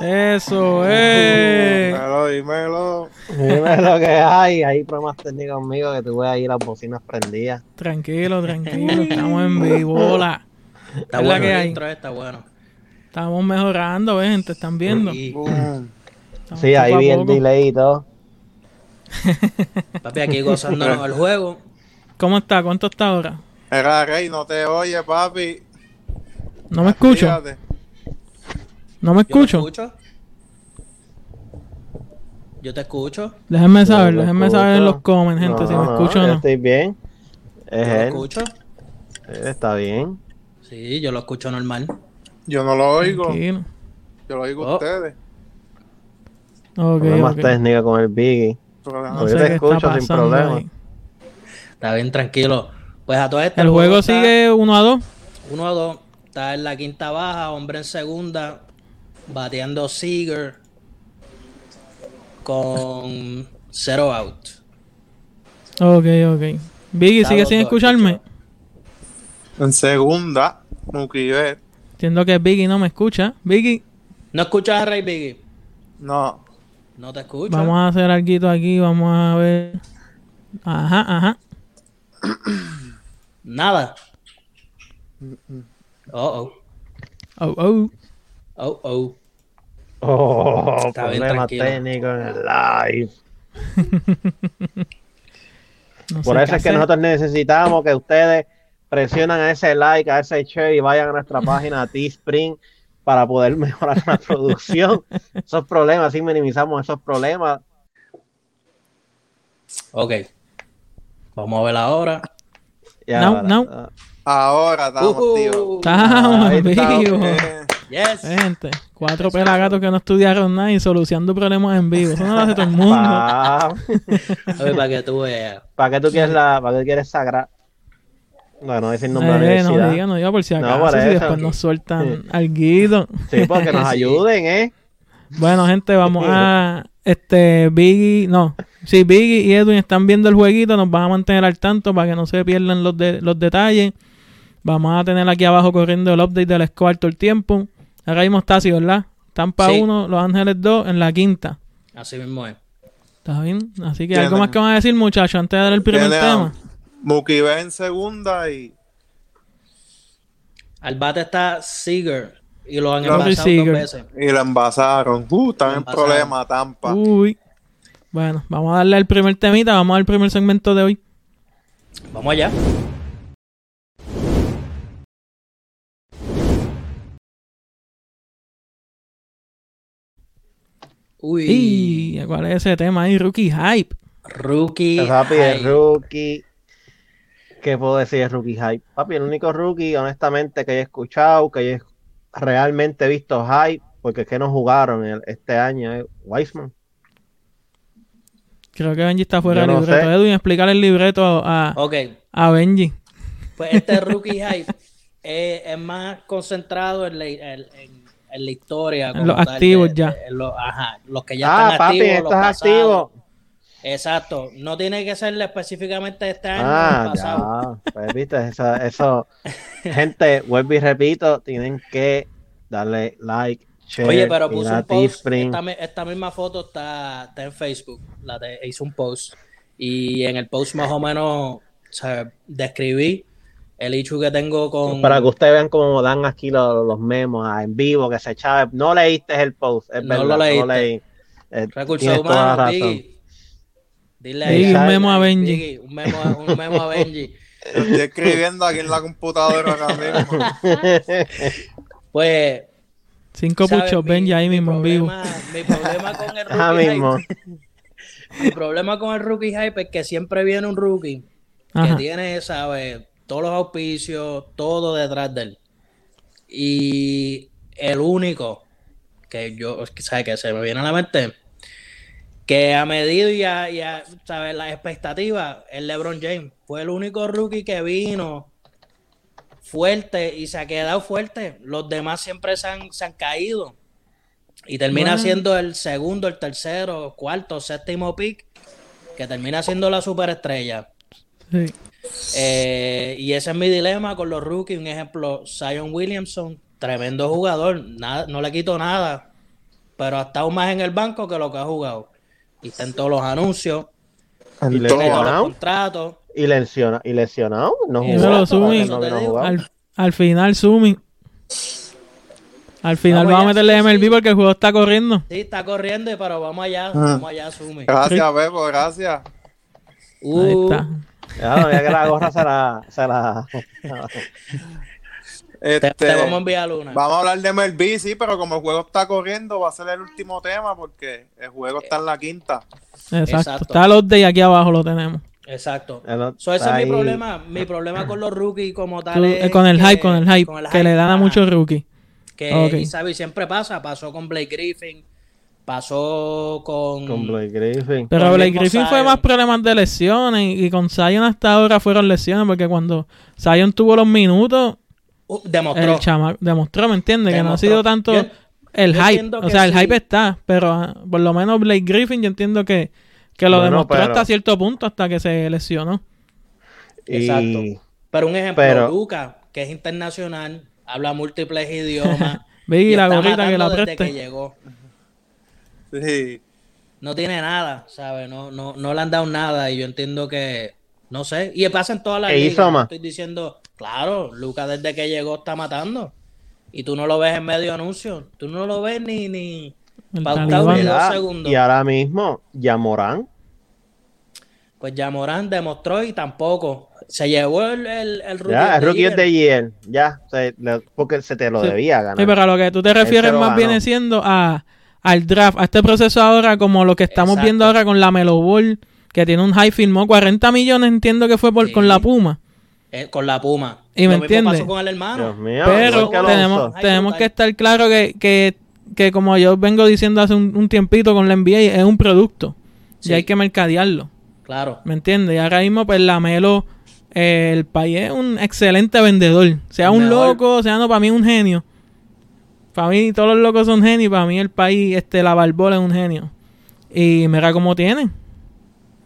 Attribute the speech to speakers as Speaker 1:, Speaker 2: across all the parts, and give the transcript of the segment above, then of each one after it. Speaker 1: Eso, eh.
Speaker 2: Dímelo, dímelo.
Speaker 3: Dime lo que hay. Hay problemas técnicos conmigo que tuve ahí las bocinas prendidas.
Speaker 1: Tranquilo, tranquilo. Estamos en vivo. Hola.
Speaker 4: Está
Speaker 1: Es la
Speaker 4: bueno,
Speaker 1: que
Speaker 4: el
Speaker 1: hay.
Speaker 4: intro está bueno.
Speaker 1: Estamos mejorando, ¿ves? Gente, están viendo.
Speaker 4: Y,
Speaker 2: Boom.
Speaker 1: Estamos
Speaker 3: Sí, ahí
Speaker 1: poco a
Speaker 3: vi el
Speaker 1: poco.
Speaker 3: delay y todo.
Speaker 4: papi, aquí gozándonos el juego.
Speaker 1: ¿Cómo está? ¿Cuánto está ahora?
Speaker 2: Era rey, no te oye, papi.
Speaker 1: No me escucho.
Speaker 2: Fíjate.
Speaker 1: No me
Speaker 4: Yo te
Speaker 1: escucho.
Speaker 4: escucho. Yo te escucho.
Speaker 1: Déjenme saber,
Speaker 3: No me
Speaker 1: déjenme saber en
Speaker 3: escucho.
Speaker 1: los comments, gente, si
Speaker 3: No,
Speaker 1: me
Speaker 3: no,
Speaker 1: escucho o
Speaker 3: yo
Speaker 1: no.
Speaker 3: Estoy bien.
Speaker 4: Yo
Speaker 3: Es
Speaker 4: lo
Speaker 3: él.
Speaker 4: escucho.
Speaker 3: Él Está bien.
Speaker 4: Sí, yo lo escucho normal.
Speaker 2: Yo no lo oigo.
Speaker 1: Tranquilo.
Speaker 2: Yo lo oigo a
Speaker 4: Oh.
Speaker 2: ustedes.
Speaker 1: Ok,
Speaker 3: problemas
Speaker 1: ok.
Speaker 3: técnicos con el Biggie.
Speaker 2: Pero,
Speaker 1: No
Speaker 3: Yo
Speaker 1: sé
Speaker 3: te
Speaker 1: qué está
Speaker 3: escucho sin
Speaker 1: pasando
Speaker 3: problema.
Speaker 1: ahí.
Speaker 4: Está bien, tranquilo. Pues a todo esto.
Speaker 1: El juego
Speaker 4: está
Speaker 1: sigue 1 a 2.
Speaker 4: 1 a 2. Está en la quinta baja, hombre en segunda. Bateando Seager. Con Zero out.
Speaker 1: Ok, ok. Biggie,
Speaker 4: Está
Speaker 1: ¿sigue
Speaker 4: los
Speaker 1: sin
Speaker 4: dos,
Speaker 1: escucharme?
Speaker 4: escucho.
Speaker 2: En segunda, Mukibet.
Speaker 1: Entiendo que Biggie no me escucha. Biggie,
Speaker 4: ¿No escuchas a Ray Biggie?
Speaker 2: No.
Speaker 4: No te escucho.
Speaker 1: vamos a hacer algo aquí, vamos a ver. Ajá, ajá.
Speaker 4: Nada.
Speaker 3: Mm,
Speaker 4: Oh, oh.
Speaker 1: Oh, oh.
Speaker 4: Oh, oh.
Speaker 3: Oh,
Speaker 4: Está bien,
Speaker 3: problemas
Speaker 4: tranquilo.
Speaker 3: técnicos en el live.
Speaker 1: No
Speaker 3: Por
Speaker 1: sé
Speaker 3: eso
Speaker 1: qué
Speaker 3: es que
Speaker 1: hacer.
Speaker 3: nosotros necesitamos que ustedes presionan a ese like, a ese share y vayan a nuestra página Teespring para poder mejorar la producción. Esos problemas, así minimizamos esos problemas.
Speaker 4: Ok. Vamos a ver ahora.
Speaker 3: Ya,
Speaker 1: No,
Speaker 3: ahora,
Speaker 1: no.
Speaker 3: ah,
Speaker 2: Ahora estamos,
Speaker 4: Uh-huh.
Speaker 2: tío.
Speaker 4: Ujú.
Speaker 1: Estamos
Speaker 2: Ahí está,
Speaker 1: vivos.
Speaker 2: eh.
Speaker 4: Yes.
Speaker 1: Gente, cuatro pelagatos que no estudiaron nada y solucionando problemas en vivo. Eso no lo hace todo el mundo.
Speaker 3: pa-
Speaker 4: A ver, para que tú veas.
Speaker 3: ¿Para qué tú quieres la, para qué quieres sagra? Bueno, no decir nombre de la
Speaker 1: Eh, no
Speaker 3: universidad.
Speaker 1: diga, no diga por si
Speaker 3: No,
Speaker 1: acaso.
Speaker 3: por
Speaker 1: si
Speaker 3: eso.
Speaker 1: después nos sueltan alguito.
Speaker 3: Sí, porque nos
Speaker 4: Sí.
Speaker 3: ayuden, ¿eh?
Speaker 1: Bueno, gente, vamos a. Este, Biggie. No. Si Biggie y Edwin están viendo el jueguito, nos van a mantener al tanto para que no se pierdan los, de- los detalles. Vamos a tener aquí abajo corriendo el update del score todo el tiempo. Ahora mismo está así, ¿verdad? Tampa
Speaker 4: Sí.
Speaker 1: 1, Los Ángeles 2 en la quinta.
Speaker 4: Así mismo es.
Speaker 1: ¿Está bien? Así que,
Speaker 2: Ya,
Speaker 1: ¿algo
Speaker 2: no.
Speaker 1: más que van a decir, muchachos, antes de dar el primer
Speaker 2: Tiene a
Speaker 1: tema?
Speaker 2: Mukibet en segunda y
Speaker 4: Al bate está Seager. Y lo han
Speaker 2: Claro.
Speaker 4: envasado dos
Speaker 1: Seager.
Speaker 4: veces.
Speaker 2: Y la envasaron. Uh, están
Speaker 4: La
Speaker 2: en
Speaker 4: envasaron.
Speaker 2: problema, Tampa.
Speaker 1: Uy. Bueno, vamos a darle el primer temita, vamos al primer segmento de hoy.
Speaker 4: Vamos allá. Uy.
Speaker 1: Y ¿cuál es ese tema ahí? Rookie Hype.
Speaker 4: Rookie.
Speaker 3: Papi,
Speaker 4: high.
Speaker 3: es rookie. ¿Qué puedo decir de rookie hype? Papi, el único rookie, honestamente, que he escuchado, que he realmente visto hype, porque es que no jugaron el- este año, es Wiseman.
Speaker 1: Creo que Benji está fuera
Speaker 3: Yo
Speaker 1: del
Speaker 3: no
Speaker 1: libreto.
Speaker 3: sé.
Speaker 1: Edwin, explicar el libreto a,
Speaker 4: Ok.
Speaker 1: a Benji.
Speaker 4: Pues este rookie hype eh, es más concentrado en la, en, en- en la historia. como
Speaker 1: los
Speaker 4: tal,
Speaker 1: activos ya.
Speaker 4: en los, ajá, los que ya
Speaker 3: Ah,
Speaker 4: están
Speaker 3: papi,
Speaker 4: activos. los
Speaker 3: estás
Speaker 4: pasados.
Speaker 3: activo.
Speaker 4: Exacto. No tiene que ser específicamente este año o el
Speaker 3: Ah,
Speaker 4: pasado.
Speaker 3: ya. Pues, viste, eso, eso. Gente, vuelvo y repito, tienen que darle like, share,
Speaker 4: Oye, pero
Speaker 3: ir
Speaker 4: puse
Speaker 3: a
Speaker 4: un post.
Speaker 3: Teespring.
Speaker 4: Esta, mi- esta misma foto está, está en Facebook. La de, hice un post. Y en el post más o menos o sea, describí el hecho que tengo con.
Speaker 3: Para que ustedes vean cómo dan aquí los, los memos ah, en vivo, que se echaba. No leíste el post, es
Speaker 4: No
Speaker 3: verdad,
Speaker 4: lo
Speaker 3: no
Speaker 4: leíste.
Speaker 3: leí. Eh,
Speaker 4: Recursos
Speaker 3: tienes toda la
Speaker 4: humanos,
Speaker 3: razón.
Speaker 4: Biggie. Dile
Speaker 1: Biggie,
Speaker 4: ahí,
Speaker 1: un
Speaker 4: dale,
Speaker 1: memo a Benji.
Speaker 4: Biggie, un, memo a, un memo a Benji.
Speaker 2: Lo estoy escribiendo aquí en la computadora ahora mismo.
Speaker 4: Pues.
Speaker 1: Cinco
Speaker 4: ¿sabes?
Speaker 1: puchos,
Speaker 4: Mi-
Speaker 1: Benji, ahí
Speaker 4: mi
Speaker 1: mismo en vivo.
Speaker 4: problema- Mi problema con el
Speaker 3: Ajá
Speaker 4: rookie
Speaker 3: mismo.
Speaker 4: hype- mi problema con el rookie hype es que siempre viene un rookie que
Speaker 1: Ajá.
Speaker 4: tiene, ¿sabes? Todos los auspicios, todo detrás de él. Y el único que yo, ¿sabes? Que se me viene a la mente, que a medida y a, y a, ¿sabes? Las expectativas, el LeBron James fue el único rookie que vino fuerte y se ha quedado fuerte. Los demás siempre se han, se han caído. Y termina
Speaker 1: Bueno.
Speaker 4: siendo el segundo, el tercero, cuarto, séptimo pick, que termina siendo la superestrella.
Speaker 1: Sí.
Speaker 4: Eh, y ese es mi dilema con los rookies. Un ejemplo, Zion Williamson, tremendo jugador, nada, no le quito nada. pero ha estado más en el banco que lo que ha jugado. Y está en todos los anuncios,
Speaker 3: Y
Speaker 4: en todos los
Speaker 3: lesionado.
Speaker 4: contratos.
Speaker 3: Y, lesiona- y lesionado. No
Speaker 1: Eso
Speaker 3: jugó.
Speaker 1: lo suben.
Speaker 3: No vino a jugar.
Speaker 1: Al, al final, Sumi. Al final
Speaker 4: Vamos
Speaker 1: vamos a
Speaker 4: allá,
Speaker 1: meterle
Speaker 4: sí,
Speaker 1: MLB
Speaker 4: sí.
Speaker 1: porque el juego está corriendo.
Speaker 4: Sí, está corriendo, pero vamos allá, vamos allá, Sumi.
Speaker 2: Gracias, Pepo, gracias.
Speaker 1: Ahí
Speaker 4: Uh,
Speaker 1: está.
Speaker 3: Ya, no, mira que la gorra se la. Se la...
Speaker 4: te,
Speaker 2: Este,
Speaker 4: te vamos a enviar una.
Speaker 2: vamos a hablar de MLB, sí, pero como el juego está corriendo, va a ser el último tema porque el juego está en la quinta.
Speaker 1: Exacto.
Speaker 4: Exacto.
Speaker 1: Está el update aquí abajo, lo tenemos.
Speaker 4: Exacto.
Speaker 3: El otro-
Speaker 4: So, ese es
Speaker 3: ahí-
Speaker 4: mi problema. Mi problema con los rookies como
Speaker 1: Tú-
Speaker 4: tal. es
Speaker 1: eh, con el
Speaker 4: que-
Speaker 1: hype, con el hype.
Speaker 4: con
Speaker 1: que le dan a
Speaker 4: ajá,
Speaker 1: muchos rookies.
Speaker 4: Que
Speaker 1: Ok.
Speaker 4: y sabe, siempre pasa. Pasó con Blake Griffin. Pasó con.
Speaker 3: Con Blake Griffin.
Speaker 1: Pero
Speaker 4: Con
Speaker 1: Blake
Speaker 4: mismo
Speaker 1: Griffin fue
Speaker 4: Zion.
Speaker 1: más problemas de lesiones. Y con Zion hasta ahora fueron lesiones. Porque cuando Zion tuvo los minutos,
Speaker 4: Uh, demostró.
Speaker 1: el chama demostró, ¿me entiendes? Que no ha
Speaker 4: Demostró.
Speaker 1: sido tanto
Speaker 4: Yo-
Speaker 1: el
Speaker 4: yo
Speaker 1: hype.
Speaker 4: entiendo
Speaker 1: O
Speaker 4: que
Speaker 1: sea, el
Speaker 4: sí.
Speaker 1: hype está. Pero ah, por lo menos Blake Griffin, yo entiendo que, que lo
Speaker 3: Bueno,
Speaker 1: demostró
Speaker 3: pero-
Speaker 1: hasta cierto punto, hasta que se lesionó.
Speaker 3: Y...
Speaker 4: Exacto. Pero un ejemplo,
Speaker 3: Pero-
Speaker 4: Luca, que es internacional, habla múltiples idiomas.
Speaker 1: Biggie, la
Speaker 4: está
Speaker 1: gorrita que la
Speaker 4: matando desde
Speaker 1: preste.
Speaker 4: que llegó.
Speaker 2: Sí.
Speaker 4: no tiene nada, ¿sabes? No, no, no le han dado nada y yo entiendo que, no sé, y pasa en todas las
Speaker 3: ¿E
Speaker 4: ligas.
Speaker 3: hizo
Speaker 4: no
Speaker 3: más?
Speaker 4: Estoy diciendo, claro, Lucas desde que llegó está matando y tú no lo ves en medio anuncio, tú no lo ves ni, ni
Speaker 1: El
Speaker 4: pautado
Speaker 1: talibán.
Speaker 4: ni dos
Speaker 3: Mira,
Speaker 4: segundos.
Speaker 3: y ahora mismo, Yamorán.
Speaker 4: Pues ya Morán demostró y tampoco. Se llevó el, el, el rookie
Speaker 3: Ya,
Speaker 4: of
Speaker 3: el
Speaker 4: the
Speaker 3: rookie es
Speaker 4: year.
Speaker 3: de Year. Ya, se- le- porque se te lo
Speaker 1: Sí.
Speaker 3: debía ganar.
Speaker 1: Sí, pero a lo que tú te refieres
Speaker 3: se lo
Speaker 1: más
Speaker 3: ganó.
Speaker 1: viene siendo a, al draft, a este proceso ahora, como lo que estamos
Speaker 4: Exacto.
Speaker 1: viendo ahora con la Melo Ball, que tiene un high, firmó 40 millones, entiendo que fue por,
Speaker 4: Sí.
Speaker 1: con la Puma.
Speaker 4: Eh, con la Puma.
Speaker 1: Y me
Speaker 4: Lo mismo
Speaker 1: entiende.
Speaker 4: pasó con el hermano.
Speaker 3: Dios mío,
Speaker 1: Pero
Speaker 3: igual que Alonso.
Speaker 1: tenemos,
Speaker 4: Ay,
Speaker 1: tenemos
Speaker 4: brutal.
Speaker 1: que estar claro que, que, que como yo vengo diciendo hace un, un tiempito con la NBA, es un producto
Speaker 4: Sí.
Speaker 1: y hay que mercadearlo,
Speaker 4: Claro.
Speaker 1: ¿me entiendes? Y ahora mismo, pues la Melo, eh, el país es un excelente vendedor, sea un
Speaker 4: Mejor.
Speaker 1: loco, sea no, para mí un genio. Para mí todos los locos son genios, para mí el país, este, la barbola es un genio. Y mira cómo tiene.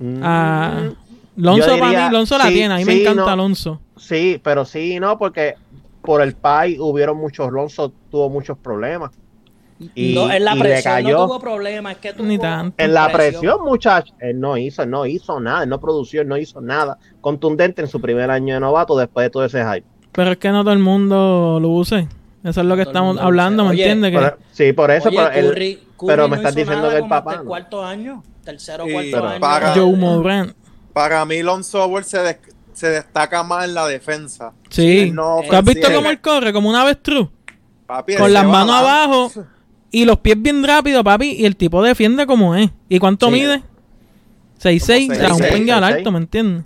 Speaker 3: Mm,
Speaker 1: Ah, Lonzo
Speaker 3: Yo
Speaker 1: para
Speaker 3: diría,
Speaker 1: mí, Lonzo la
Speaker 3: sí,
Speaker 1: tiene, a mí me
Speaker 3: sí,
Speaker 1: encanta
Speaker 3: no.
Speaker 1: Alonso.
Speaker 3: Sí, pero sí, no, porque por el PAI hubieron muchos. Alonso tuvo muchos problemas. Y,
Speaker 4: no, en la
Speaker 3: y le
Speaker 4: presión
Speaker 3: cayó.
Speaker 4: no tuvo problema, es que tuvo
Speaker 1: Ni tanto.
Speaker 3: en la presión, muchachos. Él no hizo, él no hizo nada. Él no produció, él no hizo nada. Contundente en su primer año de novato después de todo ese hype.
Speaker 1: Pero es que no todo el mundo lo use. Eso es lo que
Speaker 4: Todo el
Speaker 1: estamos
Speaker 4: mundo lo
Speaker 1: hablando, ¿me
Speaker 4: usa. Oye,
Speaker 1: entiendes?
Speaker 3: Por- sí, por eso.
Speaker 4: Oye,
Speaker 3: pero él-
Speaker 4: Curry- Curry
Speaker 3: pero me
Speaker 4: no
Speaker 3: estás
Speaker 4: hizo
Speaker 3: diciendo
Speaker 4: nada
Speaker 3: que el
Speaker 4: como hasta
Speaker 3: papá no.
Speaker 4: cuarto año, tercero o
Speaker 2: Sí,
Speaker 4: cuarto
Speaker 3: pero
Speaker 4: año.
Speaker 2: paga-
Speaker 1: que Joe Morant.
Speaker 2: Para mí, Lonzo Ball se, des- se destaca más en la defensa.
Speaker 1: Sí.
Speaker 2: Él no
Speaker 1: ¿Tú has visto
Speaker 2: ofensiva.
Speaker 1: cómo él corre? Como una avestruz.
Speaker 2: Papi, él
Speaker 1: Con
Speaker 2: se
Speaker 1: las
Speaker 2: va
Speaker 1: manos
Speaker 2: abajo.
Speaker 1: abajo y los pies bien rápido, papi. Y el tipo defiende como es. ¿Y cuánto
Speaker 4: Sí.
Speaker 1: mide? 6'6". O sea, un
Speaker 2: 6'6",
Speaker 1: pingue al
Speaker 3: 6'6".
Speaker 1: alto, ¿me entiendes?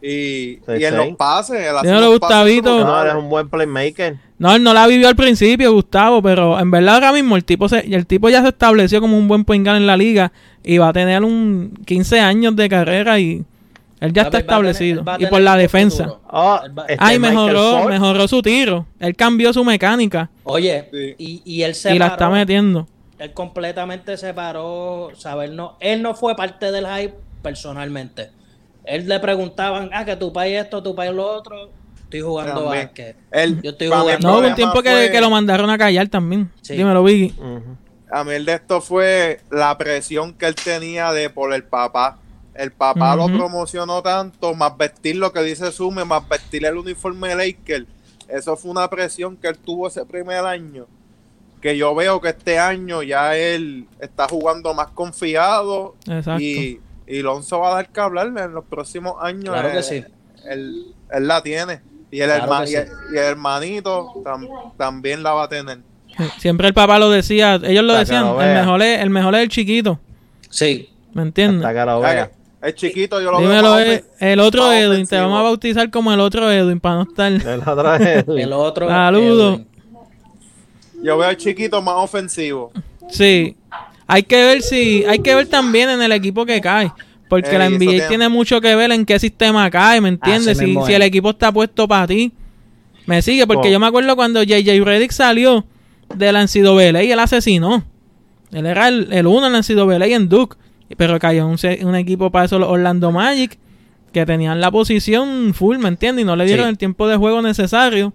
Speaker 2: Y,
Speaker 3: Sí,
Speaker 2: y en
Speaker 3: sí.
Speaker 2: los pases, él hace
Speaker 1: Dímelo,
Speaker 2: unos
Speaker 1: Gustavito.
Speaker 2: pases
Speaker 3: no, él
Speaker 2: brutales.
Speaker 3: es un buen playmaker.
Speaker 1: No, él no la vivió al principio, Gustavo, pero en verdad ahora mismo el tipo se, el tipo ya se estableció como un buen pingal en la liga y va a tener un 15 años de carrera y él ya está
Speaker 4: Papi, va a tener-
Speaker 1: establecido.
Speaker 4: va a
Speaker 1: Y
Speaker 4: tener
Speaker 1: por la
Speaker 4: un
Speaker 1: defensa.
Speaker 4: futuro.
Speaker 3: Ah,
Speaker 4: Él va-
Speaker 3: este
Speaker 1: Ay,
Speaker 3: Michael
Speaker 1: mejoró,
Speaker 3: Ford.
Speaker 1: mejoró su tiro. Él cambió su mecánica
Speaker 4: Oye,
Speaker 2: Sí.
Speaker 4: y, y él se
Speaker 1: y la
Speaker 4: paró,
Speaker 1: está metiendo.
Speaker 4: él completamente se paró, ¿sabes? No, él no fue parte del hype personalmente. Él le preguntaban, ah, que tu país esto, tu país lo otro. Estoy jugando
Speaker 2: También.
Speaker 4: básquet.
Speaker 2: Él-
Speaker 4: Yo estoy
Speaker 2: para mí el
Speaker 4: jugando.
Speaker 1: No, hubo un
Speaker 2: problema
Speaker 1: tiempo que,
Speaker 2: fue-
Speaker 1: que lo mandaron a callar también.
Speaker 4: Sí.
Speaker 1: Dímelo, Vicky.
Speaker 3: Ujú.
Speaker 2: A mí el de esto fue la presión que él tenía de por el papá. El papá
Speaker 1: Ujú.
Speaker 2: lo promocionó tanto, más vestir lo que dice Sume, más vestir el uniforme de Laker. Eso fue una presión que él tuvo ese primer año. Que yo veo que este año ya él está jugando más confiado.
Speaker 1: Exacto.
Speaker 2: Y, y Lonzo va a dar que hablarle en los próximos años.
Speaker 4: Claro que
Speaker 2: Eh,
Speaker 4: sí.
Speaker 2: Él, él la tiene. Y el,
Speaker 4: Claro
Speaker 2: herma-
Speaker 4: que
Speaker 2: y el-
Speaker 4: sí.
Speaker 2: y el hermanito tam- también la va a tener.
Speaker 1: Siempre el papá lo decía, ellos lo
Speaker 3: Para que
Speaker 1: decían,
Speaker 3: lo
Speaker 1: el
Speaker 3: vea.
Speaker 1: mejor es el mejor es el chiquito,
Speaker 4: Sí.
Speaker 1: ¿me entiendes?
Speaker 3: Hasta que lo
Speaker 2: Oiga,
Speaker 3: vea.
Speaker 2: el chiquito yo lo veo.
Speaker 1: Dímelo,
Speaker 2: más
Speaker 1: eh,
Speaker 2: ofen-
Speaker 1: el otro
Speaker 2: más
Speaker 1: Edwin, te
Speaker 2: ofensivo.
Speaker 1: vamos a bautizar como el otro Edwin para no estar.
Speaker 3: El otro es él.
Speaker 4: El otro.
Speaker 1: Saludo.
Speaker 4: Edwin.
Speaker 2: Yo veo al chiquito más ofensivo.
Speaker 1: Sí. Hay que ver si hay que ver también en el equipo que cae, porque
Speaker 2: Ey,
Speaker 1: la
Speaker 2: eso
Speaker 1: NBA
Speaker 2: tiene-
Speaker 1: tiene mucho que ver en qué sistema cae, ¿me entiendes?
Speaker 4: Así
Speaker 1: Si,
Speaker 4: mismo
Speaker 1: si
Speaker 4: Ah, es.
Speaker 1: el equipo está puesto para ti. Me sigue porque
Speaker 3: Oh.
Speaker 1: yo me acuerdo cuando JJ Redick salió del NCAA y él asesinó. Él era el, el uno en la NCAA y en Duke, pero cayó un, se- un equipo para eso los Orlando Magic que tenían la posición full, ¿me entiendes? Y no le dieron
Speaker 4: Sí.
Speaker 1: el tiempo de juego necesario.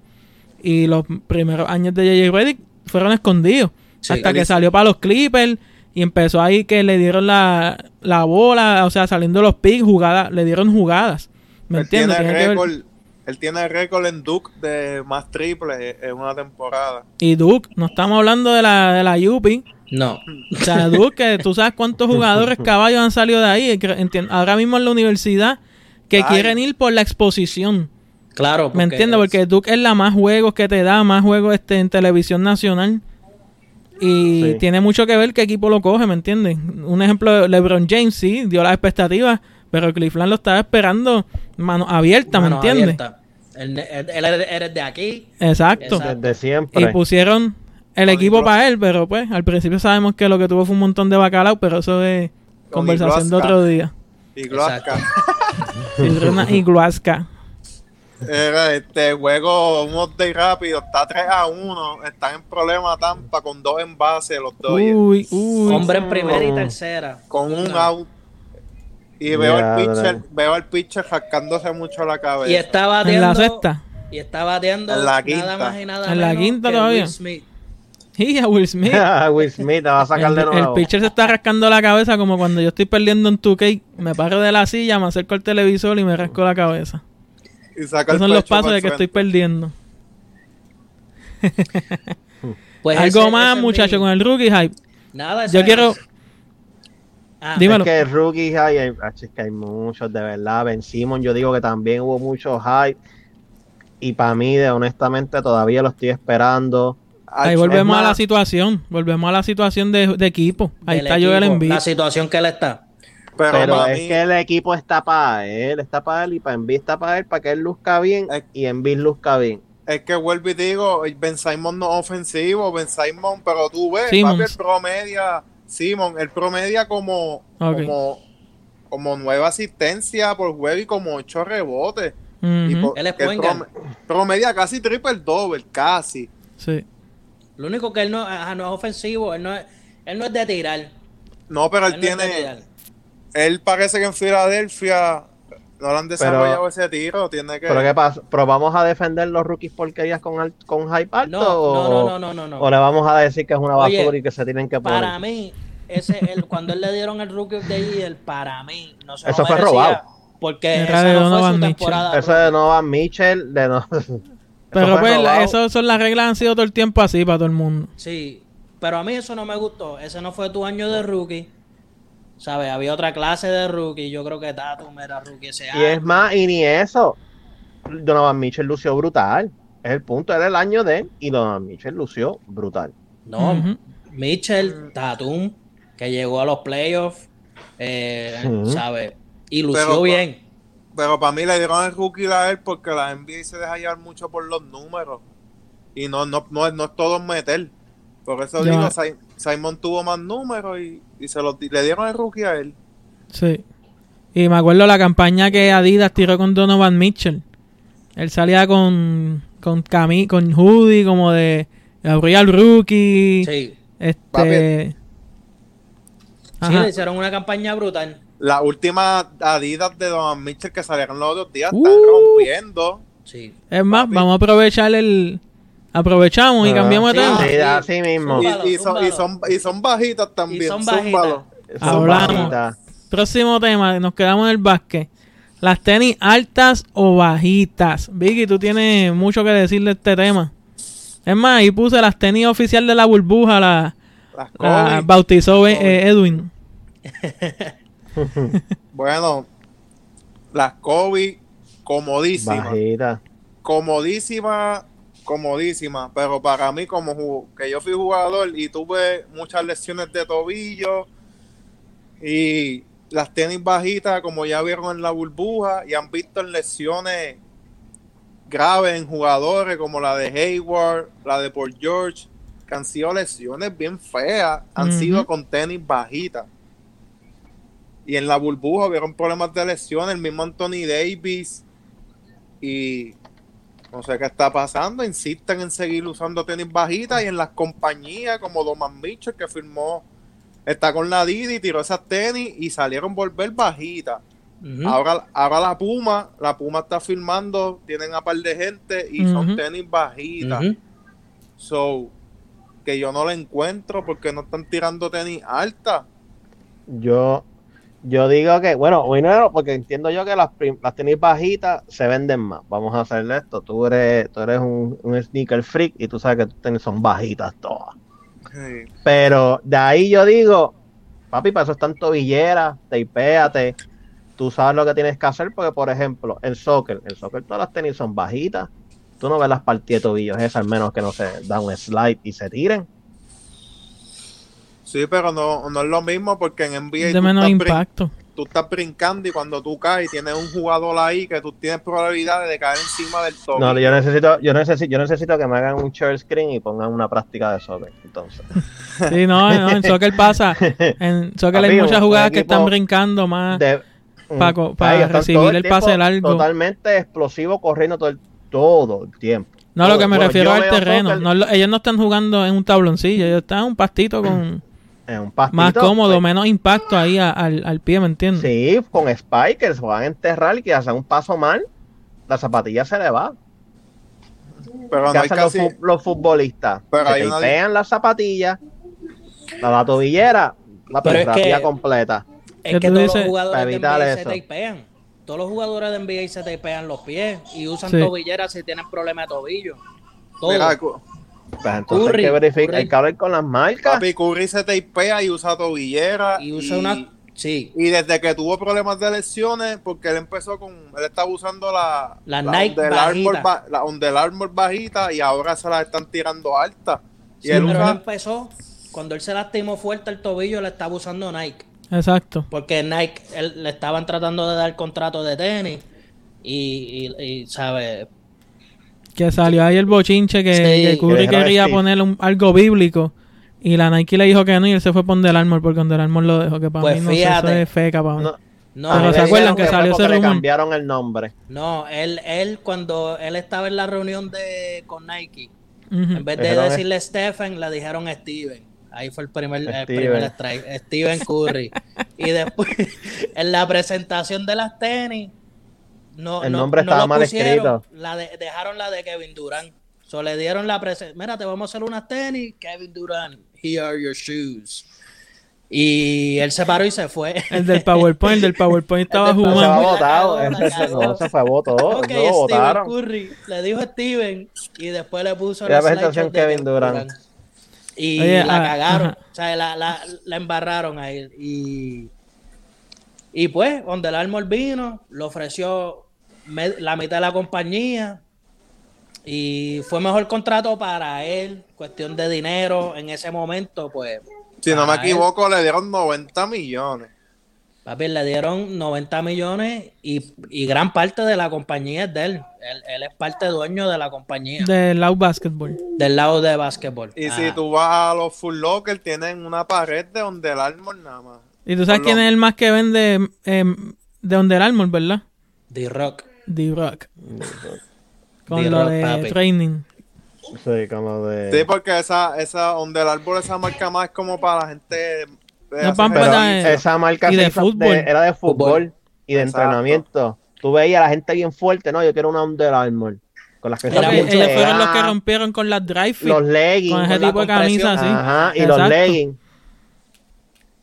Speaker 1: Y los primeros años de JJ Redick fueron escondidos.
Speaker 4: Sí.
Speaker 1: hasta que salió para los Clippers y empezó ahí que le dieron la, la bola, o sea, saliendo los picks, jugadas, le dieron jugadas. ¿Me
Speaker 2: él tiene
Speaker 1: entiendes? Tiene que ver-
Speaker 2: récord, él tiene récord en Duke de más triples en una temporada.
Speaker 1: Y Duke, no estamos hablando de la, de la Yupi.
Speaker 4: No.
Speaker 1: O sea, Duke, que tú sabes cuántos jugadores caballos han salido de ahí. que entien- Ahora mismo en la universidad que
Speaker 2: Ay.
Speaker 1: quieren ir por la exposición.
Speaker 4: Claro.
Speaker 1: ¿Me entiendes?
Speaker 4: pues.
Speaker 1: Porque Duke es la más juegos que te da, más juegos este, en televisión nacional. Y
Speaker 3: Sí.
Speaker 1: tiene mucho que ver qué equipo lo coge, ¿me entiendes? Un ejemplo, LeBron James sí dio las expectativas, pero Cleveland lo estaba esperando mano abierta, ¿me
Speaker 4: Mano
Speaker 1: entiendes?
Speaker 4: abierta. Él, él- él eres- eres de aquí.
Speaker 1: Exacto.
Speaker 4: Exacto.
Speaker 3: Desde
Speaker 1: Y
Speaker 3: siempre.
Speaker 1: pusieron el
Speaker 2: Tony
Speaker 1: equipo
Speaker 2: Blas-
Speaker 1: para él, pero pues al principio sabemos que lo que tuvo fue un montón de bacalao, pero eso es conversación de
Speaker 2: Blasca.
Speaker 1: otro día.
Speaker 2: Y Glazka.
Speaker 1: Silruna y Guasca.
Speaker 2: Era este juego, un update rápido, está 3 a 1, están en problema Tampa con dos envases los Dodgers,
Speaker 1: Uy, uy.
Speaker 4: Hombre en primera y
Speaker 3: No.
Speaker 4: tercera.
Speaker 2: con un
Speaker 4: No.
Speaker 2: out. Y veo al
Speaker 3: Diadre.
Speaker 2: pitcher, veo al pitcher rascándose mucho la cabeza.
Speaker 4: Y está
Speaker 1: En
Speaker 4: bateando.
Speaker 1: la sexta.
Speaker 4: Y está bateando.
Speaker 2: En la
Speaker 4: Nada
Speaker 2: quinta.
Speaker 4: más y nada
Speaker 1: En la
Speaker 4: menos
Speaker 1: quinta
Speaker 4: que
Speaker 1: todavía.
Speaker 4: Will Smith.
Speaker 1: Y a Will Smith.
Speaker 3: Ah, Will Smith la va a sacar
Speaker 1: El,
Speaker 3: de
Speaker 1: el
Speaker 3: nuevo.
Speaker 1: pitcher se está rascando la cabeza como cuando yo estoy perdiendo en 2K, me paro de la silla, me acerco al televisor y me rasco la cabeza.
Speaker 2: y saca
Speaker 1: Esos
Speaker 2: el
Speaker 1: son los
Speaker 2: pecho para
Speaker 1: pasos de
Speaker 2: el
Speaker 1: que estoy
Speaker 2: frente.
Speaker 1: perdiendo.
Speaker 4: Pues
Speaker 1: Algo
Speaker 4: ese-
Speaker 1: más,
Speaker 4: ese es
Speaker 1: muchachos,
Speaker 4: mi-
Speaker 1: con el rookie hype.
Speaker 4: Nada, ese
Speaker 1: Yo
Speaker 4: es-
Speaker 1: quiero...
Speaker 4: Ah,
Speaker 1: dime- dímelo.
Speaker 3: Es que el rookie hay, hay, ach, es que hay muchos, de verdad. Ben Simon, yo digo que también hubo muchos hype. Y para mí, de- honestamente, todavía lo estoy esperando.
Speaker 1: Ahí
Speaker 2: Ach,
Speaker 1: volvemos
Speaker 3: es
Speaker 1: a la
Speaker 3: más-
Speaker 1: situación, volvemos a la situación de, de equipo. Ahí
Speaker 4: del
Speaker 1: está Joel
Speaker 4: equipo,
Speaker 1: Embiid.
Speaker 4: La situación que él está.
Speaker 2: Pero,
Speaker 3: Pero,
Speaker 2: para
Speaker 3: es
Speaker 2: mí,
Speaker 3: que el equipo está para él, está para él y para Envid está para él, para que él luzca bien
Speaker 2: Es-
Speaker 3: y Envid luzca bien.
Speaker 2: Es que vuelvo y digo, Ben Simon no es ofensivo, Ben Simon, pero tú ves,
Speaker 1: Simmons.
Speaker 2: papi, el promedia, Simon, el promedia como,
Speaker 1: Ok.
Speaker 2: como, como nueva asistencia por juego y como ocho rebotes. Y
Speaker 1: Ujú,
Speaker 2: por-
Speaker 4: Él es
Speaker 2: que el
Speaker 4: point guard.
Speaker 2: prom- promedia casi triple doble, casi.
Speaker 1: sí.
Speaker 4: Lo único que él no, ajá, no es ofensivo, él no es, él no es de tirar. Él
Speaker 2: No, pero él
Speaker 4: no es de tirar.
Speaker 2: tiene, él parece que en Filadelfia no le han desarrollado ese tiro, tiene que...
Speaker 3: Pero qué pasa, pero vamos a defender los rookies porquerías con, al- con hype alto
Speaker 4: No,
Speaker 3: o,
Speaker 4: no, no, no, no, no.
Speaker 3: o le vamos a decir que es una
Speaker 4: Oye,
Speaker 3: basura y que se tienen que poner.
Speaker 4: Para mí, ese, el, cuando él le dieron el Rookie of the Year, para mí, no se lo
Speaker 3: Eso fue
Speaker 4: merecía,
Speaker 3: robado.
Speaker 4: Porque
Speaker 1: Era
Speaker 4: esa
Speaker 1: de
Speaker 4: no fue
Speaker 1: Donovan
Speaker 4: su
Speaker 1: Mitchell.
Speaker 4: temporada.
Speaker 3: Eso de Novan Mitchell, de no... eso
Speaker 1: Pero
Speaker 3: fue
Speaker 1: pues
Speaker 3: robado.
Speaker 1: esas son las reglas, han sido todo el tiempo así para todo el mundo.
Speaker 4: Sí, pero a mí eso no me gustó. Ese no fue tu año de rookie. ¿Sabes? Había otra clase de rookie. Yo creo que Tatum era rookie ese
Speaker 3: Y es
Speaker 4: año.
Speaker 3: más, y ni eso. Donovan Mitchell lució brutal. Es el punto, era el año de él y Donovan Mitchell lució brutal.
Speaker 4: No,
Speaker 1: Ujú.
Speaker 4: Mitchell, Tatum, que llegó a los playoffs, eh,
Speaker 3: Sí.
Speaker 4: ¿sabes? Y lució
Speaker 2: Pero- pues,
Speaker 4: bien.
Speaker 2: Pero para mí le dieron el rookie a él porque la NBA se deja llevar mucho por los números. Y no, no, no, es- no es todo meter. Por eso
Speaker 1: Ya.
Speaker 2: digo, Si- Simon tuvo más números y, y se los, di- le dieron el rookie a él.
Speaker 1: Sí. Y me acuerdo la campaña que Adidas tiró con Donovan Mitchell. Él salía con con cami con hoodie como de Real Rookie,
Speaker 4: Sí.
Speaker 1: este
Speaker 2: Papi.
Speaker 4: Sí,
Speaker 1: Ajá.
Speaker 4: le hicieron una campaña brutal.
Speaker 2: Las últimas Adidas de Don Mitchell que salieron los otros días
Speaker 1: Uh.
Speaker 2: están rompiendo.
Speaker 4: Sí.
Speaker 1: Es más,
Speaker 2: Papi.
Speaker 1: vamos a aprovechar el aprovechamos y
Speaker 3: Ah,
Speaker 1: cambiamos de
Speaker 4: sí.
Speaker 1: tema.
Speaker 3: Sí, así mismo.
Speaker 4: Zúmbalo,
Speaker 2: y, y son, y, son, y son bajitas también.
Speaker 4: Y son
Speaker 2: zúmbalo.
Speaker 4: bajitas.
Speaker 3: Son
Speaker 1: Hablamos.
Speaker 3: bajitas.
Speaker 1: Próximo tema, nos quedamos en el básquet. Las tenis altas o bajitas. Vicky, tú tienes mucho que decir de este tema. Es más, ahí puse las tenis oficial de la burbuja, la,
Speaker 2: Las
Speaker 1: la
Speaker 2: Kobe.
Speaker 1: Ah, bautizó eh, eh, Edwin.
Speaker 2: Bueno, las Kobe comodísimas.
Speaker 3: Bajitas.
Speaker 2: comodísima, comodísima, pero para mí como ju- que yo fui jugador y tuve muchas lesiones de tobillo y las tenis bajitas como ya vieron en la burbuja y han visto en lesiones graves en jugadores como la de Hayward, la de Paul George, que han sido lesiones bien feas, han
Speaker 1: Ujú.
Speaker 2: sido con tenis bajitas. Y en la burbuja vieron problemas de lesiones, el mismo Anthony Davis y no sé qué está pasando, insisten en seguir usando tenis bajitas y en las compañías como Doman Mitchell que firmó, está con la Didi, tiró esas tenis y salieron volver bajitas.
Speaker 1: Mm.
Speaker 4: Ujú.
Speaker 2: Ahora, ahora la Puma, la Puma está firmando, tienen a par de gente y son
Speaker 1: Ujú.
Speaker 2: tenis bajitas.
Speaker 4: Ujú.
Speaker 2: So, que yo no la encuentro porque no están tirando tenis alta.
Speaker 3: Yo, yo digo que, bueno, primero, porque entiendo yo que las, prim- las tenis bajitas se venden más. Vamos a hacerle esto. Tú eres, tú eres un, un sneaker freak y tú sabes que tus tenis son bajitas todas.
Speaker 2: Sí.
Speaker 3: Pero de ahí yo digo, papi, para eso están tobilleras, teipéate. Tú sabes lo que tienes que hacer porque, por ejemplo, en soccer, en soccer todas las tenis son bajitas. Tú no ves las partidas de tobillos esas, al menos que no se dan un slide y se tiren.
Speaker 2: Sí, pero no, no es lo mismo porque en NBA
Speaker 1: de
Speaker 2: tú
Speaker 1: menos
Speaker 2: estás brin-
Speaker 1: impacto.
Speaker 2: tú estás brincando y cuando tú caes tienes un jugador ahí que tú tienes probabilidades de caer encima del toque.
Speaker 3: No, yo necesito, yo necesito, yo necesito que me hagan un share screen y pongan una práctica de soccer. Entonces,
Speaker 1: Sí, no, no, en soccer pasa. En soccer hay
Speaker 3: Amigo,
Speaker 1: muchas jugadas que
Speaker 3: equipo
Speaker 1: están brincando más.
Speaker 3: de-
Speaker 1: Ah, Paco,
Speaker 3: Mm,
Speaker 1: para
Speaker 3: ahí están
Speaker 1: recibir
Speaker 3: todo
Speaker 1: el pase
Speaker 3: tiempo
Speaker 1: largo.
Speaker 3: Totalmente explosivo corriendo todo el, todo el tiempo.
Speaker 1: No, lo que me
Speaker 3: Bueno,
Speaker 1: refiero
Speaker 3: yo
Speaker 1: al
Speaker 3: veo
Speaker 1: terreno.
Speaker 3: soccer-
Speaker 1: No es lo- ellos no están jugando en un tabloncillo, ellos están en un pastito con
Speaker 3: Es un pastito,
Speaker 1: más cómodo,
Speaker 3: pues,
Speaker 1: menos impacto ahí a- al, al pie, ¿me
Speaker 4: Mm.
Speaker 1: entiendes?
Speaker 3: Sí, con spikers van a enterrar y que hacen un paso mal, la zapatilla se le va.
Speaker 2: pero
Speaker 3: ¿Qué
Speaker 2: no hay
Speaker 3: hacen los,
Speaker 2: casi.
Speaker 3: fu- los futbolistas?
Speaker 2: Pero
Speaker 3: se
Speaker 2: hay una di-
Speaker 3: tapean las zapatillas, la, la tobillera, la
Speaker 4: Pero es
Speaker 3: pelotilla
Speaker 4: que-
Speaker 3: completa.
Speaker 1: ¿Qué
Speaker 4: Es que
Speaker 1: tú
Speaker 4: todos
Speaker 1: dices?
Speaker 4: los jugadores
Speaker 3: Para
Speaker 4: de
Speaker 3: evitar
Speaker 4: NBA se
Speaker 3: eso.
Speaker 4: tapean. Todos los jugadores de NBA se tapean los pies y usan
Speaker 1: Sí.
Speaker 4: tobilleras si tienen problemas de tobillo. Todos.
Speaker 2: Mira, cu-
Speaker 3: Pues entonces
Speaker 4: Curry,
Speaker 3: hay que verificar,
Speaker 4: Curry.
Speaker 3: hay que hablar con las marcas.
Speaker 2: papi Curry se teipea y usa tobillera.
Speaker 4: y usa una. Sí,
Speaker 2: y desde que tuvo problemas de lesiones, porque él empezó con. Él estaba usando la.
Speaker 4: La Nike
Speaker 2: Under
Speaker 4: bajita.
Speaker 2: Armour ba- la Under Armour bajita y ahora se la están tirando alta. Y
Speaker 4: sí,
Speaker 2: él
Speaker 4: pero él
Speaker 2: usa.
Speaker 4: empezó. Cuando él se lastimó fuerte el tobillo, le estaba usando Nike.
Speaker 1: Exacto.
Speaker 4: Porque Nike él- le estaban tratando de dar contrato de tenis. Y, y, y, ¿sabes?
Speaker 1: Que salió ahí el bochinche que,
Speaker 4: Sí.
Speaker 1: que Curry
Speaker 3: Que dejaron
Speaker 1: quería
Speaker 3: el Steve.
Speaker 1: poner un- algo bíblico y la Nike le dijo que no y él se fue por Under Armour porque Under Armour lo dejó que para
Speaker 4: Pues
Speaker 1: mí no sé, eso
Speaker 4: fíjate.
Speaker 1: es feca para mí.
Speaker 3: Ah, No,
Speaker 4: No,
Speaker 3: a mí
Speaker 1: Pero
Speaker 3: me
Speaker 1: ¿se
Speaker 4: él-
Speaker 1: acuerdan
Speaker 3: dijeron
Speaker 1: que
Speaker 3: fue
Speaker 1: salió
Speaker 3: porque
Speaker 1: ese
Speaker 3: le
Speaker 1: rumor?
Speaker 3: cambiaron el nombre.
Speaker 4: no él, él, cuando él estaba en la reunión de con Nike,
Speaker 1: Ujú.
Speaker 4: En vez de
Speaker 3: Dijeron, eh.
Speaker 4: decirle Stephen, le dijeron Steven. Ahí fue el primer, el
Speaker 3: Steven.
Speaker 4: primer strike. Steven Curry. y después, en la presentación de las tenis, no,
Speaker 3: El
Speaker 4: no-
Speaker 3: nombre
Speaker 4: no
Speaker 3: estaba
Speaker 4: lo
Speaker 3: mal escrito.
Speaker 4: La de- dejaron la de Kevin Durant. So, le dieron la presentación. Mira, te vamos a hacer unas tenis. Kevin Durant, here are your shoes. Y él se paró y se fue.
Speaker 1: El del PowerPoint, el del PowerPoint estaba
Speaker 4: del
Speaker 3: No se
Speaker 4: Juan.
Speaker 3: va
Speaker 1: jugando.
Speaker 4: PowerPoint.
Speaker 3: votado.
Speaker 4: La cagó, la
Speaker 3: ese-
Speaker 4: cagó.
Speaker 3: No se fue voto. Oh, No
Speaker 4: Ok,
Speaker 3: lo
Speaker 4: Steven
Speaker 3: votaron.
Speaker 4: Curry. Le dijo Steven y después le puso
Speaker 3: Y la
Speaker 4: el slideshow
Speaker 3: presentación
Speaker 4: de
Speaker 3: Kevin Durant.
Speaker 4: Y
Speaker 1: Oye,
Speaker 4: la
Speaker 1: ah,
Speaker 4: cagaron.
Speaker 1: ajá.
Speaker 4: O sea, la, la, la embarraron a él. Y, y pues, donde el Armor vino, le ofreció me- la mitad de la compañía. Y fue mejor contrato para él, cuestión de dinero en ese momento, pues.
Speaker 2: Si no me
Speaker 4: para él.
Speaker 2: equivoco, le dieron 90 millones.
Speaker 4: Papi, le dieron 90 millones y, y gran parte de la compañía es de él. Él, él es parte dueño de la compañía,
Speaker 1: De Loud Basketball.
Speaker 4: del lado de básquetbol.
Speaker 2: Y
Speaker 4: Ajá.
Speaker 2: si tú vas a los Full Locker, tienen una pared de Under Armour nada más.
Speaker 1: ¿Y tú sabes
Speaker 2: Por
Speaker 1: quién
Speaker 2: lo-
Speaker 1: es el más que vende eh, de Under Armour, verdad?
Speaker 4: D-Rock.
Speaker 1: D-Rock. Con
Speaker 4: D-Rock,
Speaker 1: lo de
Speaker 4: papi.
Speaker 1: training.
Speaker 3: Sí, como de.
Speaker 2: Sí, porque esa, esa Under Armour, esa marca más como para la gente. de hacer
Speaker 1: pampa
Speaker 3: Pero
Speaker 1: Era de-
Speaker 3: esa marca
Speaker 1: y
Speaker 3: se
Speaker 1: de
Speaker 3: hizo
Speaker 1: fútbol.
Speaker 3: era de fútbol,
Speaker 4: Fútbol.
Speaker 3: y de
Speaker 2: Exacto.
Speaker 3: entrenamiento. Tú veías a la gente bien fuerte, no, yo quiero una Under Armour. Con las que
Speaker 4: Era
Speaker 1: Creo que
Speaker 3: se
Speaker 4: mucho
Speaker 1: ellos
Speaker 4: de-
Speaker 1: fueron los que
Speaker 3: ah,
Speaker 1: rompieron con las drive fit,
Speaker 3: los leggings.
Speaker 1: con ese
Speaker 4: con la
Speaker 1: tipo de
Speaker 4: compresión.
Speaker 1: camisas así.
Speaker 3: Ajá, y los
Speaker 1: Exacto.
Speaker 3: leggings.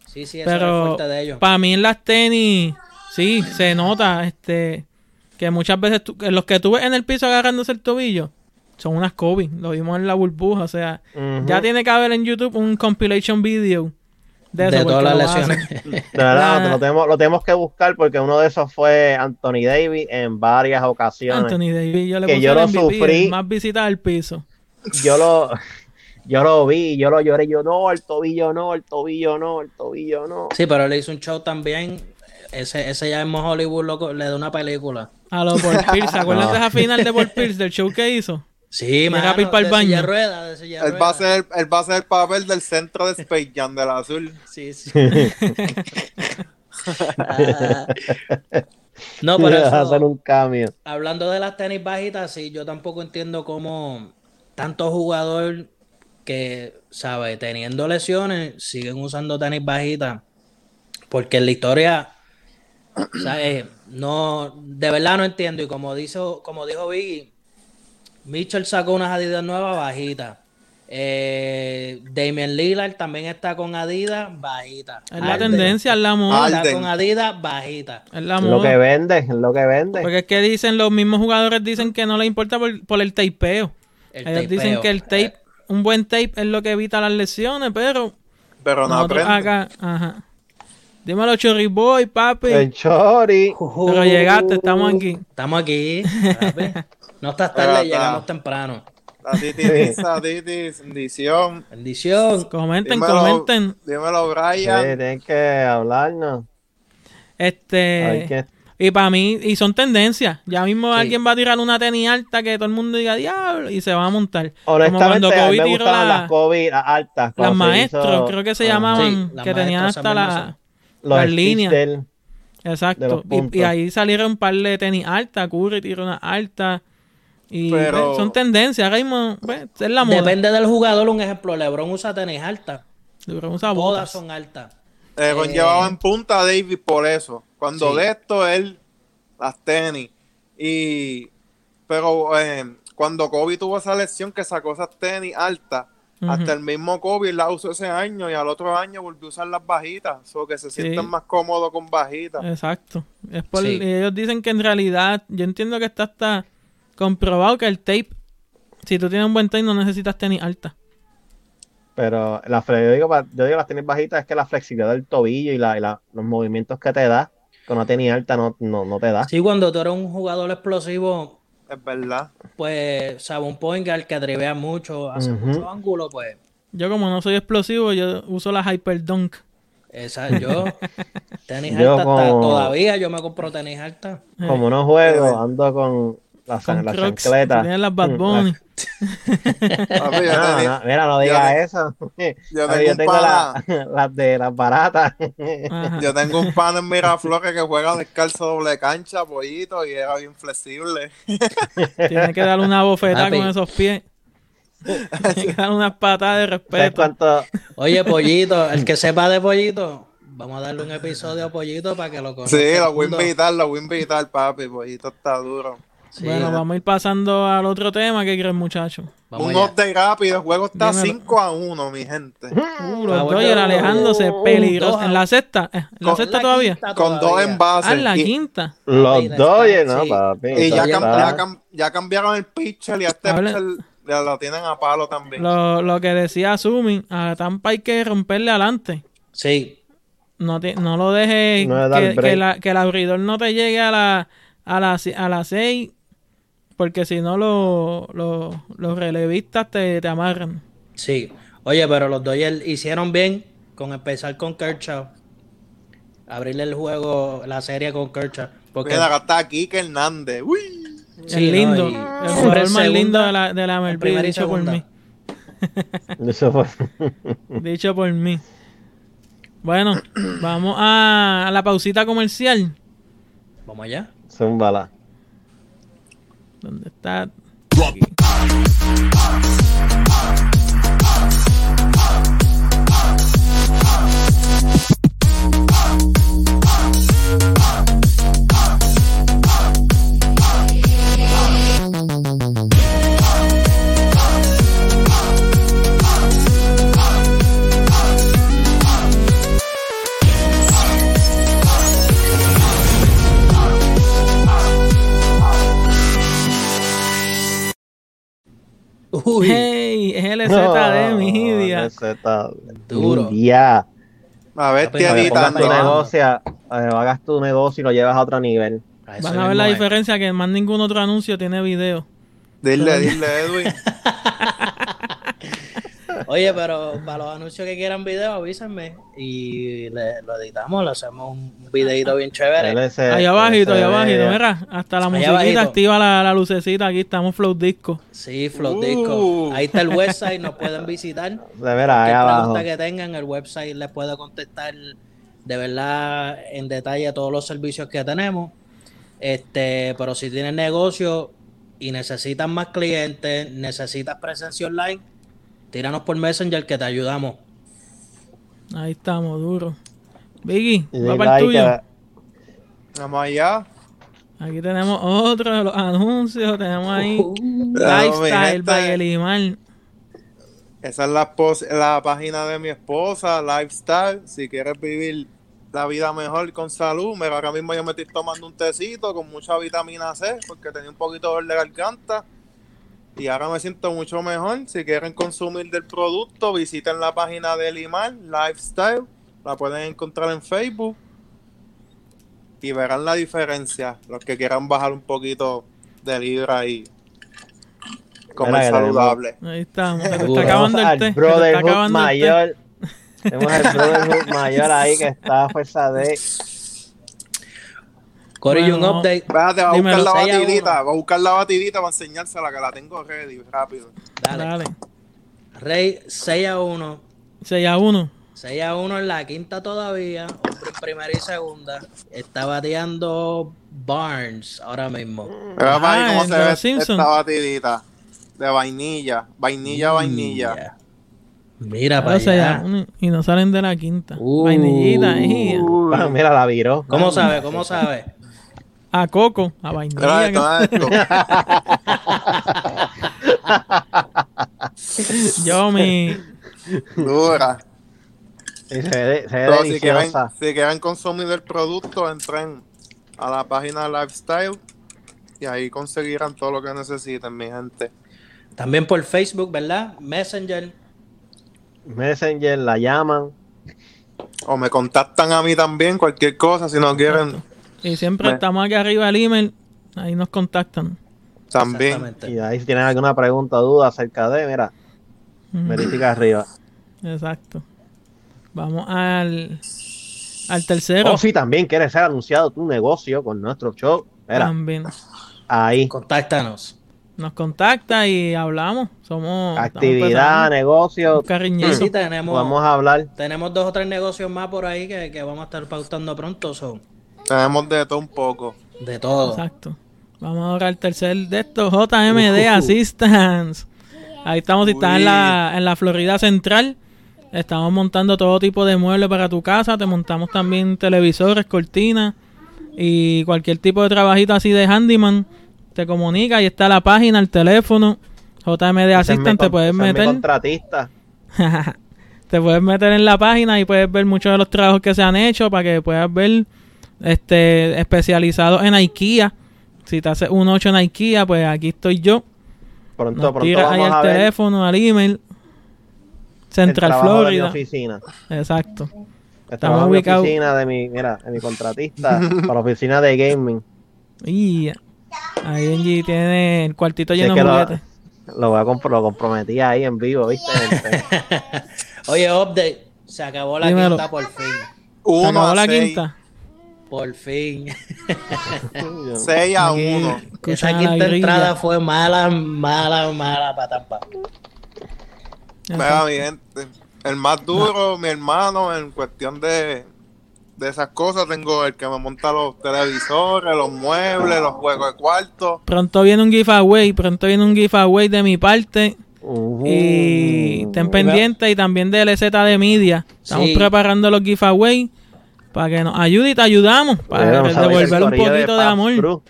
Speaker 4: Sí, sí, eso es
Speaker 1: Pero
Speaker 4: fuerte de ellos.
Speaker 1: para mí en las tenis, sí, se nota este que muchas veces tú- que los que tú ves en el piso agarrándose el tobillo son unas Kobe. Lo vimos en la burbuja. O sea,
Speaker 3: Ujú.
Speaker 1: ya tiene que haber en YouTube un compilation video de
Speaker 4: De,
Speaker 1: eso. porque
Speaker 4: todas las
Speaker 1: lo hacen.
Speaker 4: lesiones.
Speaker 3: De verdad,
Speaker 1: la-
Speaker 3: lo, tenemos, lo tenemos que buscar porque uno de esos fue Anthony Davis en varias ocasiones.
Speaker 1: Anthony Davis, yo le
Speaker 3: Que
Speaker 1: puse
Speaker 3: yo
Speaker 1: el
Speaker 3: lo
Speaker 1: MVP,
Speaker 3: sufrí.
Speaker 1: el más visitas al piso.
Speaker 3: Yo lo. Yo lo vi, yo lo lloré, yo no, el tobillo no, el tobillo no, el tobillo no.
Speaker 4: Sí, pero le hizo un show también. Ese, ese ya en Hollywood loco, le da una película.
Speaker 1: A lo Paul Pierce, ¿se acuerdan
Speaker 3: No.
Speaker 1: de esa final de Paul Pierce del show que hizo?
Speaker 4: Sí,
Speaker 1: Llega
Speaker 4: mano,
Speaker 1: a pipar
Speaker 4: de
Speaker 1: baño.
Speaker 4: silla de rueda, de silla de
Speaker 2: Él va, a
Speaker 4: rueda.
Speaker 2: ser, él va a ser el papel del centro de Space Jam del azul.
Speaker 4: Sí, sí. Ah. no, pero
Speaker 3: Ibas a
Speaker 4: eso-
Speaker 3: hacer un cambio.
Speaker 4: hablando de las tenis bajitas, sí, yo tampoco entiendo cómo tanto jugador que, sabe, teniendo lesiones, siguen usando tenis bajitas. Porque en la historia, ¿sabes? No, de verdad no entiendo. Y como dijo, como dijo Vicky, Mitchell sacó unas adidas nuevas bajitas. Eh, Damian Lillard también está con Adidas bajita.
Speaker 1: Es la
Speaker 4: Harden
Speaker 1: tendencia, es la moda.
Speaker 2: Harden.
Speaker 4: Está con Adidas bajita.
Speaker 1: Es la
Speaker 3: Ah, Lo que
Speaker 1: moda.
Speaker 3: vende, es lo que vende.
Speaker 1: Porque es que dicen, los mismos jugadores dicen que no les importa por, por el tapeo.
Speaker 4: El
Speaker 1: Ellos dicen
Speaker 4: tapeo.
Speaker 1: que el tape,
Speaker 4: Eh,
Speaker 1: un buen tape es lo que evita las lesiones, pero
Speaker 2: Pero no
Speaker 1: nosotros
Speaker 2: aprende.
Speaker 1: acá, ajá. Dímelo, Chorri Boy, papi.
Speaker 3: El Chori.
Speaker 1: Pero llegaste, estamos aquí.
Speaker 4: Estamos aquí. papi. No estás tarde,
Speaker 2: Pero está.
Speaker 4: llegamos temprano.
Speaker 1: ah,
Speaker 2: La Titi Lisa, Titi, bendición.
Speaker 4: Bendición.
Speaker 1: Comenten,
Speaker 2: Dímelo-
Speaker 1: comenten.
Speaker 2: Dímelo,
Speaker 3: Sí,
Speaker 2: Brian.
Speaker 3: tienen que hablarnos. A ver
Speaker 1: Este.
Speaker 3: quién-
Speaker 1: Y para mí, y son tendencias. Ya mismo
Speaker 4: Sí.
Speaker 1: alguien va a tirar una tenis alta que todo el mundo diga diablo y se va a montar.
Speaker 3: Honestamente, a mí me
Speaker 1: tiró
Speaker 3: gustaban
Speaker 1: la-
Speaker 3: las COVID altas.
Speaker 1: las
Speaker 3: cuando se
Speaker 1: maestros,
Speaker 3: hizo-
Speaker 1: creo que se
Speaker 3: ah,
Speaker 1: llamaban,
Speaker 4: Sí, las
Speaker 1: que tenían
Speaker 4: maestros
Speaker 1: hasta
Speaker 4: también
Speaker 1: la.
Speaker 3: los
Speaker 1: las
Speaker 3: Stitch
Speaker 1: líneas.
Speaker 3: del- de
Speaker 1: Exacto. Y-
Speaker 3: los
Speaker 1: Y,
Speaker 3: puntos.
Speaker 1: ahí salieron un par de tenis altas, Curry tiró una alta. Y
Speaker 2: Pero-
Speaker 1: pues, son tendencias. Ahora mismo, pues, es la moda.
Speaker 4: Depende del jugador. Un ejemplo, LeBron usa tenis altas.
Speaker 1: Lebron usa
Speaker 4: Todas
Speaker 1: botas.
Speaker 4: son altas.
Speaker 2: Lebron
Speaker 4: Eh.
Speaker 2: llevaba en punta a Davis por eso. Cuando
Speaker 4: Sí.
Speaker 2: de esto él las tenis. Y pero eh, cuando Kobe tuvo esa lesión que sacó esas tenis altas,
Speaker 1: Ujú.
Speaker 2: hasta el mismo Kobe las usó ese año y al otro año volvió a usar las bajitas, so que se
Speaker 1: Sí. Eh.
Speaker 2: sienten más cómodos con bajitas.
Speaker 1: Exacto. Es por-
Speaker 4: Sí.
Speaker 1: y ellos dicen que en realidad, yo entiendo que está hasta comprobado que el tape, si tú tienes un buen tape, no necesitas tenis alta.
Speaker 3: Pero la, fle- yo, digo, pa- yo digo las tenis bajitas es que la flexibilidad del tobillo y, la, y la- los movimientos que te da con una tenis alta no, no, no te da.
Speaker 4: Sí, cuando tú eres un jugador explosivo,
Speaker 2: Es verdad.
Speaker 4: pues, sabe, un point guard que drivea mucho, hace
Speaker 3: Ujú.
Speaker 4: mucho ángulo, pues,
Speaker 1: Yo como no soy explosivo, yo uso la Hyper Dunk.
Speaker 4: esa, yo, tenis
Speaker 3: Yo
Speaker 4: alta, hasta-
Speaker 3: como-
Speaker 4: todavía yo me compro tenis alta.
Speaker 3: Como no
Speaker 2: Eh.
Speaker 3: juego, ando con la,
Speaker 1: Con
Speaker 3: san- la
Speaker 1: Crocs,
Speaker 3: chancleta.
Speaker 1: si tienes las Bad
Speaker 3: Mm,
Speaker 1: Bunny.
Speaker 2: Papi, yo
Speaker 3: No,
Speaker 2: tenía-
Speaker 3: no, mira, no
Speaker 2: yo
Speaker 3: digas eso.
Speaker 2: yo
Speaker 3: Ay,
Speaker 2: tengo
Speaker 3: Yo
Speaker 2: un
Speaker 3: tengo
Speaker 2: pana-
Speaker 3: la- las de las baratas.
Speaker 1: Ajá.
Speaker 2: Yo tengo un pan en Miraflores que juega descalzo doble cancha, pollito, y era bien flexible.
Speaker 1: Tienes que darle una bofetada
Speaker 4: Papi.
Speaker 1: con esos pies. Tienes que darle unas patadas de
Speaker 3: ¿Sabes
Speaker 1: respeto.
Speaker 3: cuánto?
Speaker 4: Oye, Pollito, el que sepa de Pollito, vamos a darle un episodio a Pollito para que lo conozca.
Speaker 2: Sí, lo voy a
Speaker 4: el mundo.
Speaker 2: invitar, lo voy a invitar, papi, pollito está duro.
Speaker 4: Sí,
Speaker 1: bueno, vamos a ir pasando al otro tema que creen, muchacho.
Speaker 4: vamos
Speaker 2: un
Speaker 4: allá.
Speaker 2: update rápido, el juego está
Speaker 1: Dímelo.
Speaker 2: 5 a 1, mi gente.
Speaker 1: Uh, los
Speaker 4: Ah, bueno,
Speaker 1: Dodgers
Speaker 4: uh,
Speaker 1: alejándose
Speaker 4: uh,
Speaker 1: peligroso.
Speaker 4: dos a-
Speaker 1: ¿En la sexta? Eh, ¿En la
Speaker 2: Con-
Speaker 1: sexta
Speaker 4: La
Speaker 1: todavía?
Speaker 4: quinta
Speaker 2: Con dos
Speaker 4: todavía.
Speaker 1: Ah, en
Speaker 2: envases.
Speaker 1: la
Speaker 2: y
Speaker 1: quinta.
Speaker 4: Sí,
Speaker 3: Los
Speaker 4: la
Speaker 3: Dodgers,
Speaker 4: están-
Speaker 3: no,
Speaker 4: sí.
Speaker 3: papi.
Speaker 2: y ya,
Speaker 3: eso
Speaker 2: cam-
Speaker 3: está-
Speaker 2: ya cam- ya cambiaron el pitcher y a este
Speaker 1: Habla-
Speaker 2: pitcher ya lo tienen a palo también.
Speaker 1: Lo, lo que decía Sumi, a Tampa hay que romperle adelante.
Speaker 4: Sí,
Speaker 1: No, te- no lo dejes
Speaker 3: No le da
Speaker 1: que,
Speaker 3: el break.
Speaker 1: que la- que el abridor no te llegue a la a las a las 6 porque si no lo- lo- los relevistas te, te amarran.
Speaker 4: sí. Oye, pero los Dodgers hicieron bien con empezar con Kershaw. Abrirle el juego, la serie con Kershaw. Porque
Speaker 2: Mira, acá está aquí que Hernández. Uy.
Speaker 1: Es
Speaker 4: Sí, no,
Speaker 1: lindo,
Speaker 4: y-
Speaker 1: el
Speaker 4: Fue el
Speaker 1: jugador más
Speaker 4: segunda,
Speaker 1: lindo de la, de la MLB,
Speaker 4: primera y
Speaker 1: dicho por
Speaker 4: segunda.
Speaker 1: mí.
Speaker 3: Eso fue.
Speaker 1: Dicho por mí. Bueno, vamos a, a la pausita comercial.
Speaker 4: Vamos allá.
Speaker 3: Zúmbala.
Speaker 1: ¿Dónde está?
Speaker 4: Uy,
Speaker 1: Hey, es LZD,
Speaker 3: No,
Speaker 1: mi Idia.
Speaker 3: LZD.
Speaker 4: Duro.
Speaker 3: India.
Speaker 2: A ver, te
Speaker 4: Para
Speaker 3: Pongas
Speaker 4: que
Speaker 3: tu
Speaker 4: tanto, ah.
Speaker 2: editando.
Speaker 3: negocio, eh, hagas tu negocio y lo llevas a otro nivel.
Speaker 4: a eso
Speaker 1: Van a ver la
Speaker 4: mismo es.
Speaker 1: diferencia que más ningún otro anuncio tiene video.
Speaker 2: Dile, dile, Edwin.
Speaker 4: Oye, pero para los anuncios que quieran video, avísenme y le- lo editamos, le hacemos un videito bien chévere.
Speaker 3: LC-
Speaker 1: Allá abajito, allá
Speaker 3: LCD.
Speaker 1: abajito, mira, hasta la
Speaker 4: Allá
Speaker 1: musiquita
Speaker 4: abajito.
Speaker 1: activa la, la lucecita, aquí estamos flow disco.
Speaker 4: Sí, Flow
Speaker 2: Uh.
Speaker 4: Disco. Ahí está el website, nos pueden visitar.
Speaker 3: De veras, ahí
Speaker 4: Cualquier
Speaker 3: abajo.
Speaker 4: pregunta que tengan, el website les puede contestar de verdad en detalle todos los servicios que tenemos. Este, pero si tienen negocio y necesitan más clientes, necesitas presencia online, tíranos por Messenger que te ayudamos.
Speaker 1: Ahí estamos, duro. Biggie, va
Speaker 3: Y dile
Speaker 1: para el
Speaker 3: ahí
Speaker 1: tuyo.
Speaker 3: que-
Speaker 2: Vamos allá.
Speaker 1: Aquí tenemos otro de los anuncios, tenemos ahí
Speaker 4: Uh,
Speaker 2: Claro, mi
Speaker 1: Lifestyle
Speaker 2: gente.
Speaker 1: by Elimar.
Speaker 2: Esa es la, pos- la página de mi esposa, Lifestyle. Si quieres vivir la vida mejor con salud, mira, ahora mismo yo me estoy tomando un tecito con mucha vitamina C porque tenía un poquito de dolor de garganta. Y ahora me siento mucho mejor. Si quieren consumir del producto, visiten la página de Limar, Lifestyle. La pueden encontrar en Facebook. Y verán la diferencia. Los que quieran bajar un poquito de libra y comer
Speaker 3: Mira que tenemos-
Speaker 2: saludable.
Speaker 1: Ahí estamos. que te está
Speaker 4: Seguro.
Speaker 1: acabando
Speaker 3: Tenemos
Speaker 1: el
Speaker 3: al
Speaker 1: té. que te está
Speaker 3: Brotherhood
Speaker 1: acabando el té.
Speaker 3: mayor. Tenemos al Brotherhood mayor ahí que está a fuerza de.
Speaker 4: Cory,
Speaker 1: Bueno,
Speaker 4: un update.
Speaker 2: Espérate, va a
Speaker 1: Dímelo,
Speaker 2: buscar la
Speaker 4: seis a uno.
Speaker 2: batidita, va a buscar la batidita para enseñársela que la tengo ready, rápido.
Speaker 4: Dale.
Speaker 1: Dale.
Speaker 4: Rey 6 a 1.
Speaker 1: 6 a 1.
Speaker 4: 6 a 1 en la quinta todavía. Hombre en primera y segunda. Está bateando Barnes ahora mismo.
Speaker 2: Mira
Speaker 1: Ajá,
Speaker 2: para ahí cómo
Speaker 1: en
Speaker 2: se
Speaker 1: Los
Speaker 2: ve
Speaker 1: Simpson.
Speaker 2: esta batidita de vainilla,
Speaker 1: Mm,
Speaker 2: vainilla, vainilla.
Speaker 4: Mira para
Speaker 1: Ahora 6 a
Speaker 4: allá.
Speaker 1: 1 y no salen de la quinta.
Speaker 4: Uh.
Speaker 1: Vainillita. eh.
Speaker 3: Ah, mira, la viró.
Speaker 4: ¿Cómo sabe? ¿Cómo sabe?
Speaker 1: A coco. A vainilla.
Speaker 2: Mira
Speaker 1: que-
Speaker 2: esto, mira esto.
Speaker 1: Yo mi...
Speaker 2: Dura.
Speaker 3: Sí, se ve, se ve
Speaker 2: Pero si quieren,
Speaker 3: deliciosa.
Speaker 2: si quieren consumir el producto, entren a la página Lifestyle y ahí conseguirán todo lo que necesiten, mi gente.
Speaker 4: También por Facebook, ¿verdad? Messenger.
Speaker 3: Messenger la llaman.
Speaker 2: O me contactan a mí también, cualquier cosa, si no quieren,
Speaker 1: Y siempre
Speaker 2: Bueno.
Speaker 1: estamos aquí arriba del email. Ahí nos contactan.
Speaker 2: también.
Speaker 4: Exactamente.
Speaker 3: Y ahí si tienen alguna pregunta o duda acerca de, mira,
Speaker 1: Ujú.
Speaker 3: verifica arriba.
Speaker 1: Exacto. Vamos al... Al tercero.
Speaker 3: O si Oh, también quieres ser anunciado tu negocio con nuestro show, mira,
Speaker 1: También.
Speaker 3: ahí.
Speaker 4: Contáctanos.
Speaker 1: Nos contacta y hablamos. Somos... estamos
Speaker 3: Actividad,
Speaker 1: empezando.
Speaker 3: negocio,
Speaker 1: Un cariñito.
Speaker 4: Y sí, tenemos,
Speaker 3: vamos a hablar.
Speaker 4: tenemos dos o tres negocios más por ahí que, que vamos a estar pautando pronto. Son
Speaker 2: Tenemos de todo un poco.
Speaker 4: de todo.
Speaker 1: Exacto. Vamos ahora al tercer de estos,
Speaker 3: Uh,
Speaker 1: JMD Assistance. Ahí estamos, si estás en la, en la Florida Central, estamos montando todo tipo de muebles para tu casa, te montamos también televisores, cortinas y cualquier tipo de trabajito así de handyman, te comunica, ahí está la página, el teléfono, JMD
Speaker 3: Ese es mi
Speaker 1: Assistance, te
Speaker 3: con-
Speaker 1: puedes
Speaker 3: ese es mi
Speaker 1: meter.
Speaker 3: contratista.
Speaker 1: te puedes meter en la página y puedes ver muchos de los trabajos que se han hecho para que puedas ver este especializados en IKEA. Si te haces un 8 en IKEA, pues aquí estoy yo.
Speaker 3: Pronto,
Speaker 1: Nos
Speaker 3: pronto
Speaker 1: tiras ahí
Speaker 3: vamos a
Speaker 1: al
Speaker 3: ver
Speaker 1: teléfono, al email.
Speaker 3: el
Speaker 1: Central
Speaker 3: trabajo de mi
Speaker 1: Florida.
Speaker 3: oficina.
Speaker 1: Exacto.
Speaker 3: El trabajo de mi
Speaker 1: ubicados-
Speaker 3: oficina, de mi, mira, de mi contratista, para la oficina de gaming.
Speaker 1: Y ahí Angie tiene el cuartito
Speaker 3: Así
Speaker 1: lleno
Speaker 3: que
Speaker 1: de
Speaker 3: lo,
Speaker 1: juguetes.
Speaker 3: lo voy a compro- lo comprometí ahí en vivo, ¿viste? gente?
Speaker 4: Oye, update. Se acabó la
Speaker 1: Dímelo.
Speaker 4: quinta por fin.
Speaker 1: Se
Speaker 2: Uno
Speaker 1: acabó
Speaker 2: a
Speaker 1: la
Speaker 2: seis,
Speaker 1: quinta.
Speaker 4: Por fin.
Speaker 2: seis a
Speaker 1: Aquí,
Speaker 2: uno.
Speaker 1: escuchan
Speaker 4: Esa
Speaker 1: a la
Speaker 4: quinta
Speaker 1: grilla.
Speaker 4: entrada fue mala, mala, mala para Tampa.
Speaker 2: Mira, mi gente, el más duro, mi hermano, en cuestión de, de esas cosas, tengo el que me monta los televisores, los muebles, los juegos de cuarto.
Speaker 1: Pronto viene un giveaway, pronto viene un giveaway de mi parte.
Speaker 3: Ujú.
Speaker 1: Y estén pendientes y también de LZ de Media. Estamos
Speaker 4: Uh, Sí.
Speaker 1: preparando los giveaways para que nos ayude y te ayudamos para
Speaker 3: Mira, no sabía el
Speaker 1: devolver un
Speaker 3: corillo
Speaker 1: poquito de,
Speaker 3: Paz
Speaker 1: amor.
Speaker 3: Cruz.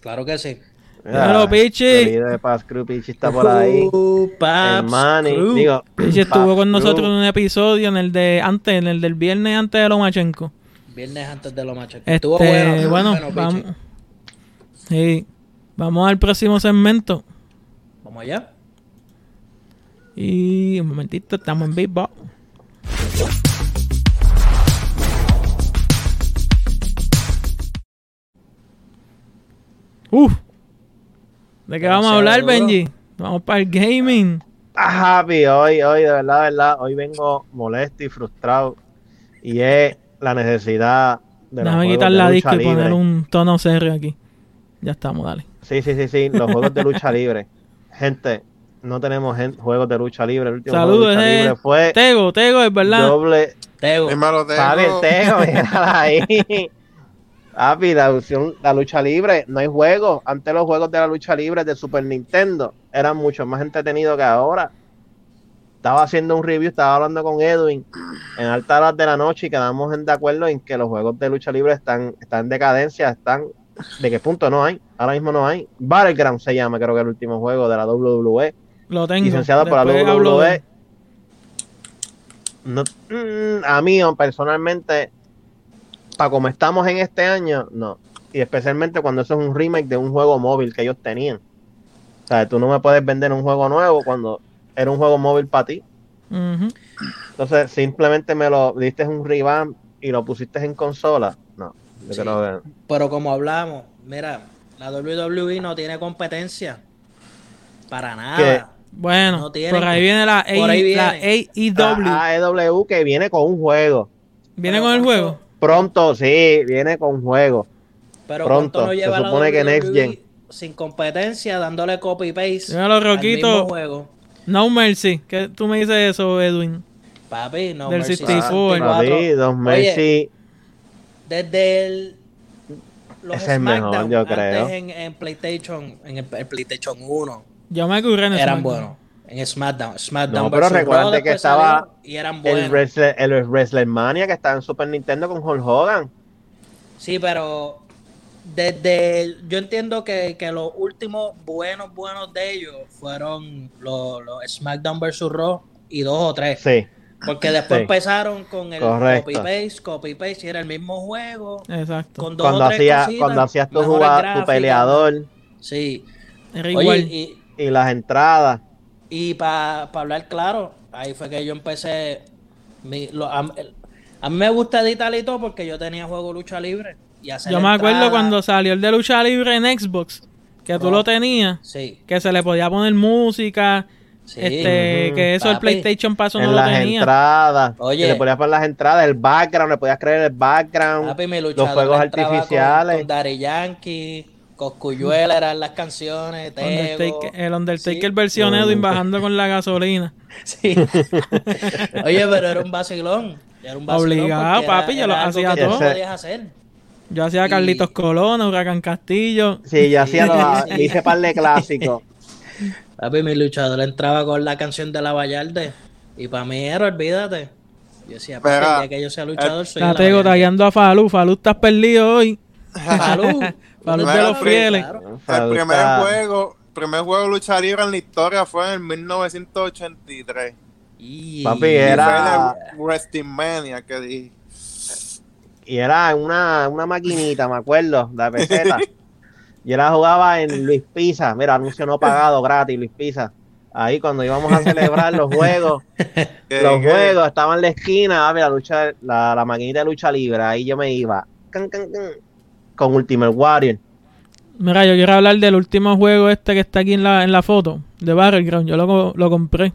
Speaker 4: Claro que sí.
Speaker 3: Mira,
Speaker 1: Dímelo, Pichi.
Speaker 3: el corillo de Paz Cruz, Pichi está por ahí.
Speaker 4: Uh, paps,
Speaker 1: Eh,
Speaker 3: El Manny,
Speaker 4: crew.
Speaker 3: digo,
Speaker 1: Ella estuvo
Speaker 3: Paz
Speaker 1: con nosotros en
Speaker 3: Cruz.
Speaker 1: un episodio en el de antes, en el del viernes antes de Lomachenko.
Speaker 4: Viernes antes de los machos.
Speaker 1: Este,
Speaker 4: Estuvo bueno. estuvo
Speaker 1: bueno,
Speaker 4: bueno,
Speaker 1: vamos.
Speaker 4: Pichi.
Speaker 1: Sí. Vamos al próximo segmento.
Speaker 4: Vamos allá.
Speaker 1: Y un momentito, estamos en Beatbox. Uf. ¿De qué vamos a
Speaker 4: Demasiado
Speaker 1: hablar,
Speaker 4: duro.
Speaker 1: Benji? Vamos para el gaming.
Speaker 3: Ah, Javi, hoy, hoy, de verdad, de verdad, hoy vengo molesto y frustrado. Y es la necesidad de los
Speaker 1: Déjame
Speaker 3: juegos
Speaker 1: quitar
Speaker 3: de
Speaker 1: la
Speaker 3: lucha
Speaker 1: disco y poner
Speaker 3: libre.
Speaker 1: un tono serio aquí. Ya estamos, dale.
Speaker 3: Sí, sí, sí, sí, los juegos de lucha libre. Gente, no tenemos gen- juegos de lucha libre. El último juego de
Speaker 1: Saludos,
Speaker 3: lucha
Speaker 1: eh.
Speaker 3: libre fue
Speaker 1: Tego, Tego, es verdad.
Speaker 3: doble.
Speaker 4: Teo.
Speaker 2: Primero tengo.
Speaker 3: Sale el Tego, mírala ahí. Papi, la, opción- la lucha libre, no hay juegos. Antes los juegos de la lucha libre de Super Nintendo eran mucho más entretenidos que ahora. Estaba haciendo un review, estaba hablando con Edwin en altas horas de la noche y quedamos en- de acuerdo en que los juegos de lucha libre están, están en decadencia, están... ¿De qué punto no hay? Ahora mismo no hay. Battleground se llama, creo que el último juego de la E. WWE
Speaker 1: Lo tengo.
Speaker 3: licenciada por la
Speaker 1: Después hablo
Speaker 3: WWE
Speaker 1: de-
Speaker 3: no- mm, a mí personalmente, para como estamos en este año, no. Y especialmente cuando eso es un remake de un juego móvil que ellos tenían. O sea, tú no me puedes vender un juego nuevo cuando era un juego móvil para ti.
Speaker 1: Ujú.
Speaker 3: Entonces, simplemente me lo diste un revamp y lo pusiste en consola. No, yo
Speaker 4: Sí.
Speaker 3: creo que
Speaker 4: Pero como hablamos, mira, la WWE no tiene competencia. Para nada.
Speaker 1: Bueno,
Speaker 4: No tienen.
Speaker 1: por ahí viene la,
Speaker 4: Por ahí
Speaker 1: A- E, la AEW.
Speaker 4: viene.
Speaker 3: La AEW E que viene con un juego.
Speaker 1: ¿Viene con el
Speaker 3: ah,
Speaker 1: juego?
Speaker 3: Pronto, sí, viene con juego.
Speaker 4: Pero
Speaker 3: Pronto,
Speaker 4: ¿cuánto nos lleva
Speaker 3: se
Speaker 4: la
Speaker 3: supone que Next
Speaker 4: WWE
Speaker 3: Gen.
Speaker 4: Sin competencia, dándole copy paste.
Speaker 1: Dímelo, Roquito.
Speaker 4: Al mismo juego.
Speaker 1: No Mercy. ¿Qué tú me dices eso, Edwin?
Speaker 4: Papi, no
Speaker 1: Del
Speaker 4: mercy.
Speaker 1: 64.
Speaker 3: Madrid, Don Messi,
Speaker 4: Desde el. Los
Speaker 3: Ese es mejor,
Speaker 4: SmackDown,
Speaker 3: yo
Speaker 4: antes
Speaker 3: creo.
Speaker 4: En, en PlayStation, en el, el PlayStation 1,
Speaker 1: Yo me curré en el
Speaker 4: eran
Speaker 1: SmackDown.
Speaker 4: buenos. En SmackDown, SmackDown.
Speaker 3: No, pero
Speaker 4: versus
Speaker 3: recuerda
Speaker 4: Raw
Speaker 3: que
Speaker 4: después
Speaker 3: estaba
Speaker 4: salieron Y eran
Speaker 3: el,
Speaker 4: buenos.
Speaker 3: wrestler, el WrestleMania que estaba en Super Nintendo con Hulk Hogan.
Speaker 4: Sí, pero desde el- yo entiendo que, que los últimos buenos buenos de ellos fueron los, los SmackDown vs Raw y dos o tres.
Speaker 3: Sí,
Speaker 4: Porque después
Speaker 3: Sí.
Speaker 4: empezaron con el
Speaker 3: Correcto.
Speaker 4: copy paste, copy paste, y era el mismo juego.
Speaker 1: Exacto.
Speaker 4: Con dos
Speaker 3: cuando
Speaker 4: o tres
Speaker 3: hacías
Speaker 4: cositas,
Speaker 3: cuando hacías tu,
Speaker 4: mejores
Speaker 3: jugada- tu
Speaker 4: gráficas.
Speaker 3: peleador
Speaker 4: Sí.
Speaker 1: Era igual.
Speaker 4: Oye, y,
Speaker 3: y las entradas.
Speaker 4: para hablar claro, ahí fue que yo empecé. mi- lo- a, a mí me gusta editar y todo porque yo tenía juego lucha libre. Y hacer
Speaker 1: Yo me acuerdo
Speaker 4: entradas.
Speaker 1: cuando salió el de lucha libre en Xbox, que tú
Speaker 4: Oh.
Speaker 1: lo tenías,
Speaker 4: Sí,
Speaker 1: que se le podía poner música,
Speaker 4: sí.
Speaker 1: este,
Speaker 3: Ujú.
Speaker 1: que eso el
Speaker 4: Papi.
Speaker 1: PlayStation Paso no
Speaker 3: en
Speaker 1: lo
Speaker 3: las
Speaker 1: tenía.
Speaker 3: entradas.
Speaker 4: Oye.
Speaker 3: que le podías poner las entradas, el background, le podías creer el background.
Speaker 4: Papi, mi
Speaker 3: los
Speaker 4: luchador
Speaker 3: fuegos
Speaker 4: entraba con-
Speaker 3: artificiales.
Speaker 4: Con, Daddy Yankee, Coscuyuela eran las canciones, Tego.
Speaker 1: Undertaker- el Undertaker
Speaker 4: Sí.
Speaker 1: versión
Speaker 3: No,
Speaker 1: Edwin
Speaker 3: nunca.
Speaker 1: bajando con la gasolina.
Speaker 4: Sí. Oye, pero era un vacilón. Era un vacilón
Speaker 1: Obligado,
Speaker 4: porque
Speaker 1: papi, yo lo
Speaker 4: algo
Speaker 1: hacía
Speaker 4: que tú no
Speaker 3: todo.
Speaker 4: podías hacer.
Speaker 1: Yo hacía
Speaker 4: Y-
Speaker 1: Carlitos Colón, Huracán Castillo.
Speaker 3: Sí, yo hacía
Speaker 4: Sí,
Speaker 3: los-
Speaker 4: sí.
Speaker 3: hice par de clásicos.
Speaker 4: Papi, mi luchador entraba con la canción de la Vallarde. Y para mí era, olvídate. Yo decía, papi,
Speaker 2: Mira,
Speaker 4: el día que yo sea luchador, soy. de la
Speaker 1: Tatego
Speaker 4: Vallarde.
Speaker 1: tagueando a Falú. Falú, estás perdido hoy.
Speaker 4: Falú.
Speaker 1: Falú
Speaker 2: de los
Speaker 1: fieles.
Speaker 4: Claro.
Speaker 2: El primer
Speaker 3: Está-
Speaker 2: juego, primer juego de lucha libre en la historia fue en 1983.
Speaker 4: Y-
Speaker 3: Papi,
Speaker 2: Y
Speaker 3: Era-
Speaker 2: fue en el WrestleMania que dije.
Speaker 3: y era una, una maquinita, me acuerdo, de peseta. Yo la jugaba en Luis Pisa, mira, anuncio no pagado, gratis, Luis Pisa. Ahí cuando íbamos a celebrar los juegos,
Speaker 2: que-
Speaker 3: los
Speaker 2: que-
Speaker 3: juegos estaban en la esquina, ah, mira, lucha, la, la maquinita de lucha libre, ahí yo me iba, can, can, can, con Ultimate Warrior.
Speaker 1: Mira, yo quiero hablar del último juego este que está aquí en la, en la foto, de Battleground. Yo lo, co- lo compré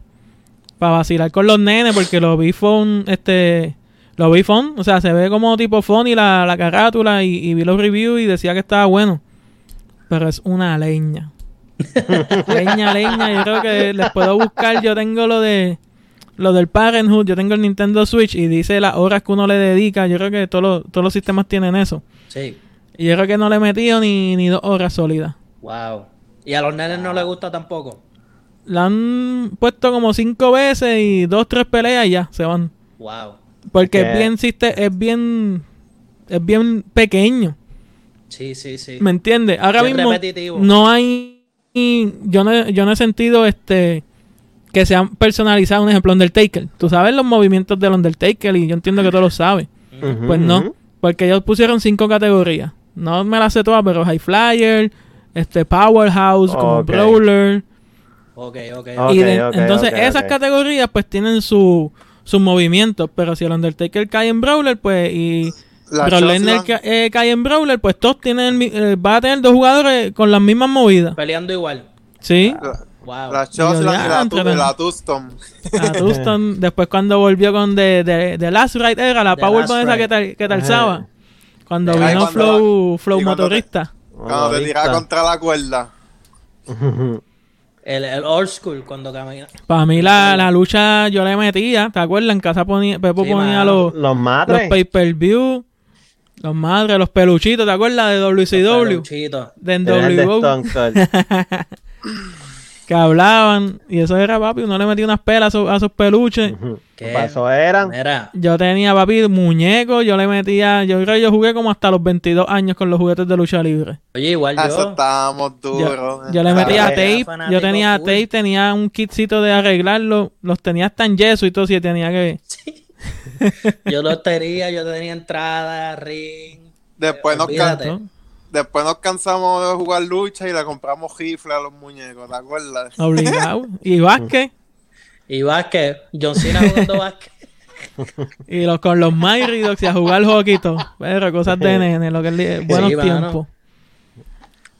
Speaker 1: para vacilar con los nenes porque lo vi fun, este, lo vi fun, o sea, se ve como tipo funny la, la carátula y, y vi los reviews y decía que estaba bueno. Pero es una leña. leña, leña, yo creo que les puedo buscar, yo tengo lo de lo del Parenthood, yo tengo el Nintendo Switch y dice las horas que uno le dedica, yo creo que todos los- todos los sistemas tienen eso.
Speaker 4: Sí,
Speaker 1: Y yo creo que no le he metido ni, ni dos horas sólidas.
Speaker 4: wow. Y a los nenes no les gusta tampoco.
Speaker 1: La han puesto como cinco veces y dos, tres peleas y ya, se van.
Speaker 4: Wow.
Speaker 1: Porque
Speaker 3: Que-
Speaker 1: es bien, siste- es bien, es bien pequeño.
Speaker 4: Sí, sí, sí.
Speaker 1: ¿Me entiendes? Ahora
Speaker 4: Bien
Speaker 1: mismo
Speaker 4: repetitivo.
Speaker 1: no hay, yo no, yo no he sentido este que se han personalizado un ejemplo Undertaker. Tú sabes los movimientos del Undertaker y yo entiendo que tú lo sabes.
Speaker 3: Ujú,
Speaker 1: Pues no,
Speaker 3: ujú.
Speaker 1: porque ellos pusieron cinco categorías. No me las sé todas, pero High Flyer, este Powerhouse, como
Speaker 3: Ok.
Speaker 1: Brawler.
Speaker 4: Ok, ok.
Speaker 3: Ok,
Speaker 1: y de-
Speaker 3: ok,
Speaker 1: entonces
Speaker 3: ok,
Speaker 1: esas
Speaker 3: ok.
Speaker 1: categorías pues tienen su, sus movimientos, pero si el Undertaker cae en Brawler pues y
Speaker 2: la
Speaker 1: Brock
Speaker 2: Chelsea
Speaker 1: Lesnar
Speaker 2: van-
Speaker 1: ca- eh, cae en Brawler pues todos tienen el mi- eh, va a tener dos jugadores con las mismas movidas.
Speaker 4: Peleando igual.
Speaker 1: Sí,
Speaker 2: la-
Speaker 4: Wow.
Speaker 2: la Chelsea
Speaker 1: Dios,
Speaker 2: y la,
Speaker 1: diantre,
Speaker 2: Tu-
Speaker 1: men.
Speaker 2: la Tustom.
Speaker 1: a Houston, Ah, después cuando volvió con The, The- The Last Ride era la
Speaker 4: The
Speaker 1: Powerbomb
Speaker 4: Last
Speaker 1: esa
Speaker 4: Ride.
Speaker 1: que, tal, que talzaba. Cuando
Speaker 2: Ay,
Speaker 1: vino
Speaker 2: cuando
Speaker 1: Flow, Flow
Speaker 2: y cuando te-
Speaker 1: Motorista.
Speaker 2: Cuando te tiraba contra la cuerda.
Speaker 4: El, el old school cuando camina.
Speaker 1: Para mí la, la lucha yo le metía, ¿te acuerdas? En casa ponía, Pepo
Speaker 4: Sí,
Speaker 1: ponía
Speaker 4: mano.
Speaker 1: los,
Speaker 3: Los
Speaker 1: los
Speaker 3: matres.
Speaker 1: pay-per-view, los madres, los peluchitos, ¿te acuerdas? De WCW,
Speaker 4: Peluchito.
Speaker 1: de
Speaker 3: Tenían de
Speaker 1: NWO,
Speaker 3: Stone Cold.
Speaker 1: que hablaban, y eso era papi, uno le metía unas pelas a esos, a esos peluches.
Speaker 3: Ujú.
Speaker 4: ¿Qué?
Speaker 3: Para eso eran.
Speaker 4: Mira,
Speaker 1: Yo tenía papi muñecos, yo le metía, yo creo que yo jugué como hasta los 22 años con los juguetes de lucha libre.
Speaker 4: oye, igual
Speaker 2: Ah, Eso
Speaker 4: yo.
Speaker 2: estábamos
Speaker 1: Yo,
Speaker 2: duros.
Speaker 1: yo le
Speaker 2: Ah,
Speaker 1: metía
Speaker 4: era
Speaker 1: tape, yo
Speaker 4: fanático
Speaker 1: tenía
Speaker 4: full.
Speaker 1: tape, tenía un kitcito de arreglarlo, los tenía hasta en yeso y todo, si tenía que...
Speaker 4: Sí. Yo lotería, yo tenía entrada, ring.
Speaker 2: Después nos, can-
Speaker 4: Olvídate.
Speaker 1: ¿no?
Speaker 2: después nos cansamos de jugar lucha y le compramos rifle a los muñecos, ¿te acuerdas?
Speaker 1: Obligado. Y Vázquez.
Speaker 4: Y básquet, John Cena jugando básquet.
Speaker 1: Y los, con los Myridox y a jugar joquito. Pero cosas de nene, lo que es li- buenos
Speaker 4: Sí, mano.
Speaker 1: tiempos.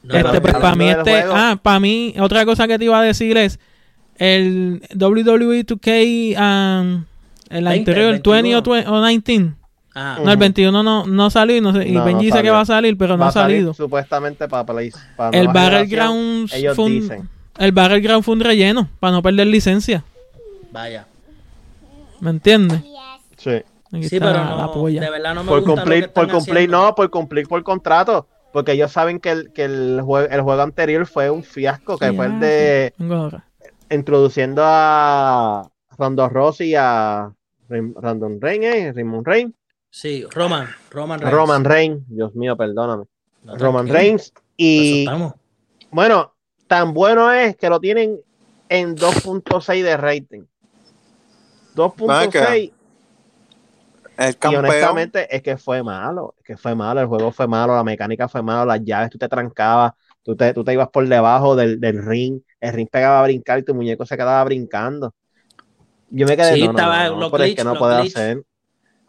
Speaker 4: No,
Speaker 1: Este,
Speaker 3: pero
Speaker 1: pues, para mí,
Speaker 3: hablando del
Speaker 1: este,
Speaker 3: juego-
Speaker 1: ah, para mí, otra cosa que te iba a decir es el E WWE 2K, um, el
Speaker 4: 20,
Speaker 1: anterior, 20 o, 20 o 19.
Speaker 4: Ajá.
Speaker 1: No, el 21 no, no salió y, no sé, y
Speaker 3: No, no
Speaker 1: Benji dice que
Speaker 3: salió.
Speaker 1: va a salir, pero no
Speaker 3: Va
Speaker 1: ha
Speaker 3: a salir
Speaker 1: salido.
Speaker 3: supuestamente para Play. Para
Speaker 1: El
Speaker 3: nueva generación,
Speaker 1: Battlegrounds
Speaker 3: Ellos
Speaker 1: fue un-
Speaker 3: dicen.
Speaker 1: el Battleground fue un relleno para no perder licencia.
Speaker 4: Vaya.
Speaker 1: ¿Me entiendes?
Speaker 3: Sí.
Speaker 1: Aquí
Speaker 4: Sí,
Speaker 1: está
Speaker 4: pero
Speaker 1: la
Speaker 4: no,
Speaker 1: polla.
Speaker 4: de verdad no me
Speaker 3: por
Speaker 4: gusta lo que
Speaker 3: cumplir,
Speaker 4: están
Speaker 3: por cumplir,
Speaker 4: haciendo.
Speaker 3: no, por cumplir por contrato. Porque ellos saben que el, que el, jue- el juego anterior fue un fiasco, que fue el de
Speaker 1: Vengo ahora.
Speaker 3: introduciendo a Rondo Rossi y a Rim- Random Reign, eh, Raymond Reign,
Speaker 4: Sí, Roman, Roman Reigns.
Speaker 3: Roman Reign, Dios mío, perdóname,
Speaker 4: No,
Speaker 3: Roman
Speaker 4: tranquilo.
Speaker 3: Reigns.
Speaker 4: Pues Eso
Speaker 3: Y
Speaker 4: estamos.
Speaker 3: bueno, tan bueno es que lo tienen en 2.6 de rating. 2.6
Speaker 2: El
Speaker 3: Y
Speaker 2: campeón.
Speaker 3: honestamente es que fue malo, es que fue malo, el juego fue malo, la mecánica fue malo, las llaves, tú te trancabas, tú te, tú te ibas por debajo del, del ring, el ring pegaba a brincar y tu muñeco se quedaba brincando. Yo me quedé
Speaker 4: Sí,
Speaker 3: no, no,
Speaker 4: estaba
Speaker 3: no,
Speaker 4: los
Speaker 3: pero es
Speaker 4: glitch,
Speaker 3: que no
Speaker 4: los
Speaker 3: puede
Speaker 4: glitch.
Speaker 3: hacer.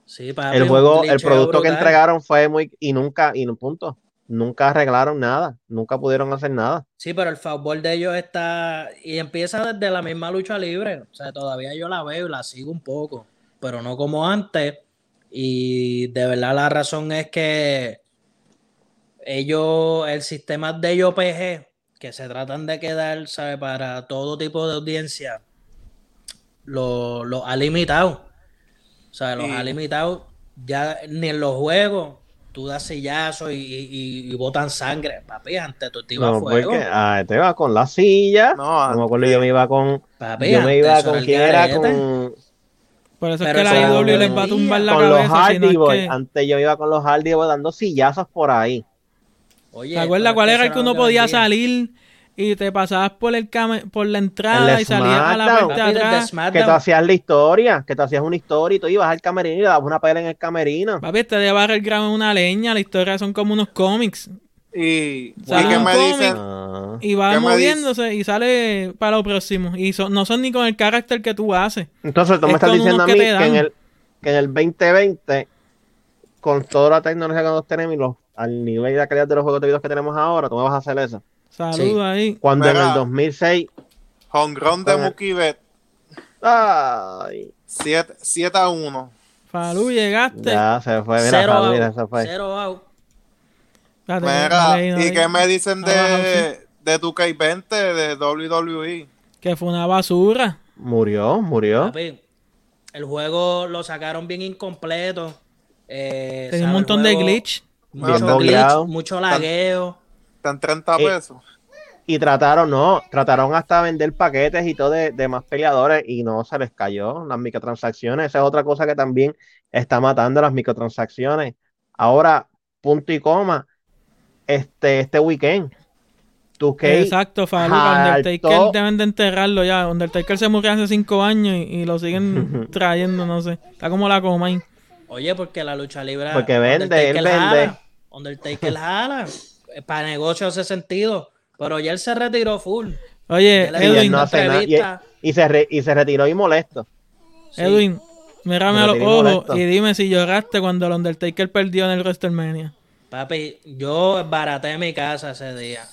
Speaker 4: Sí, papi,
Speaker 3: El
Speaker 4: un
Speaker 3: juego, el
Speaker 4: glitcheo
Speaker 3: producto que
Speaker 4: brutal.
Speaker 3: entregaron fue muy y nunca y no punto, nunca arreglaron nada, nunca pudieron hacer nada.
Speaker 4: Sí, pero el favor de ellos está. Y empieza desde la misma lucha libre. O sea, todavía yo la veo y la sigo un poco. Pero no como antes. Y de verdad la razón es que ellos, el sistema de ellos PG, que se tratan de quedar, ¿sabe? Para todo tipo de audiencia, los lo ha limitado. O sea, los
Speaker 2: Sí.
Speaker 4: ha limitado. Ya ni en los juegos tú das sillazos y, y- y botan sangre. Papi, antes tú te ibas a
Speaker 3: No,
Speaker 4: fuego.
Speaker 3: porque ah, te iba con la silla,
Speaker 2: No, eh,
Speaker 3: no me acuerdo, yo me iba con,
Speaker 4: Papi,
Speaker 3: yo me
Speaker 4: antes
Speaker 3: iba
Speaker 4: eso
Speaker 3: con
Speaker 4: el
Speaker 3: quién era,
Speaker 4: garete.
Speaker 3: con
Speaker 1: Por eso es
Speaker 4: Pero
Speaker 1: que la
Speaker 4: eso-
Speaker 1: IW les va a tumbar la
Speaker 3: con los
Speaker 1: cabeza. si no
Speaker 3: Hardy
Speaker 1: es
Speaker 3: Boys.
Speaker 1: que-
Speaker 3: Antes yo iba con los Hardy Boys dando sillazos por ahí.
Speaker 4: Oye,
Speaker 1: ¿Te acuerdas
Speaker 4: pero
Speaker 1: cuál
Speaker 4: es
Speaker 1: era el que
Speaker 4: eso
Speaker 1: uno
Speaker 4: no te
Speaker 1: podía
Speaker 4: vendía.
Speaker 1: salir y te pasabas por el came- por la entrada
Speaker 3: El
Speaker 1: y salías a la
Speaker 3: SmackDown.
Speaker 1: parte de
Speaker 4: Papi, desde
Speaker 1: atrás?
Speaker 4: SmackDown,
Speaker 3: Que tú hacías la historia, que tú hacías una historia y tú ibas al camerino y le dabas una pelea en el camerino.
Speaker 1: Papi, este de Battleground es una leña, la historia son como unos cómics.
Speaker 2: Y, y
Speaker 1: Sale
Speaker 2: que
Speaker 1: un
Speaker 2: me
Speaker 1: cómic.
Speaker 2: dicen,
Speaker 3: Ah.
Speaker 1: Y va
Speaker 2: ¿Qué me
Speaker 1: moviéndose y sale para lo próximo. Y son- no son ni con el carácter que tú haces.
Speaker 3: Entonces tú
Speaker 1: Es
Speaker 3: me estás
Speaker 1: con
Speaker 3: diciendo
Speaker 1: unos
Speaker 3: a
Speaker 1: que
Speaker 3: mí
Speaker 1: te
Speaker 3: que
Speaker 1: dan.
Speaker 3: en, el, que en el 2020, con toda la tecnología que nosotros tenemos y los, al nivel de la calidad de los juegos de videos que tenemos ahora, tú me vas a hacer eso.
Speaker 1: Saludos ahí.
Speaker 3: Cuando en
Speaker 2: Mira.
Speaker 3: el 2006...
Speaker 2: jonrón de
Speaker 3: Ajá.
Speaker 2: Mookie Bet,
Speaker 3: Ay,
Speaker 2: 7 7 a 1.
Speaker 1: Falú, llegaste.
Speaker 3: ya se fue, mira,
Speaker 4: cero
Speaker 3: Fabi,
Speaker 4: out,
Speaker 3: mira, se fue.
Speaker 4: cero out.
Speaker 1: Espérate,
Speaker 2: Mira,
Speaker 1: dale ahí, dale
Speaker 2: ¿y
Speaker 1: ahí.
Speaker 2: qué me dicen
Speaker 1: Ah, baja,
Speaker 2: de, de tu 20 de E? WWE?
Speaker 1: Que fue una basura.
Speaker 3: Murió, murió.
Speaker 4: Papi, el juego lo sacaron bien incompleto. Eh,
Speaker 1: Tenía un
Speaker 4: sabe, el
Speaker 1: montón de
Speaker 4: juego-
Speaker 1: glitch.
Speaker 2: Bien
Speaker 4: Mucho glitch,
Speaker 3: bogueado.
Speaker 4: mucho lagueo.
Speaker 2: Están 30
Speaker 3: Eh,
Speaker 2: pesos.
Speaker 3: Y trataron, no, trataron hasta vender paquetes y todo de, de más peleadores y no se les cayó las microtransacciones. Esa es otra cosa que también está matando las microtransacciones. Ahora, punto y coma, este, este weekend, tú que
Speaker 1: Exacto, Falú.
Speaker 3: Jaltó.
Speaker 1: Undertaker deben de enterrarlo ya. Undertaker se murió hace cinco años y, y lo siguen trayendo, no sé. Está como la Comain.
Speaker 4: Oye, porque la lucha libre.
Speaker 3: Porque vende,
Speaker 4: Undertaker
Speaker 3: él vende.
Speaker 4: Jala, Undertaker jala. Eh, Para negocio hace sentido. Pero ya él se retiró full.
Speaker 1: Oye,
Speaker 4: Ya le
Speaker 1: Edwin,
Speaker 4: dieron
Speaker 3: no hace nada. Y,
Speaker 4: entrevista.
Speaker 3: y se re- y se retiró y molesto.
Speaker 4: Sí.
Speaker 1: Edwin, mírame
Speaker 3: Me
Speaker 1: a los
Speaker 3: tiene
Speaker 1: ojos
Speaker 3: molesto.
Speaker 1: y dime si lloraste cuando el Undertaker perdió en el WrestleMania.
Speaker 4: Papi, yo baraté mi casa ese día.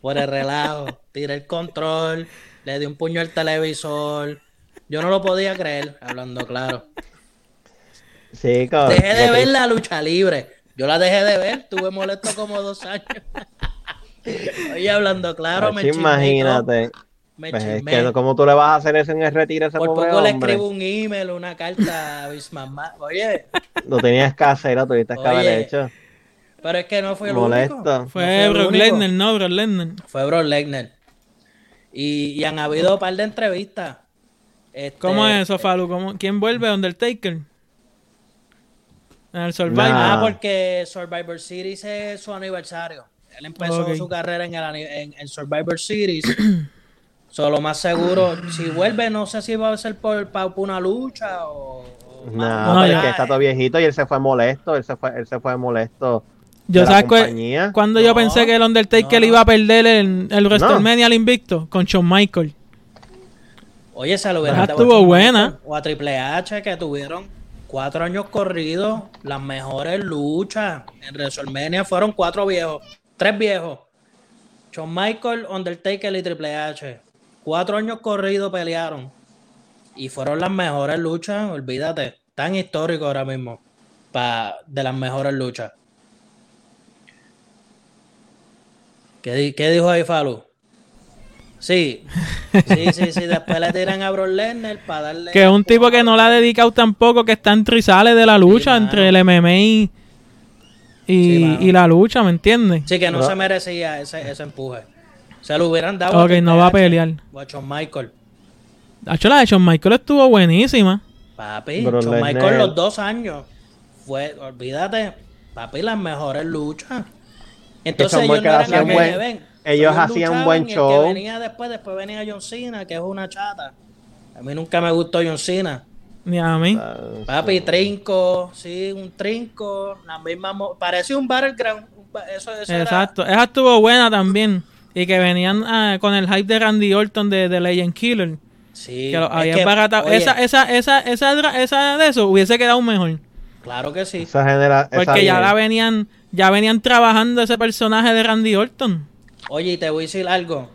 Speaker 4: Por el relajo. Tiré el control. Le di un puño al televisor. Yo no lo podía creer, hablando claro.
Speaker 3: Sí, cabrón.
Speaker 4: Dejé de
Speaker 3: Lo
Speaker 4: ver
Speaker 3: triste-
Speaker 4: la lucha libre. Yo la dejé de ver, tuve molesto como dos años. Oye, hablando claro, me
Speaker 3: Chacho,
Speaker 4: chismé y todo.
Speaker 3: Pues imagínate.
Speaker 4: Me
Speaker 3: Pues es
Speaker 4: chismé.
Speaker 3: que, ¿cómo tú le vas a hacer eso en el retiro a ese
Speaker 4: Por
Speaker 3: pobre
Speaker 4: poco le
Speaker 3: hombre?
Speaker 4: escribo un email, una carta a mis mamás. Oye,
Speaker 3: Lo tenías que hacer, lo tuviste que haber
Speaker 4: Oye,
Speaker 3: hecho.
Speaker 4: pero es que no fue el único.
Speaker 3: Molesto.
Speaker 1: Fue
Speaker 4: No fue el
Speaker 1: Brock
Speaker 4: único.
Speaker 1: Lesnar, no, Brock Lesnar.
Speaker 4: Fue Brock Lesnar. Y, y han habido un par de entrevistas. Este,
Speaker 1: ¿Cómo es eso, Falu? ¿Cómo- ¿Quién vuelve? ¿Undertaker? En el Survivor.
Speaker 3: Nah.
Speaker 4: Ah, porque Survivor Series es su aniversario. Él empezó
Speaker 1: Ok.
Speaker 4: su carrera en, el ani- en- en Survivor Series So, lo más seguro, si vuelve, no sé si va a ser por, pa- por una lucha o. o-
Speaker 3: No,
Speaker 1: No,
Speaker 3: pero
Speaker 1: ya.
Speaker 3: es que está todo viejito y él se fue molesto, él se fue, él se fue molesto.
Speaker 1: Yo
Speaker 3: de la
Speaker 1: sabes cuál-
Speaker 3: compañía.
Speaker 1: cuando
Speaker 4: No,
Speaker 1: yo pensé que el Undertaker
Speaker 4: no.
Speaker 1: iba a perder el, el WrestleMania al invicto con Shawn Michael.
Speaker 4: Oye, se lo hubiera
Speaker 1: Ah,
Speaker 4: dado a
Speaker 1: estuvo
Speaker 4: Triple
Speaker 1: buena.
Speaker 4: H O a Triple H que tuvieron cuatro años corridos, las mejores luchas en WrestleMania fueron cuatro viejos, tres viejos. Shawn Michael, Undertaker y Triple H. Cuatro años corridos pelearon. Y fueron las mejores luchas, olvídate, tan histórico ahora mismo. pa- de las mejores luchas. ¿Qué, di- qué dijo ahí Falu? Sí, sí, sí, sí. Después le tiran a Brock Lesnar para darle.
Speaker 1: Que es un tipo que no la ha dedicado tampoco, que está en trizales de la lucha
Speaker 4: mano.
Speaker 1: entre el MMA y,
Speaker 4: Sí, mano.
Speaker 1: y la lucha, ¿me entiendes?
Speaker 4: Sí, que no
Speaker 3: No.
Speaker 4: se merecía ese, ese empuje. Se lo hubieran dado.
Speaker 1: ok, no va a pelear.
Speaker 4: O a Shawn Michael.
Speaker 1: De hecho, la de Shawn Michael estuvo buenísima.
Speaker 4: Papi,
Speaker 3: Brock
Speaker 4: Shawn
Speaker 3: Lesnar.
Speaker 4: Michael los dos años. Fue, olvídate, papi, las mejores luchas. Entonces
Speaker 3: Shawn
Speaker 4: ellos no
Speaker 3: Michael
Speaker 4: eran
Speaker 3: hacía
Speaker 4: los
Speaker 1: un
Speaker 4: que
Speaker 1: buen-
Speaker 4: ven.
Speaker 3: ellos hacían un buen
Speaker 4: luchaban y El
Speaker 3: show.
Speaker 4: que venía después, después venía John Cena, que es una chata. A mí nunca me gustó John Cena.
Speaker 1: Ni a mí.
Speaker 3: Ah,
Speaker 4: Papi, trinco, sí, un trinco, la misma, mo- parecía un battleground, un ba- eso, eso era-
Speaker 1: Exacto. Esa estuvo buena también. Y que venían ah, con el hype de Randy Orton de, de Legend Killer.
Speaker 4: sí,
Speaker 1: Que lo
Speaker 4: es
Speaker 1: había
Speaker 4: que,
Speaker 1: embaratado.
Speaker 4: oye,
Speaker 1: Esa, esa, esa, esa, dra- esa de eso hubiese quedado mejor.
Speaker 4: claro que sí,
Speaker 3: Esa genera- esa
Speaker 1: Porque ya
Speaker 3: vieja.
Speaker 1: la venían, ya venían trabajando ese personaje de Randy Orton.
Speaker 4: oye, y te voy a decir algo,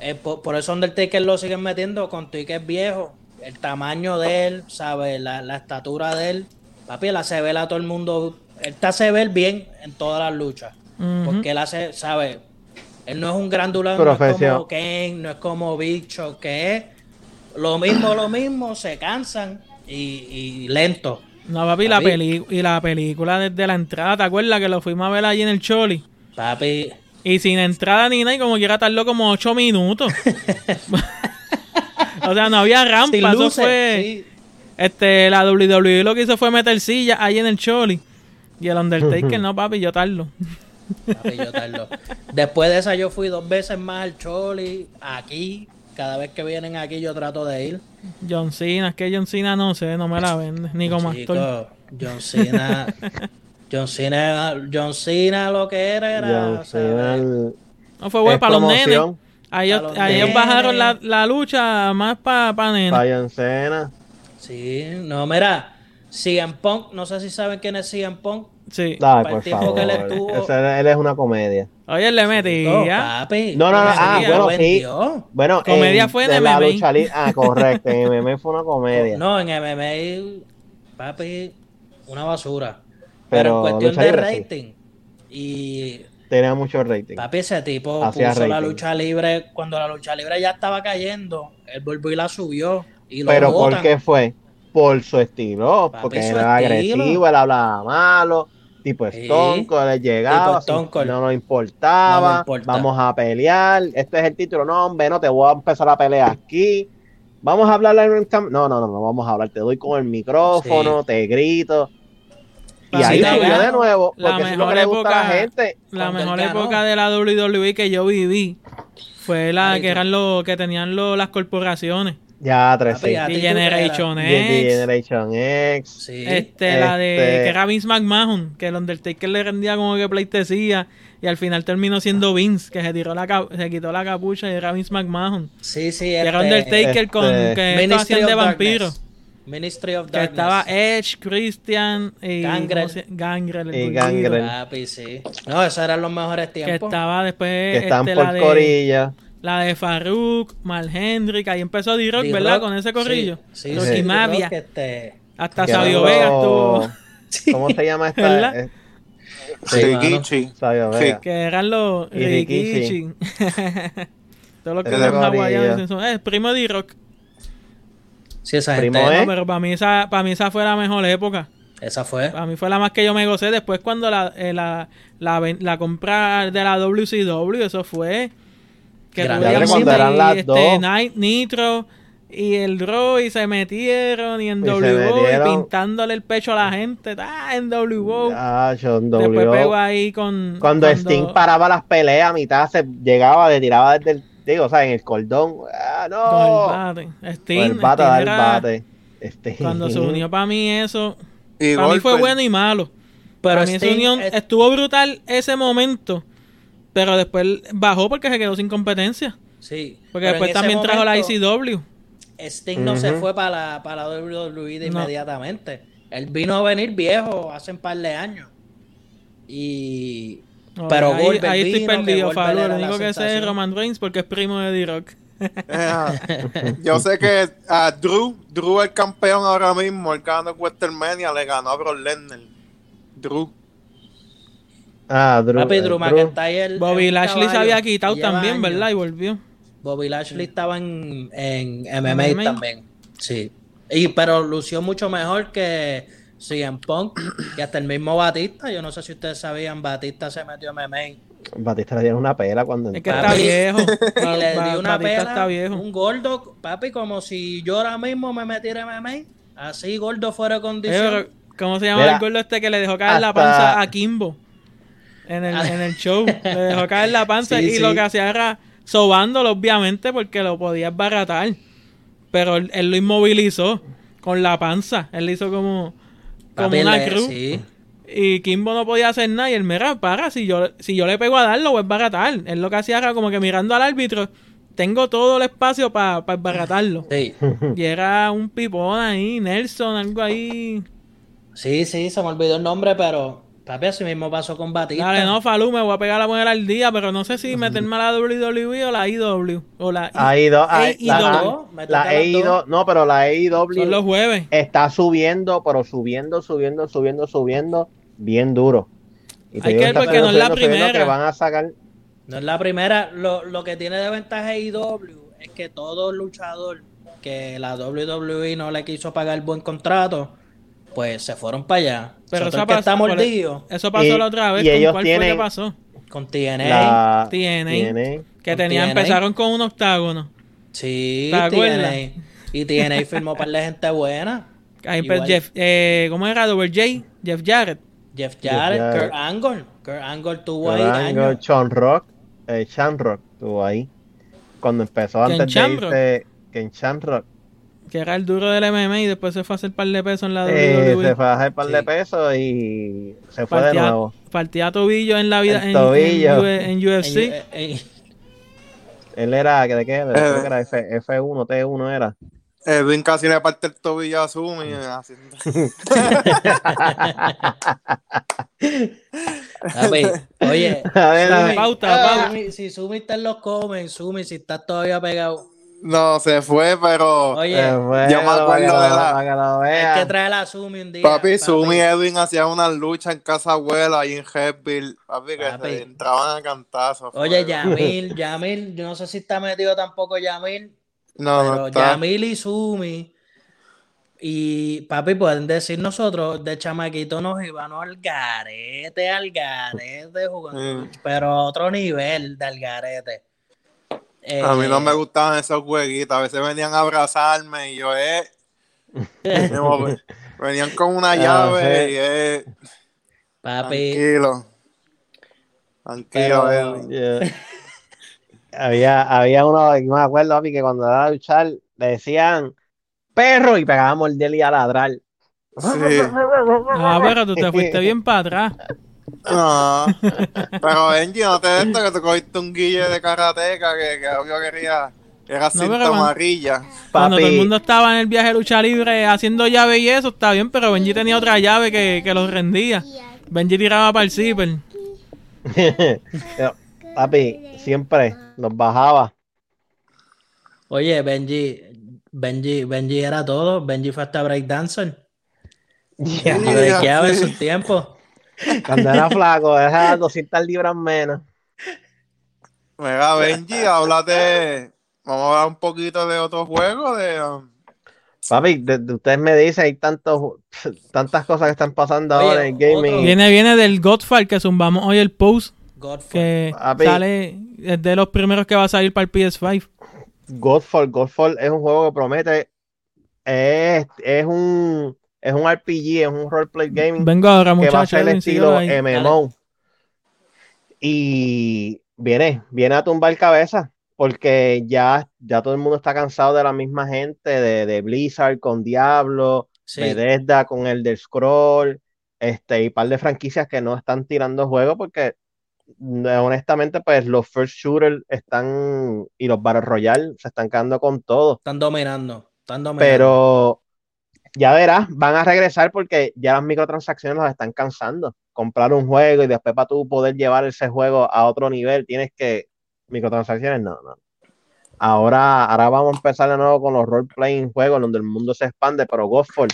Speaker 4: Eh, por, por eso Undertaker lo siguen metiendo con tickets viejos, el tamaño de él, ¿sabes? La, la estatura de él, papi, él hace ver a todo el mundo, él te hace ver bien en todas las luchas,
Speaker 1: Ujú.
Speaker 4: porque él hace, ¿sabes? Él no es un grandulador, no es
Speaker 3: Profesión.
Speaker 4: como Ken, no es como Bicho, que es lo mismo, lo mismo, se cansan y, y lento.
Speaker 1: No, papi, la
Speaker 4: Papi.
Speaker 1: peli y la película desde la entrada, ¿te acuerdas que lo fuimos a ver allí en el Choli?
Speaker 4: Papi,
Speaker 1: Y sin entrada ni nada, y como quiera tardó como ocho minutos. o sea, no había rampa,
Speaker 4: sin
Speaker 1: eso
Speaker 4: luces,
Speaker 1: fue...
Speaker 4: sí.
Speaker 1: Este, la WWE lo que hizo fue meter silla ahí en el Choli. Y el Undertaker, no, papi, yo tardo.
Speaker 4: Papi, yo tardo. Después de esa yo fui dos veces más al Choli, aquí. Cada vez que vienen aquí yo trato de ir.
Speaker 1: John Cena, es que John Cena no sé, no me la vende. Ni como
Speaker 4: Chico,
Speaker 1: actor.
Speaker 4: John Cena. John Cena, John Cena lo que era era.
Speaker 3: Ya,
Speaker 4: o
Speaker 3: sí,
Speaker 4: sea,
Speaker 3: el-
Speaker 1: No fue bueno
Speaker 3: es
Speaker 1: para los nenes.
Speaker 3: promoción,
Speaker 1: Ahí
Speaker 4: Pa' los
Speaker 1: ahí
Speaker 4: nenes.
Speaker 1: bajaron la, la lucha más para pa nenes.
Speaker 3: para John Cena.
Speaker 4: sí, no, mira, CM Punk, no sé si saben quién es CM Punk.
Speaker 1: Sí.
Speaker 3: Ay,
Speaker 4: Para el
Speaker 3: por
Speaker 4: tiempo
Speaker 3: favor.
Speaker 4: que él estuvo-
Speaker 3: Ese- él es una comedia.
Speaker 1: Oye, le
Speaker 4: No,
Speaker 1: metía.
Speaker 4: Oh, papi.
Speaker 3: No, no, no, ah,
Speaker 4: Comedia,
Speaker 3: bueno,
Speaker 4: lo
Speaker 3: sí.
Speaker 4: vendió.
Speaker 3: Bueno,
Speaker 1: Comedia
Speaker 3: en-
Speaker 1: fue en
Speaker 3: de la
Speaker 1: MMA.
Speaker 3: lucha li- Ah, correcto. En MMA fue una comedia.
Speaker 4: No, en MMA, papi, una basura.
Speaker 3: Pero
Speaker 4: Pero, en cuestión
Speaker 3: lucha
Speaker 4: de
Speaker 3: libre, sí.
Speaker 4: rating. Y
Speaker 3: Tenía mucho rating.
Speaker 4: papi, ese tipo
Speaker 3: Hacía
Speaker 4: puso la
Speaker 3: rating.
Speaker 4: lucha libre. Cuando la lucha libre ya estaba cayendo, él volvió y la subió. Y lo
Speaker 3: Pero ¿por
Speaker 4: botan.
Speaker 3: qué fue? Por su estilo.
Speaker 4: Papi,
Speaker 3: porque
Speaker 4: su
Speaker 3: era
Speaker 4: estilo.
Speaker 3: agresivo, él hablaba malo. Tipo
Speaker 4: Sí.
Speaker 3: Stone Cold, él llegaba.
Speaker 4: Tipo Stone Cold.
Speaker 3: No nos
Speaker 4: No me
Speaker 3: importaba.
Speaker 4: importa.
Speaker 3: vamos a pelear. Este es el título. No, hombre, no te voy a empezar a pelear aquí. Vamos a hablar en el cam- No, no, no, no vamos a hablar. Te doy con el micrófono, te grito. Y
Speaker 1: Sí,
Speaker 3: ahí
Speaker 1: la
Speaker 3: subió de
Speaker 1: mejor-
Speaker 3: nuevo.
Speaker 1: la
Speaker 3: Porque eso es lo que
Speaker 1: mejor
Speaker 3: le gusta a la
Speaker 1: época-
Speaker 3: gente.
Speaker 1: La
Speaker 4: cuando él
Speaker 1: mejor
Speaker 4: ganó.
Speaker 1: época de la WWE que yo viví fue la
Speaker 4: Ay,
Speaker 1: que
Speaker 4: tú.
Speaker 1: eran los que tenían los las corporaciones.
Speaker 3: Ya, tres.
Speaker 4: Papi, ya.
Speaker 1: Y
Speaker 4: Attitude
Speaker 1: Generation
Speaker 3: The
Speaker 1: X.
Speaker 3: Generation X.
Speaker 4: Sí.
Speaker 1: Este, la de
Speaker 3: Este-
Speaker 1: que era Vince McMahon, que el Undertaker le rendía como que pleitesía y al final terminó siendo Vince, que se tiró la cap- se quitó la capucha y era Vince McMahon.
Speaker 4: sí, sí.
Speaker 1: Y era
Speaker 4: este,
Speaker 1: Undertaker con
Speaker 3: este-
Speaker 1: que
Speaker 4: Ministry
Speaker 1: estaba haciendo de
Speaker 4: of Darkness.
Speaker 1: vampiro.
Speaker 4: Ministry of
Speaker 1: Que
Speaker 4: Darkness.
Speaker 1: estaba Edge, Christian y
Speaker 4: Gangrel.
Speaker 1: ¿cómo se- Gangrel, el
Speaker 3: Y
Speaker 1: gordito.
Speaker 3: Gangrel.
Speaker 4: Papi, sí. No, esos eran los mejores
Speaker 1: Que
Speaker 4: tiempos.
Speaker 1: estaba después
Speaker 3: Que están
Speaker 1: este, la,
Speaker 3: por
Speaker 1: de,
Speaker 3: corilla.
Speaker 1: la de Farouk, Mal Hendrick, ahí empezó D-Rock,
Speaker 4: D-Rock,
Speaker 1: ¿verdad? Con ese
Speaker 4: sí,
Speaker 1: corrillo.
Speaker 4: Sí, sí.
Speaker 1: Rocky
Speaker 4: sí,
Speaker 1: Mavia.
Speaker 4: D-Rock, este,
Speaker 1: Hasta
Speaker 3: Que
Speaker 1: Sabio
Speaker 3: eran
Speaker 1: Vega
Speaker 3: los-
Speaker 1: estuvo.
Speaker 3: ¿Cómo se llama
Speaker 1: ¿Verdad?
Speaker 3: esta? Eh,
Speaker 4: Sí,
Speaker 2: Sí,
Speaker 4: mano.
Speaker 2: Guichi.
Speaker 3: Sabio
Speaker 2: Sí.
Speaker 3: Vega.
Speaker 1: Que eran los
Speaker 3: Y Rikishi.
Speaker 1: Rikishi. Todos los que
Speaker 3: Ese
Speaker 1: eran
Speaker 3: corillo.
Speaker 1: hawaianos dicen son, "Eh, primo de D-Rock.
Speaker 4: sí, esa
Speaker 3: Primo E.
Speaker 4: gente.
Speaker 3: ¿Eh?
Speaker 1: No, pero para mí, esa, para mí esa fue la mejor época.
Speaker 4: Esa fue.
Speaker 1: Para mí fue la más que yo me gocé. Después cuando la, eh, la, la, ven- la compra de la WCW, eso fue... Que
Speaker 4: Grande.
Speaker 1: tuvieron
Speaker 4: Ya cuando
Speaker 1: Monday,
Speaker 3: eran las
Speaker 1: este,
Speaker 3: dos.
Speaker 1: Night, Nitro y el Raw y se metieron y en
Speaker 3: Y se
Speaker 1: W
Speaker 3: metieron.
Speaker 1: pintándole el pecho a la gente. Ah, en W.
Speaker 3: Ah, John
Speaker 1: Después
Speaker 3: W.
Speaker 1: pegó ahí con...
Speaker 3: Cuando Sting paraba las peleas a mitad, se llegaba, le tiraba desde el digo, o sea, en el cordón. ¡Ah, no!
Speaker 1: Con el bate. Sting,
Speaker 3: Con el bate,
Speaker 1: Sting
Speaker 3: dar el
Speaker 1: era-
Speaker 3: bate. Este-
Speaker 1: Cuando se unió para mí eso,
Speaker 2: Y
Speaker 1: para mí fue
Speaker 2: golpe.
Speaker 1: bueno y malo.
Speaker 4: Pero
Speaker 1: Para mí esa
Speaker 4: Sting
Speaker 1: unión
Speaker 4: es-
Speaker 1: estuvo brutal ese momento, pero después bajó porque se quedó sin competencia.
Speaker 4: sí,
Speaker 1: Porque
Speaker 4: pero en
Speaker 1: después
Speaker 4: ese
Speaker 1: también trajo la
Speaker 4: momento,
Speaker 1: ICW.
Speaker 4: Sting no se
Speaker 3: Ujú.
Speaker 4: fue para la, para la WWE de
Speaker 1: No.
Speaker 4: inmediatamente. Él vino a venir viejo hace un par de años. Y.
Speaker 1: No,
Speaker 4: pero
Speaker 1: ahí,
Speaker 4: Goldberg
Speaker 1: ahí estoy
Speaker 4: vino, que
Speaker 1: perdido,
Speaker 4: Goldberg
Speaker 1: Falú.
Speaker 4: era
Speaker 1: Lo
Speaker 4: la
Speaker 1: único que sé es
Speaker 4: sensación.
Speaker 1: Roman Reigns porque es primo de D-Rock.
Speaker 2: Eh, Yo sé que a Drew, Drew el campeón ahora mismo, el ganó en Westermania, le ganó a Brock Lesnar. Drew.
Speaker 3: Ah, Drew.
Speaker 4: Papi,
Speaker 3: eh, Drew.
Speaker 4: Drew McIntyre. es
Speaker 1: Bobby
Speaker 4: un
Speaker 1: Lashley se
Speaker 4: caballo,
Speaker 1: había quitado
Speaker 4: lleva
Speaker 1: también,
Speaker 4: años.
Speaker 1: ¿verdad? Y volvió.
Speaker 4: Bobby Lashley estaba en, en MMA,
Speaker 1: MMA.
Speaker 4: también. Sí. Y, pero lució mucho mejor que CM Punk y hasta el mismo Batista. Yo no sé si ustedes sabían, Batista se metió en MMA.
Speaker 3: Batista le dieron una pela cuando
Speaker 1: Es que
Speaker 3: entró.
Speaker 1: está
Speaker 4: Papi.
Speaker 1: viejo.
Speaker 4: Y le
Speaker 1: Ba-
Speaker 4: di una
Speaker 1: Batista
Speaker 4: pela,
Speaker 1: está viejo.
Speaker 4: un gordo, papi, como si yo ahora mismo me metiera en MMA. Así gordo fuera de
Speaker 1: Eh,
Speaker 4: condición.
Speaker 1: pero, ¿Cómo se llama
Speaker 3: Mira,
Speaker 1: el gordo este que le dejó caer la
Speaker 3: hasta-
Speaker 1: panza a Kimbo? En el, en el show. Le dejó caer la panza
Speaker 4: Sí,
Speaker 1: y
Speaker 4: sí.
Speaker 1: lo que hacía era sobándolo, obviamente, porque lo podía esbaratar. Pero él, él lo inmovilizó con la panza. Él le hizo como, como
Speaker 4: Papi,
Speaker 1: una
Speaker 4: le-
Speaker 1: cruz.
Speaker 4: sí.
Speaker 1: Y Kimbo no podía hacer nada. Y él, mira, para, si yo, si yo le pego a dar, lo voy a esbaratar. Él lo que hacía era como que mirando al árbitro, tengo todo el espacio para esbaratarlo.
Speaker 4: Sí.
Speaker 1: Y era un pipón ahí, Nelson, algo ahí.
Speaker 4: sí, sí, se me olvidó el nombre, pero papi, así mismo pasó con Batista.
Speaker 1: Dale, no, Falú, me voy a pegar la mujer al día, pero no sé si meterme a la WWE o la IW. O la I-
Speaker 3: Ahí do- ahí-
Speaker 1: AEW.
Speaker 3: la,
Speaker 4: Me toca
Speaker 3: la
Speaker 4: las
Speaker 3: AEW,
Speaker 4: dos.
Speaker 3: no, pero la AEW
Speaker 1: Son los jueves.
Speaker 3: está subiendo, pero subiendo, subiendo, subiendo, subiendo, bien duro. Y te
Speaker 1: Hay que
Speaker 3: digo
Speaker 1: ver
Speaker 3: está
Speaker 1: porque no es la
Speaker 3: subiendo, subiendo, subiendo,
Speaker 1: primera.
Speaker 3: Que van a sacar
Speaker 4: No es la primera. Lo, lo que tiene de ventaja IW es que todo luchador que la WWE no le quiso pagar buen contrato, pues se fueron para allá.
Speaker 1: Pero
Speaker 4: Pero
Speaker 1: eso
Speaker 4: que
Speaker 1: pasó-
Speaker 4: está
Speaker 1: por-
Speaker 4: mordido
Speaker 1: Eso pasó
Speaker 3: Y-
Speaker 1: la otra vez.
Speaker 3: y ellos
Speaker 1: ¿Con cuál fue
Speaker 3: tienen-
Speaker 1: que pasó?
Speaker 4: con TNA.
Speaker 3: la
Speaker 1: TNA.
Speaker 3: TNA.
Speaker 1: Que
Speaker 4: con
Speaker 1: tenía,
Speaker 4: TNA.
Speaker 1: empezaron con un octágono.
Speaker 4: Sí,
Speaker 1: ¿Te acuerdas?
Speaker 4: TNA. Y TNA firmó para la gente buena.
Speaker 1: Ahí
Speaker 4: Igual.
Speaker 1: empe- Jeff, eh, ¿Cómo era? Double J, Jeff Jarrett.
Speaker 4: Jeff Jarrett,
Speaker 3: Jarrett.
Speaker 4: Kurt Angle. Kurt Angle tuvo ahí
Speaker 3: Durango,
Speaker 4: años.
Speaker 3: Sean Rock, eh, Sean Rock estuvo ahí. Cuando empezó
Speaker 1: Ken
Speaker 3: antes de
Speaker 1: Shamrock.
Speaker 3: irse Ken Shamrock,
Speaker 1: Que era el duro del MMA y después se fue a hacer par de pesos en la
Speaker 3: eh,
Speaker 1: WWE.
Speaker 3: se fue a bajar un par de
Speaker 4: Sí.
Speaker 3: pesos y se fue de
Speaker 1: partía,
Speaker 3: nuevo.
Speaker 1: partía tobillo en la vida.
Speaker 3: El
Speaker 1: en- En,
Speaker 3: tobillo.
Speaker 1: U- en UFC.
Speaker 4: En- E. en-
Speaker 3: Él era, ¿de qué?
Speaker 2: Eh.
Speaker 3: Creo que era F, F1, T1 era.
Speaker 2: Edwin casi le parte el tobillo a Sumi. eh, haciendo-
Speaker 4: Papi, oye,
Speaker 3: A ver,
Speaker 1: La
Speaker 3: Luis.
Speaker 1: pauta, la pauta.
Speaker 4: Sumi, si Sumi está en los comments, Sumi, si estás todavía pegado.
Speaker 2: No, se fue, pero
Speaker 4: Oye,
Speaker 3: Eh, bueno,
Speaker 2: yo me acuerdo
Speaker 3: para que lo-
Speaker 2: de la-
Speaker 3: para que lo
Speaker 4: hay que
Speaker 3: vean.
Speaker 4: traer a Sumi un día.
Speaker 2: papi, Sumi y Edwin hacían una lucha en casa abuela y en Headville. Papi, que
Speaker 4: Papi.
Speaker 2: se entraban a cantazos.
Speaker 4: Oye,
Speaker 2: fuego.
Speaker 4: Yamil, Yamil, yo no sé si está metido tampoco Yamil,
Speaker 2: No, no
Speaker 4: pero
Speaker 2: está.
Speaker 4: Yamil y Sumi. Y papi, pueden decir nosotros, de chamaquito nos íbamos al garete, al garete jugando,
Speaker 2: Mm.
Speaker 4: pero a otro nivel del garete. Eh,
Speaker 2: A mí no me gustaban esos jueguitos. A veces venían a abrazarme y yo, eh. Como ve- venían con una llave
Speaker 3: sí.
Speaker 2: y eh.
Speaker 4: Ah, Papi,
Speaker 2: Tranquilo. Tranquilo,
Speaker 4: Pero-
Speaker 2: Edwin.
Speaker 3: Yeah. había, había uno, yo me acuerdo, papi, que cuando era a luchar le decían perro y pegábamos el deli a ladrar.
Speaker 2: Sí.
Speaker 1: No, Ah, pero tú te fuiste bien para atrás.
Speaker 2: No. Pero Benji, no te des esto que te cogiste un guille de karateca que, que yo quería. Era
Speaker 1: No,
Speaker 2: cinta
Speaker 1: pero man-
Speaker 2: amarilla.
Speaker 1: Cuando todo el
Speaker 3: Papi.
Speaker 1: mundo estaba en el viaje de lucha libre haciendo llave y eso, está bien, pero Benji tenía otra llave que, que los rendía. Benji tiraba para el zipper.
Speaker 3: Yo, eh, papi, siempre nos bajaba.
Speaker 4: oye, Benji, Benji, Benji era todo, Benji fue hasta breakdancer.
Speaker 3: Yeah.
Speaker 4: Lo dequeaba en sus tiempos.
Speaker 3: Cuando era flaco, era 200 libras menos.
Speaker 2: Mira, Benji, háblate. Vamos a hablar un poquito de otro juego. De, um,
Speaker 3: Papi, de- de- ustedes me dicen, hay tantos, tantas cosas que están pasando
Speaker 4: Oye,
Speaker 3: ahora en el gaming.
Speaker 1: Viene, viene del Godfall que zumbamos hoy el post,
Speaker 4: Godfrey.
Speaker 1: que
Speaker 3: Papi.
Speaker 1: sale es de los primeros que va a salir para el PS5.
Speaker 3: Godfall, Godfall es un juego que promete. Es, es un es un RPG, es un roleplay gaming
Speaker 1: Vengo ahora,
Speaker 3: que va a
Speaker 1: muchachos.
Speaker 3: ser el
Speaker 1: Edwin, síguelo
Speaker 3: estilo
Speaker 1: ahí.
Speaker 3: MMO. Y viene, viene a tumbar cabeza. porque ya, ya todo el mundo está cansado de la misma gente, de, de Blizzard con Diablo,
Speaker 4: Sí.
Speaker 3: Bethesda con Elder Scroll, este, y par de franquicias que no están tirando juegos porque eh, honestamente pues los first shooters están y los Battle Royale se están quedando con todo,
Speaker 4: Están dominando. Están dominando.
Speaker 3: pero ya verás, van a regresar porque ya las microtransacciones los están cansando. Comprar un juego y después para tú poder llevar ese juego a otro nivel tienes que microtransacciones, no, no. Ahora, ahora vamos a empezar de nuevo con los role-playing juegos donde el mundo se expande, pero Godfall,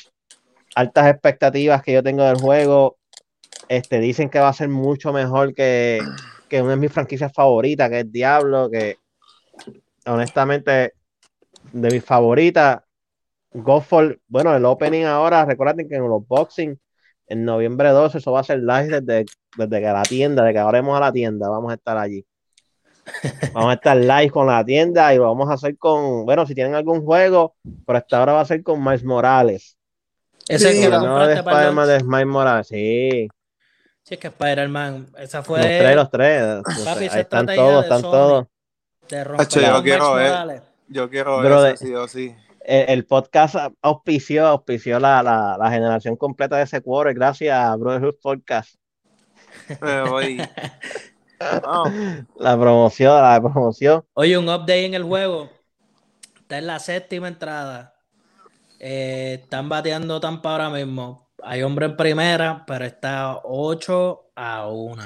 Speaker 3: altas expectativas que yo tengo del juego. Este, dicen que va a ser mucho mejor que, que una de mis franquicias favoritas, que es Diablo, que honestamente de mis favoritas. Godfall, bueno, el opening ahora, recuerden que en los boxing, en noviembre 12, eso va a ser live desde, desde que la tienda, de que abremos a la tienda, vamos a estar allí. Vamos a estar live con la tienda y lo vamos a hacer con, bueno, si tienen algún juego, por hasta ahora va a ser con Miles Morales.
Speaker 4: Ese
Speaker 2: Sí,
Speaker 4: que
Speaker 2: la
Speaker 3: No, de
Speaker 4: compraste para el
Speaker 3: Spider-Man de Miles Morales, sí.
Speaker 4: Sí, es que Spider-Man. Esa
Speaker 3: Los tres,
Speaker 4: fue
Speaker 3: los tres. los
Speaker 4: Pues, Papi,
Speaker 3: tres.
Speaker 4: esa
Speaker 3: Ahí están
Speaker 4: estrategia
Speaker 3: todos,
Speaker 4: de
Speaker 3: están
Speaker 4: Sony.
Speaker 3: todos.
Speaker 4: de
Speaker 2: Hacho,
Speaker 4: romper
Speaker 2: yo
Speaker 4: a Miles
Speaker 2: quiero ver.
Speaker 4: Morales.
Speaker 2: Yo quiero
Speaker 3: Bro,
Speaker 2: ver
Speaker 3: de-
Speaker 2: sí o sí.
Speaker 3: El, el podcast auspició, auspició la, la, la generación completa de ese quarter, gracias a Brotherhood Podcast.
Speaker 2: Me voy. No,
Speaker 3: La promoción, la promoción.
Speaker 4: Oye, un update en el juego. Está en la séptima entrada. Eh, están bateando Tampa ahora mismo. Hay hombre en primera, pero está 8 a 1.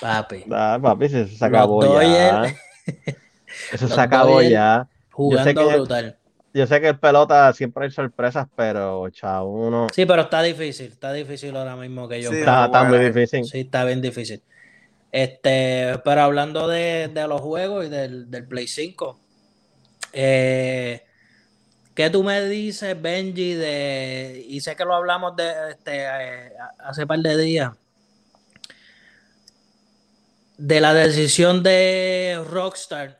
Speaker 4: Papi.
Speaker 3: Ah, papi, si eso se
Speaker 4: Los
Speaker 3: acabó ya.
Speaker 4: Dodgers.
Speaker 3: Eso
Speaker 4: Los
Speaker 3: se acabó
Speaker 4: Dodgers.
Speaker 3: ya. sé
Speaker 4: Jugando
Speaker 3: que-
Speaker 4: brutal.
Speaker 3: Yo sé que el pelota siempre hay sorpresas, pero chao, uno
Speaker 4: Sí, pero está difícil. Está difícil ahora mismo que yo.
Speaker 2: Sí,
Speaker 4: creo.
Speaker 3: está, está muy
Speaker 2: bueno.
Speaker 3: difícil.
Speaker 4: Sí, está bien difícil. Este, pero hablando de, de los juegos y del, del Play 5, eh, ¿qué tú me dices, Benji, de, y sé que lo hablamos de, este, eh, hace par de días, de la decisión de Rockstar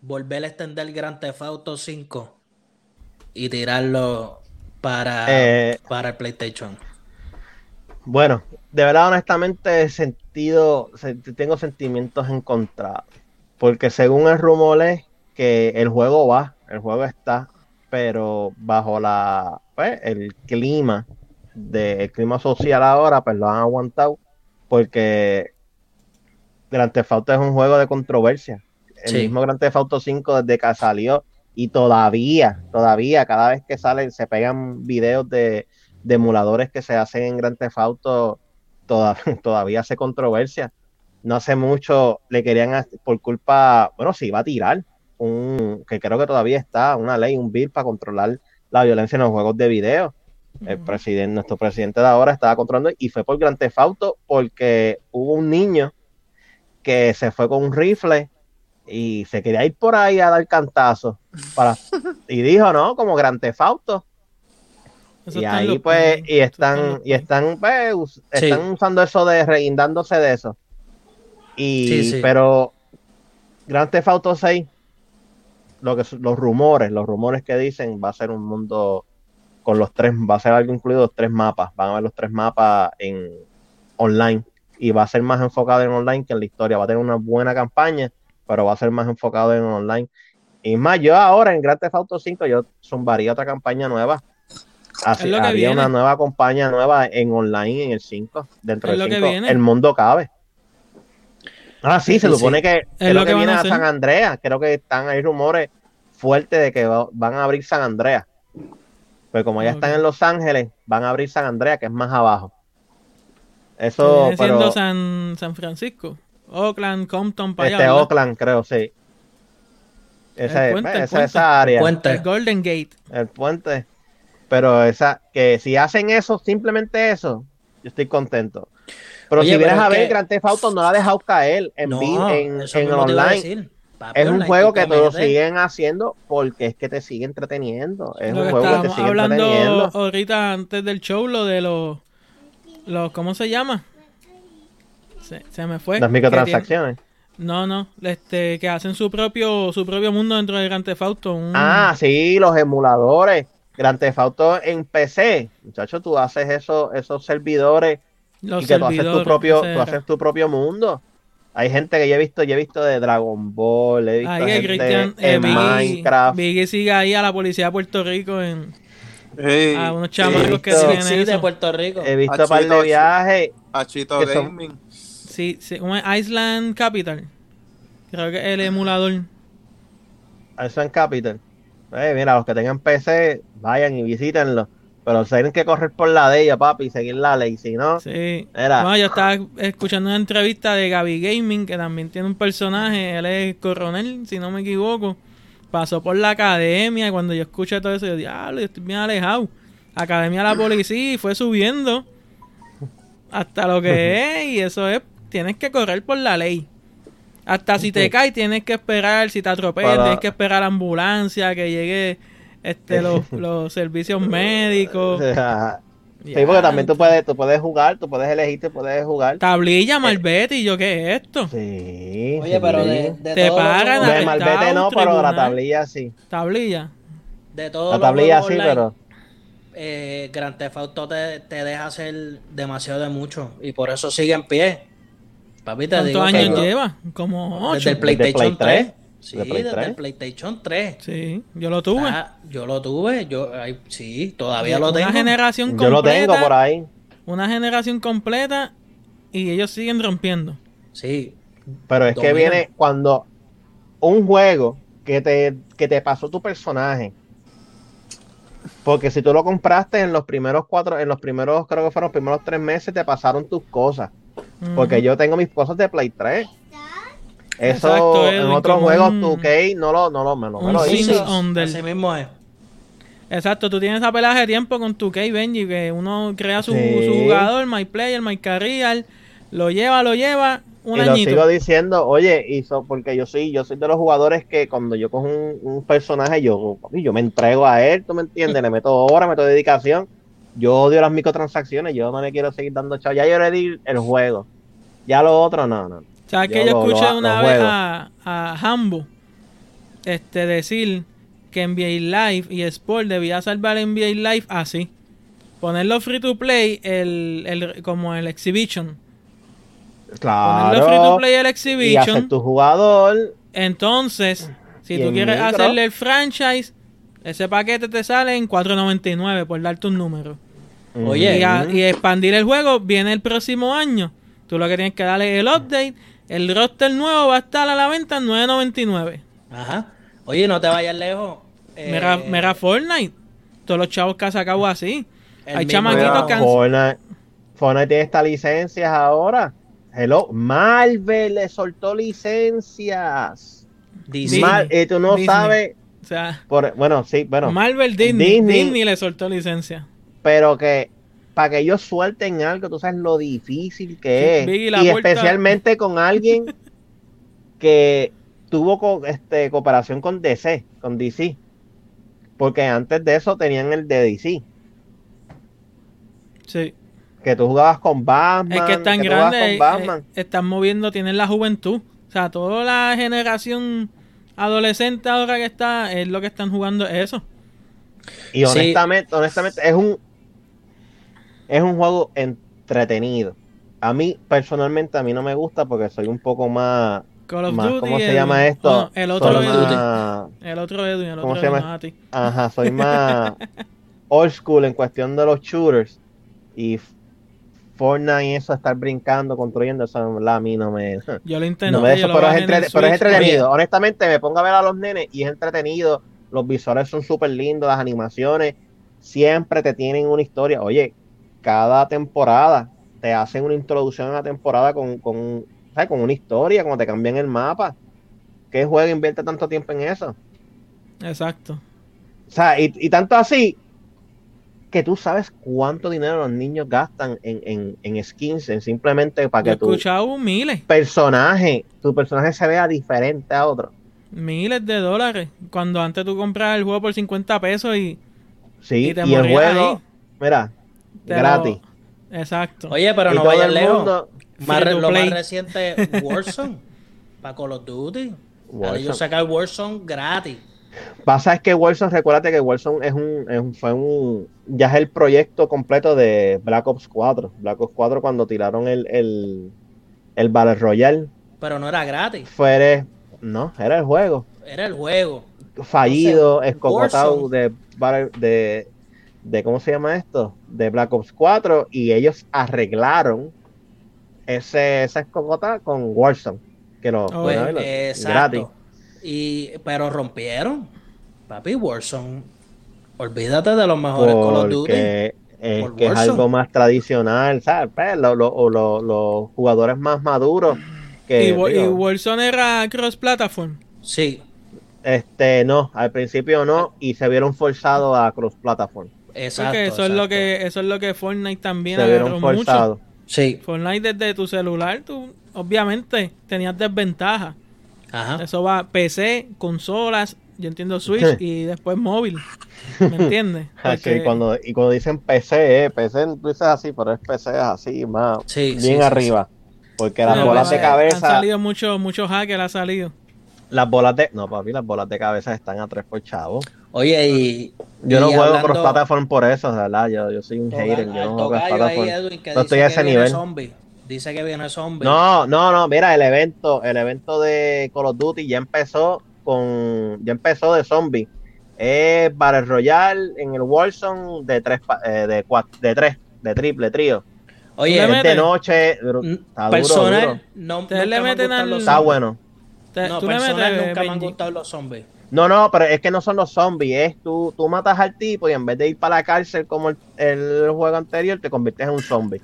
Speaker 4: volver a extender Grand Theft Auto 5 y tirarlo para,
Speaker 3: Eh,
Speaker 4: para el PlayStation?
Speaker 3: Bueno, de verdad, honestamente, sentido, se- tengo sentimientos encontrados. Porque según el rumor es que el juego va, el juego está, pero bajo la, pues, el clima, de, el clima social ahora, pues lo han aguantado. Porque Grand Theft Auto es un juego de controversia. El
Speaker 4: Sí.
Speaker 3: mismo Grand Theft Auto 5 desde que salió y todavía, todavía, cada vez que salen se pegan videos de, de emuladores que se hacen en Grand Theft Auto toda- todavía hace controversia. No hace mucho le querían ha- por culpa, bueno, se iba a tirar un que creo que todavía está una ley, un bill para controlar la violencia en los juegos de video. El presidente, nuestro presidente de ahora estaba controlando y fue por Grand Theft Auto porque hubo un niño que se fue con un rifle y se quería ir por ahí a dar cantazos para y dijo, "No, como Grand Theft Auto."
Speaker 1: Eso
Speaker 3: Y
Speaker 1: está en
Speaker 3: ahí
Speaker 1: los
Speaker 3: pues,
Speaker 1: planes.
Speaker 3: y
Speaker 1: en
Speaker 3: están,
Speaker 1: los
Speaker 3: y están, pues, us- están
Speaker 4: Sí.
Speaker 3: usando eso de reguindándose de eso. Y
Speaker 4: Sí, sí.
Speaker 3: pero Grand Theft Auto 6, lo que su- los rumores, los rumores que dicen va a ser un mundo con los tres, va a ser algo incluido los tres mapas, van a ver los tres mapas en online y va a ser más enfocado en online que en la historia, va a tener una buena campaña, pero va a ser más enfocado en online. Y más, yo ahora en Grand Theft Auto 5 yo zumbaría otra campaña nueva. Así
Speaker 1: Es lo que
Speaker 3: había una
Speaker 1: viene.
Speaker 3: nueva campaña nueva en online en el 5,
Speaker 1: Es
Speaker 3: dentro del
Speaker 1: lo que
Speaker 3: 5.
Speaker 1: viene.
Speaker 3: El mundo cabe. Ah, sí, se
Speaker 4: Sí, sí.
Speaker 3: supone que creo
Speaker 1: lo
Speaker 3: que,
Speaker 1: que van
Speaker 3: viene
Speaker 1: a
Speaker 3: a
Speaker 1: hacer.
Speaker 3: San Andreas, creo que están hay rumores fuertes de que va- van a abrir San Andreas. Pues como ya
Speaker 1: Ok.
Speaker 3: están en Los Ángeles, van a abrir San Andreas, que es más abajo. Eso,
Speaker 1: Viene siendo
Speaker 3: pero
Speaker 1: San, San Francisco. Oakland, Compton, para
Speaker 3: este
Speaker 1: allá. ¿verdad?
Speaker 3: Oakland, creo, sí. Esa,
Speaker 1: El puente, el
Speaker 3: esa-
Speaker 1: puente.
Speaker 3: esa área.
Speaker 4: Cuenta.
Speaker 1: El Golden Gate.
Speaker 3: el puente. Pero esa, que si hacen eso, simplemente eso, yo estoy contento. Pero
Speaker 4: Oye,
Speaker 3: si vienes
Speaker 4: pero
Speaker 3: a
Speaker 4: es
Speaker 3: ver,
Speaker 4: que-
Speaker 3: Grand Theft Auto no la ha dejado caer en, vivo, en,
Speaker 4: eso
Speaker 3: en
Speaker 4: mismo te iba a
Speaker 3: online.
Speaker 4: decir. Papi,
Speaker 3: Es un
Speaker 4: online,
Speaker 3: juego
Speaker 4: tú
Speaker 3: que
Speaker 4: te
Speaker 3: todos
Speaker 4: metes.
Speaker 3: siguen haciendo porque es que te sigue entreteniendo. Es
Speaker 1: lo
Speaker 3: un
Speaker 1: que
Speaker 3: juego que te
Speaker 1: estábamos
Speaker 3: sigue
Speaker 1: hablando
Speaker 3: entreteniendo.
Speaker 1: ahorita antes del show, lo de los, los ¿cómo se llama? Se, se me fue.
Speaker 3: Las
Speaker 1: Que tienen-
Speaker 3: microtransacciones.
Speaker 1: No, no, este, que hacen su propio, su propio mundo dentro de Grand Theft Auto. un-
Speaker 3: Ah, sí, los emuladores. Grand Theft Auto en PC. Muchachos, tú haces eso, esos servidores
Speaker 1: los
Speaker 3: y que tú haces tu
Speaker 1: servidores,
Speaker 3: propio, tú
Speaker 1: etcétera.
Speaker 3: haces tu propio mundo. Hay gente que yo he visto, yo he visto de Dragon Ball, he visto
Speaker 1: Ahí que
Speaker 3: gente
Speaker 1: Cristian eh,
Speaker 3: en
Speaker 1: Biggie-
Speaker 3: Minecraft.
Speaker 1: Biggie sigue ahí a la policía de Puerto Rico en,
Speaker 2: Ey,
Speaker 1: a Ah, unos chamacos que
Speaker 3: Sí,
Speaker 1: tienen
Speaker 4: Sí, de
Speaker 1: eso.
Speaker 4: Puerto Rico.
Speaker 3: He visto
Speaker 2: Ah,
Speaker 3: un par
Speaker 2: chido,
Speaker 3: de
Speaker 2: sí.
Speaker 3: viajes.
Speaker 2: a Chito
Speaker 3: que son-
Speaker 2: Gaming.
Speaker 1: Sí, sí, ¿cómo es? Island Capital. Creo que es el emulador.
Speaker 3: Eso en Capital. Eh, mira, los que tengan PC, vayan y visítenlo. Pero se tienen que correr por la de ella, papi, y seguir la ley. Si no,
Speaker 1: Sí.
Speaker 3: Era.
Speaker 1: Bueno, yo estaba escuchando una entrevista de Gaby Gaming, que también tiene un personaje, él es coronel, si no me equivoco. Pasó por la academia y cuando yo escuché todo eso, yo diablo, yo estoy bien alejado. Academia de la policía y fue subiendo hasta lo que es y eso es, tienes que correr por la ley. Hasta si te caes tienes que esperar, si te atropellas
Speaker 3: Para-
Speaker 1: tienes que esperar la ambulancia, que llegue este los, los servicios médicos.
Speaker 3: o sea, sí,
Speaker 1: oh. Ya,
Speaker 3: porque también tú puedes, tú puedes jugar, tú puedes elegir, tú puedes jugar. Eh,
Speaker 1: Tablilla, malvete y yo, ¿qué es esto?
Speaker 3: Sí.
Speaker 4: Oye, pero
Speaker 3: sí.
Speaker 4: de, de
Speaker 1: Te
Speaker 4: todos los
Speaker 1: paran
Speaker 4: juegos-
Speaker 1: a-
Speaker 3: De Malvete
Speaker 1: arrestado,
Speaker 3: no, pero la
Speaker 1: tribunal.
Speaker 3: tablilla sí.
Speaker 1: Tablilla.
Speaker 4: de todos
Speaker 3: La
Speaker 4: los
Speaker 3: tablilla
Speaker 4: juegos
Speaker 3: sí,
Speaker 4: online,
Speaker 3: pero.
Speaker 4: eh, Grand Theft Auto te, te deja hacer demasiado de mucho y por eso sigue en pie. Papi, te digo
Speaker 1: ¿Cuántos
Speaker 4: que
Speaker 1: años
Speaker 4: yo-
Speaker 1: lleva? Como ocho.
Speaker 4: Desde el
Speaker 3: Play
Speaker 4: PlayStation 3.
Speaker 3: tres.
Speaker 4: Sí,
Speaker 3: ¿Desde Play
Speaker 4: desde el
Speaker 3: tres?
Speaker 4: PlayStation 3.
Speaker 1: Sí, yo lo tuve.
Speaker 4: Ah, yo lo tuve, yo ay, sí, todavía lo
Speaker 1: una
Speaker 4: tengo.
Speaker 1: generación completa.
Speaker 3: Yo lo tengo por ahí.
Speaker 1: Una generación completa y ellos siguen rompiendo.
Speaker 4: Sí,
Speaker 3: Pero es que
Speaker 4: Dominan.
Speaker 3: viene cuando un juego que te, que te pasó tu personaje. Porque si tú lo compraste en los primeros cuatro, en los primeros, creo que fueron los primeros tres meses, te pasaron tus cosas.
Speaker 1: Ujú.
Speaker 3: Porque yo tengo mis cosas de Play 3. Eso
Speaker 1: Exacto,
Speaker 3: en
Speaker 1: Edwin,
Speaker 3: otros
Speaker 1: como
Speaker 3: juegos
Speaker 1: un-
Speaker 3: 2K no lo, no lo, me lo, me
Speaker 1: un
Speaker 3: lo
Speaker 1: Sims
Speaker 3: hizo.
Speaker 1: Under.
Speaker 4: así mismo es.
Speaker 1: Exacto, tú tienes esa pelaje de tiempo con tu Key Benji, que uno crea su,
Speaker 3: Sí.
Speaker 1: su jugador, My Player, My Career, lo lleva, lo lleva, un
Speaker 3: y lo
Speaker 1: añito.
Speaker 3: sigo diciendo, oye, hizo, porque yo soy, yo soy de los jugadores que cuando yo cojo un, un personaje, yo, papi, yo me entrego a él, ¿tú me entiendes? Le meto hora, meto dedicación. Yo odio las microtransacciones, yo no le quiero seguir dando chao. Ya yo le di el juego. Ya lo otro, no, no.
Speaker 1: ¿Sabes
Speaker 3: Yo
Speaker 1: que yo
Speaker 3: lo- lo-
Speaker 1: escuché
Speaker 3: lo
Speaker 1: una vez
Speaker 3: juego.
Speaker 1: a, a Hambo este, decir que NBA Live y Sport debía salvar NBA Live así? Ponerlo free to play el, el- como el Exhibition. Ponerlo free to
Speaker 3: Claro.
Speaker 1: play el
Speaker 3: Y hacer
Speaker 1: Exhibition.
Speaker 3: tu jugador.
Speaker 1: Entonces, si
Speaker 3: Y
Speaker 1: tú
Speaker 3: en
Speaker 1: quieres
Speaker 3: micro.
Speaker 1: hacerle el franchise, ese paquete te sale en 4.99 por darte un número.
Speaker 4: Oye,
Speaker 1: Y, a-
Speaker 3: Ujú.
Speaker 1: y expandir el juego viene el próximo año. Tú lo que tienes que darle es el update. El roster nuevo va a estar a la venta en 9.99.
Speaker 4: Ajá. Oye, no te vayas lejos. Eh,
Speaker 1: Mira, mira Fortnite. Todos los chavos que ha sacado así.
Speaker 4: el
Speaker 1: hay
Speaker 4: mismo-
Speaker 1: chamaquitos que han-
Speaker 3: Fortnite, Fortnite tiene estas licencias ahora. Hello, Marvel le soltó licencias.
Speaker 4: Disney.
Speaker 3: Mar- eh, tú no
Speaker 1: Disney.
Speaker 3: sabes.
Speaker 1: O sea,
Speaker 3: por- bueno, sí, bueno.
Speaker 1: Marvel Disney, Disney.
Speaker 3: Disney.
Speaker 1: le soltó licencia.
Speaker 3: pero que para que ellos suelten algo, tú sabes lo difícil que
Speaker 1: Sí, Biggie,
Speaker 3: es.
Speaker 1: la
Speaker 3: Y
Speaker 1: vuelta-
Speaker 3: especialmente con alguien que tuvo co- este, cooperación con DC, con DC. Porque antes de eso tenían el de DC.
Speaker 1: Sí.
Speaker 3: Que tú jugabas con Batman.
Speaker 1: es que es tan
Speaker 3: tú jugabas
Speaker 1: grande. eh,
Speaker 3: con Batman.
Speaker 1: eh, están moviendo, tienen la juventud. O sea, toda la generación adolescente ahora que está, es lo que están jugando es eso. eh,
Speaker 3: Y honestamente, honestamente, es un es un juego entretenido. A mí, personalmente, a mí no me gusta porque soy un poco más.
Speaker 1: Call of
Speaker 3: más
Speaker 1: Duty.
Speaker 3: ¿Cómo se
Speaker 1: Edwin.
Speaker 3: llama esto?
Speaker 1: Oh, no, el otro
Speaker 3: Soy
Speaker 4: Call of Duty.
Speaker 1: Edwin.
Speaker 3: más-
Speaker 1: El otro Edwin, el
Speaker 3: ¿Cómo
Speaker 1: otro
Speaker 3: se llama?
Speaker 1: Edwin, no a ti.
Speaker 3: Ajá, soy más old school en cuestión de los shooters. Y Fortnite y eso, estar brincando, construyendo, eso en verdad, a mí no me.
Speaker 1: Yo lo intenté.
Speaker 3: no me de
Speaker 1: yo
Speaker 3: eso,
Speaker 1: Este, lo
Speaker 3: pero, es
Speaker 1: bajé en el
Speaker 3: entrete- pero es
Speaker 1: Switch.
Speaker 3: entretenido. Honestamente, me pongo a ver a los nenes y es entretenido. Los visuales son súper lindos, las animaciones siempre te tienen una historia. Oye, cada temporada te hacen una introducción a la temporada con, con, ¿sabes? con una historia, como te cambian el mapa. ¿Qué juego invierte tanto tiempo en eso?
Speaker 1: Exacto.
Speaker 3: O sea, y, y tanto así que tú sabes cuánto dinero los niños gastan en, en, en skins, en simplemente para
Speaker 1: Yo he
Speaker 3: que tu
Speaker 1: escuchado miles.
Speaker 3: personaje, tu personaje se vea diferente a otro.
Speaker 1: Miles de dólares. Cuando antes tú comprabas el juego por 50 pesos y
Speaker 3: Sí,
Speaker 1: Y
Speaker 3: y,
Speaker 1: te
Speaker 3: el
Speaker 1: morías
Speaker 3: juego,
Speaker 1: ahí.
Speaker 3: mira,
Speaker 1: te lo-
Speaker 3: gratis.
Speaker 1: Exacto.
Speaker 4: Oye, pero
Speaker 3: Y
Speaker 4: no
Speaker 3: todo
Speaker 4: vayas
Speaker 3: el
Speaker 4: lejos.
Speaker 3: mundo-
Speaker 4: Más
Speaker 1: Free
Speaker 4: re-
Speaker 1: to
Speaker 4: lo más
Speaker 1: play.
Speaker 4: reciente, Warzone. para Call of Duty. Ahora Ellos
Speaker 3: Warzone.
Speaker 4: sacan Warzone gratis.
Speaker 3: Pasa es que Wilson, recuérdate que Wilson es un, es un- fue un, ya es el proyecto completo de Black Ops 4. Black Ops 4 cuando tiraron el, el, el Battle Royale,
Speaker 4: pero no era gratis,
Speaker 3: Fuere, no, era el juego.
Speaker 4: era el juego.
Speaker 3: Fallido,
Speaker 4: O sea,
Speaker 3: escocotado
Speaker 4: Warzone.
Speaker 3: de, Battle- de, de, ¿cómo se llama esto? De Black Ops 4 y ellos arreglaron ese, esa escocota con Warzone. Que lo,
Speaker 1: Oh,
Speaker 3: bueno,
Speaker 1: eh,
Speaker 3: lo- gratis.
Speaker 4: Exacto. Y, pero rompieron. Papi, Warzone. Olvídate de los mejores Call of Duty.
Speaker 3: porque es
Speaker 4: Por
Speaker 3: que es
Speaker 4: Warzone.
Speaker 3: algo más tradicional, ¿sabes? Pues, lo- lo- o lo- los jugadores más maduros que
Speaker 1: y, Wa- y
Speaker 3: digo,
Speaker 1: Warzone era cross-platform.
Speaker 4: Sí,
Speaker 3: este no, al principio no y se vieron forzados a cross platform.
Speaker 4: exacto.
Speaker 1: Porque eso es lo
Speaker 4: exacto.
Speaker 1: que eso es lo que Fortnite también
Speaker 3: Se vieron
Speaker 1: agarró mucho.
Speaker 3: forzados.
Speaker 4: Sí,
Speaker 1: Fortnite desde tu celular, tú obviamente tenías desventaja.
Speaker 4: ajá.
Speaker 1: Eso va PC, consolas, yo entiendo Switch y después móvil. ¿Me entiendes?
Speaker 3: Ah, sí,
Speaker 1: Porque-
Speaker 3: y, cuando, y cuando dicen PC, eh, PC tú dices así, pero es PC así, más
Speaker 4: Sí,
Speaker 3: bien
Speaker 4: sí, sí,
Speaker 3: arriba. Porque
Speaker 1: Sí,
Speaker 3: las
Speaker 1: pero
Speaker 3: bolas de
Speaker 1: han- Han
Speaker 3: cabeza,
Speaker 1: salido muchos muchos hackers, ha salido.
Speaker 3: las bolas de, no papi, las bolas de cabeza están a tres por chavo.
Speaker 4: Oye, y.
Speaker 3: Yo
Speaker 4: y
Speaker 3: no juego
Speaker 4: hablando-
Speaker 3: cross platform por eso, de verdad, yo, yo soy un
Speaker 4: Toca-
Speaker 3: hater, yo no
Speaker 4: al
Speaker 3: juego cross
Speaker 4: tocayo ahí,
Speaker 3: platform.
Speaker 4: Edwin, que
Speaker 3: No
Speaker 4: dice
Speaker 3: estoy a
Speaker 4: que
Speaker 3: ese
Speaker 4: viene
Speaker 3: nivel.
Speaker 4: zombie. Dice que viene zombie.
Speaker 3: No, no, no, mira, el evento, el evento de Call of Duty ya empezó con, ya empezó de zombies. Es Battle Royale en el Warzone de tres, pa- eh, de, cua- de tres, de triple, trío.
Speaker 4: Oye,
Speaker 1: Le
Speaker 3: Es de
Speaker 1: meten.
Speaker 3: noche, duro-
Speaker 4: n-
Speaker 3: está duro,
Speaker 4: personal,
Speaker 3: duro.
Speaker 4: no.
Speaker 1: Ustedes
Speaker 4: nunca
Speaker 1: le
Speaker 4: me han
Speaker 1: meten
Speaker 4: gustado
Speaker 1: al-
Speaker 4: los
Speaker 3: Está
Speaker 1: Mm.
Speaker 4: zombies.
Speaker 3: bueno.
Speaker 1: Te-
Speaker 4: No,
Speaker 1: tú le metes,
Speaker 4: personal
Speaker 1: eh,
Speaker 4: nunca me han
Speaker 1: Benji.
Speaker 4: gustado los zombies.
Speaker 3: No, no, pero es que no son los zombies, es tú, tú matas al tipo y en vez de ir para la cárcel como el, el juego anterior, te conviertes en un zombie.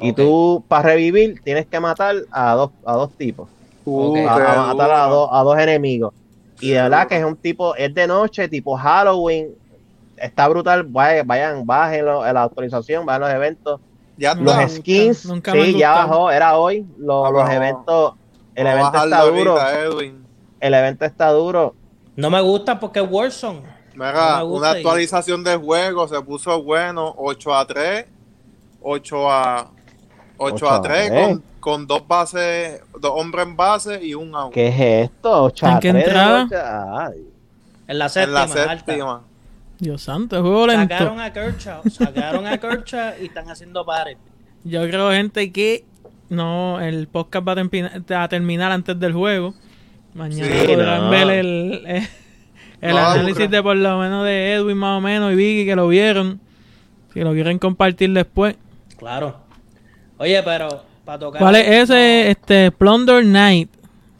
Speaker 3: Y
Speaker 4: Ok.
Speaker 3: tú, para revivir, tienes que matar a dos, a dos tipos.
Speaker 2: Uh,
Speaker 4: Ok.
Speaker 2: qué
Speaker 3: a, Ah, a matar a
Speaker 2: duro.
Speaker 3: dos, a dos enemigos. Y de verdad que es un tipo, es de noche, tipo Halloween. Está brutal. Vaya- Vayan, bajen lo- la autorización, bajen los eventos.
Speaker 2: Ya
Speaker 1: No
Speaker 3: Los
Speaker 1: me
Speaker 2: está.
Speaker 1: gustan,
Speaker 3: skins,
Speaker 1: nunca me han
Speaker 3: sí, ya
Speaker 1: gustado.
Speaker 3: bajó, era hoy. Lo-
Speaker 2: Ah,
Speaker 3: los
Speaker 2: bajó.
Speaker 3: eventos, el
Speaker 2: Vamos a
Speaker 3: evento está
Speaker 2: bajarlo
Speaker 3: duro.
Speaker 2: ahorita, eh. Edwin.
Speaker 3: El evento está duro.
Speaker 4: No me gusta porque es Warzone.
Speaker 2: Mira,
Speaker 4: No me gusta
Speaker 2: una
Speaker 4: y-
Speaker 2: actualización de juego se puso bueno 8 a 3, 8 a 8
Speaker 3: a
Speaker 2: a 3
Speaker 3: tres.
Speaker 2: con, con dos bases, dos hombres en base y un out.
Speaker 3: ¿Qué es esto? Ocho a
Speaker 1: ¿En qué
Speaker 3: tres de
Speaker 1: entrada?
Speaker 3: noche. Ay,
Speaker 4: En la
Speaker 2: En
Speaker 4: séptima.
Speaker 2: la
Speaker 4: alta.
Speaker 2: séptima.
Speaker 1: Dios santo, el juego lento.
Speaker 4: Sacaron a Kershaw. Sacaron a Kershaw y están haciendo pares.
Speaker 1: Yo creo, gente, que no, el podcast va a, tempina- a terminar antes del juego. Mañana
Speaker 2: Sí,
Speaker 1: podrán
Speaker 3: no.
Speaker 1: ver el, eh, el
Speaker 2: No,
Speaker 1: análisis
Speaker 2: creo-
Speaker 1: de por lo menos de Edwin más o menos y Vicky que lo vieron. Si lo quieren compartir después.
Speaker 4: Claro. Oye, pero para tocar.
Speaker 1: ¿Cuál es ese? Este, Plunder Night.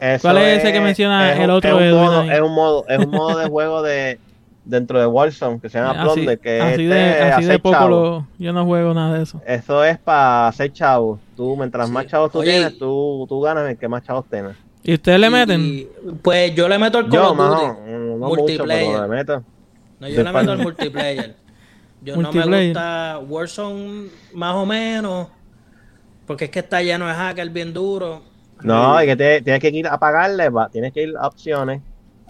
Speaker 3: eso
Speaker 1: ¿Cuál es ese que menciona el
Speaker 3: un-
Speaker 1: otro
Speaker 3: Es
Speaker 1: de
Speaker 3: un, modo,
Speaker 1: Edwin ahí?
Speaker 3: es un modo, es un modo de juego de dentro de Warzone que se llama
Speaker 1: Así,
Speaker 3: Plunder, que
Speaker 1: Ah, así
Speaker 3: este,
Speaker 1: de, así de
Speaker 3: hacer
Speaker 1: poco
Speaker 3: chavo.
Speaker 1: lo- yo no juego nada de eso.
Speaker 3: Eso es para hacer chavos. Tú, mientras
Speaker 4: Sí.
Speaker 3: más chavos tú
Speaker 4: Oye,
Speaker 3: tienes,
Speaker 4: y-
Speaker 3: tú, tú ganas el que más chavos tienes.
Speaker 1: ¿Y ustedes ¿Este le
Speaker 4: Y-
Speaker 1: meten?
Speaker 4: pues yo le meto el Call
Speaker 3: Yo,
Speaker 4: of
Speaker 3: mano,
Speaker 4: Duty.
Speaker 3: no mucho,
Speaker 4: multiplayer.
Speaker 3: pero le meto.
Speaker 4: No, yo le meto el
Speaker 3: Depende.
Speaker 4: multiplayer. Yo no me
Speaker 1: Multiplayer.
Speaker 4: gusta Warzone más o menos. Porque es que está lleno de hackers bien duro.
Speaker 3: No, y que te- tienes que ir a pagarle, va, tienes que ir a opciones.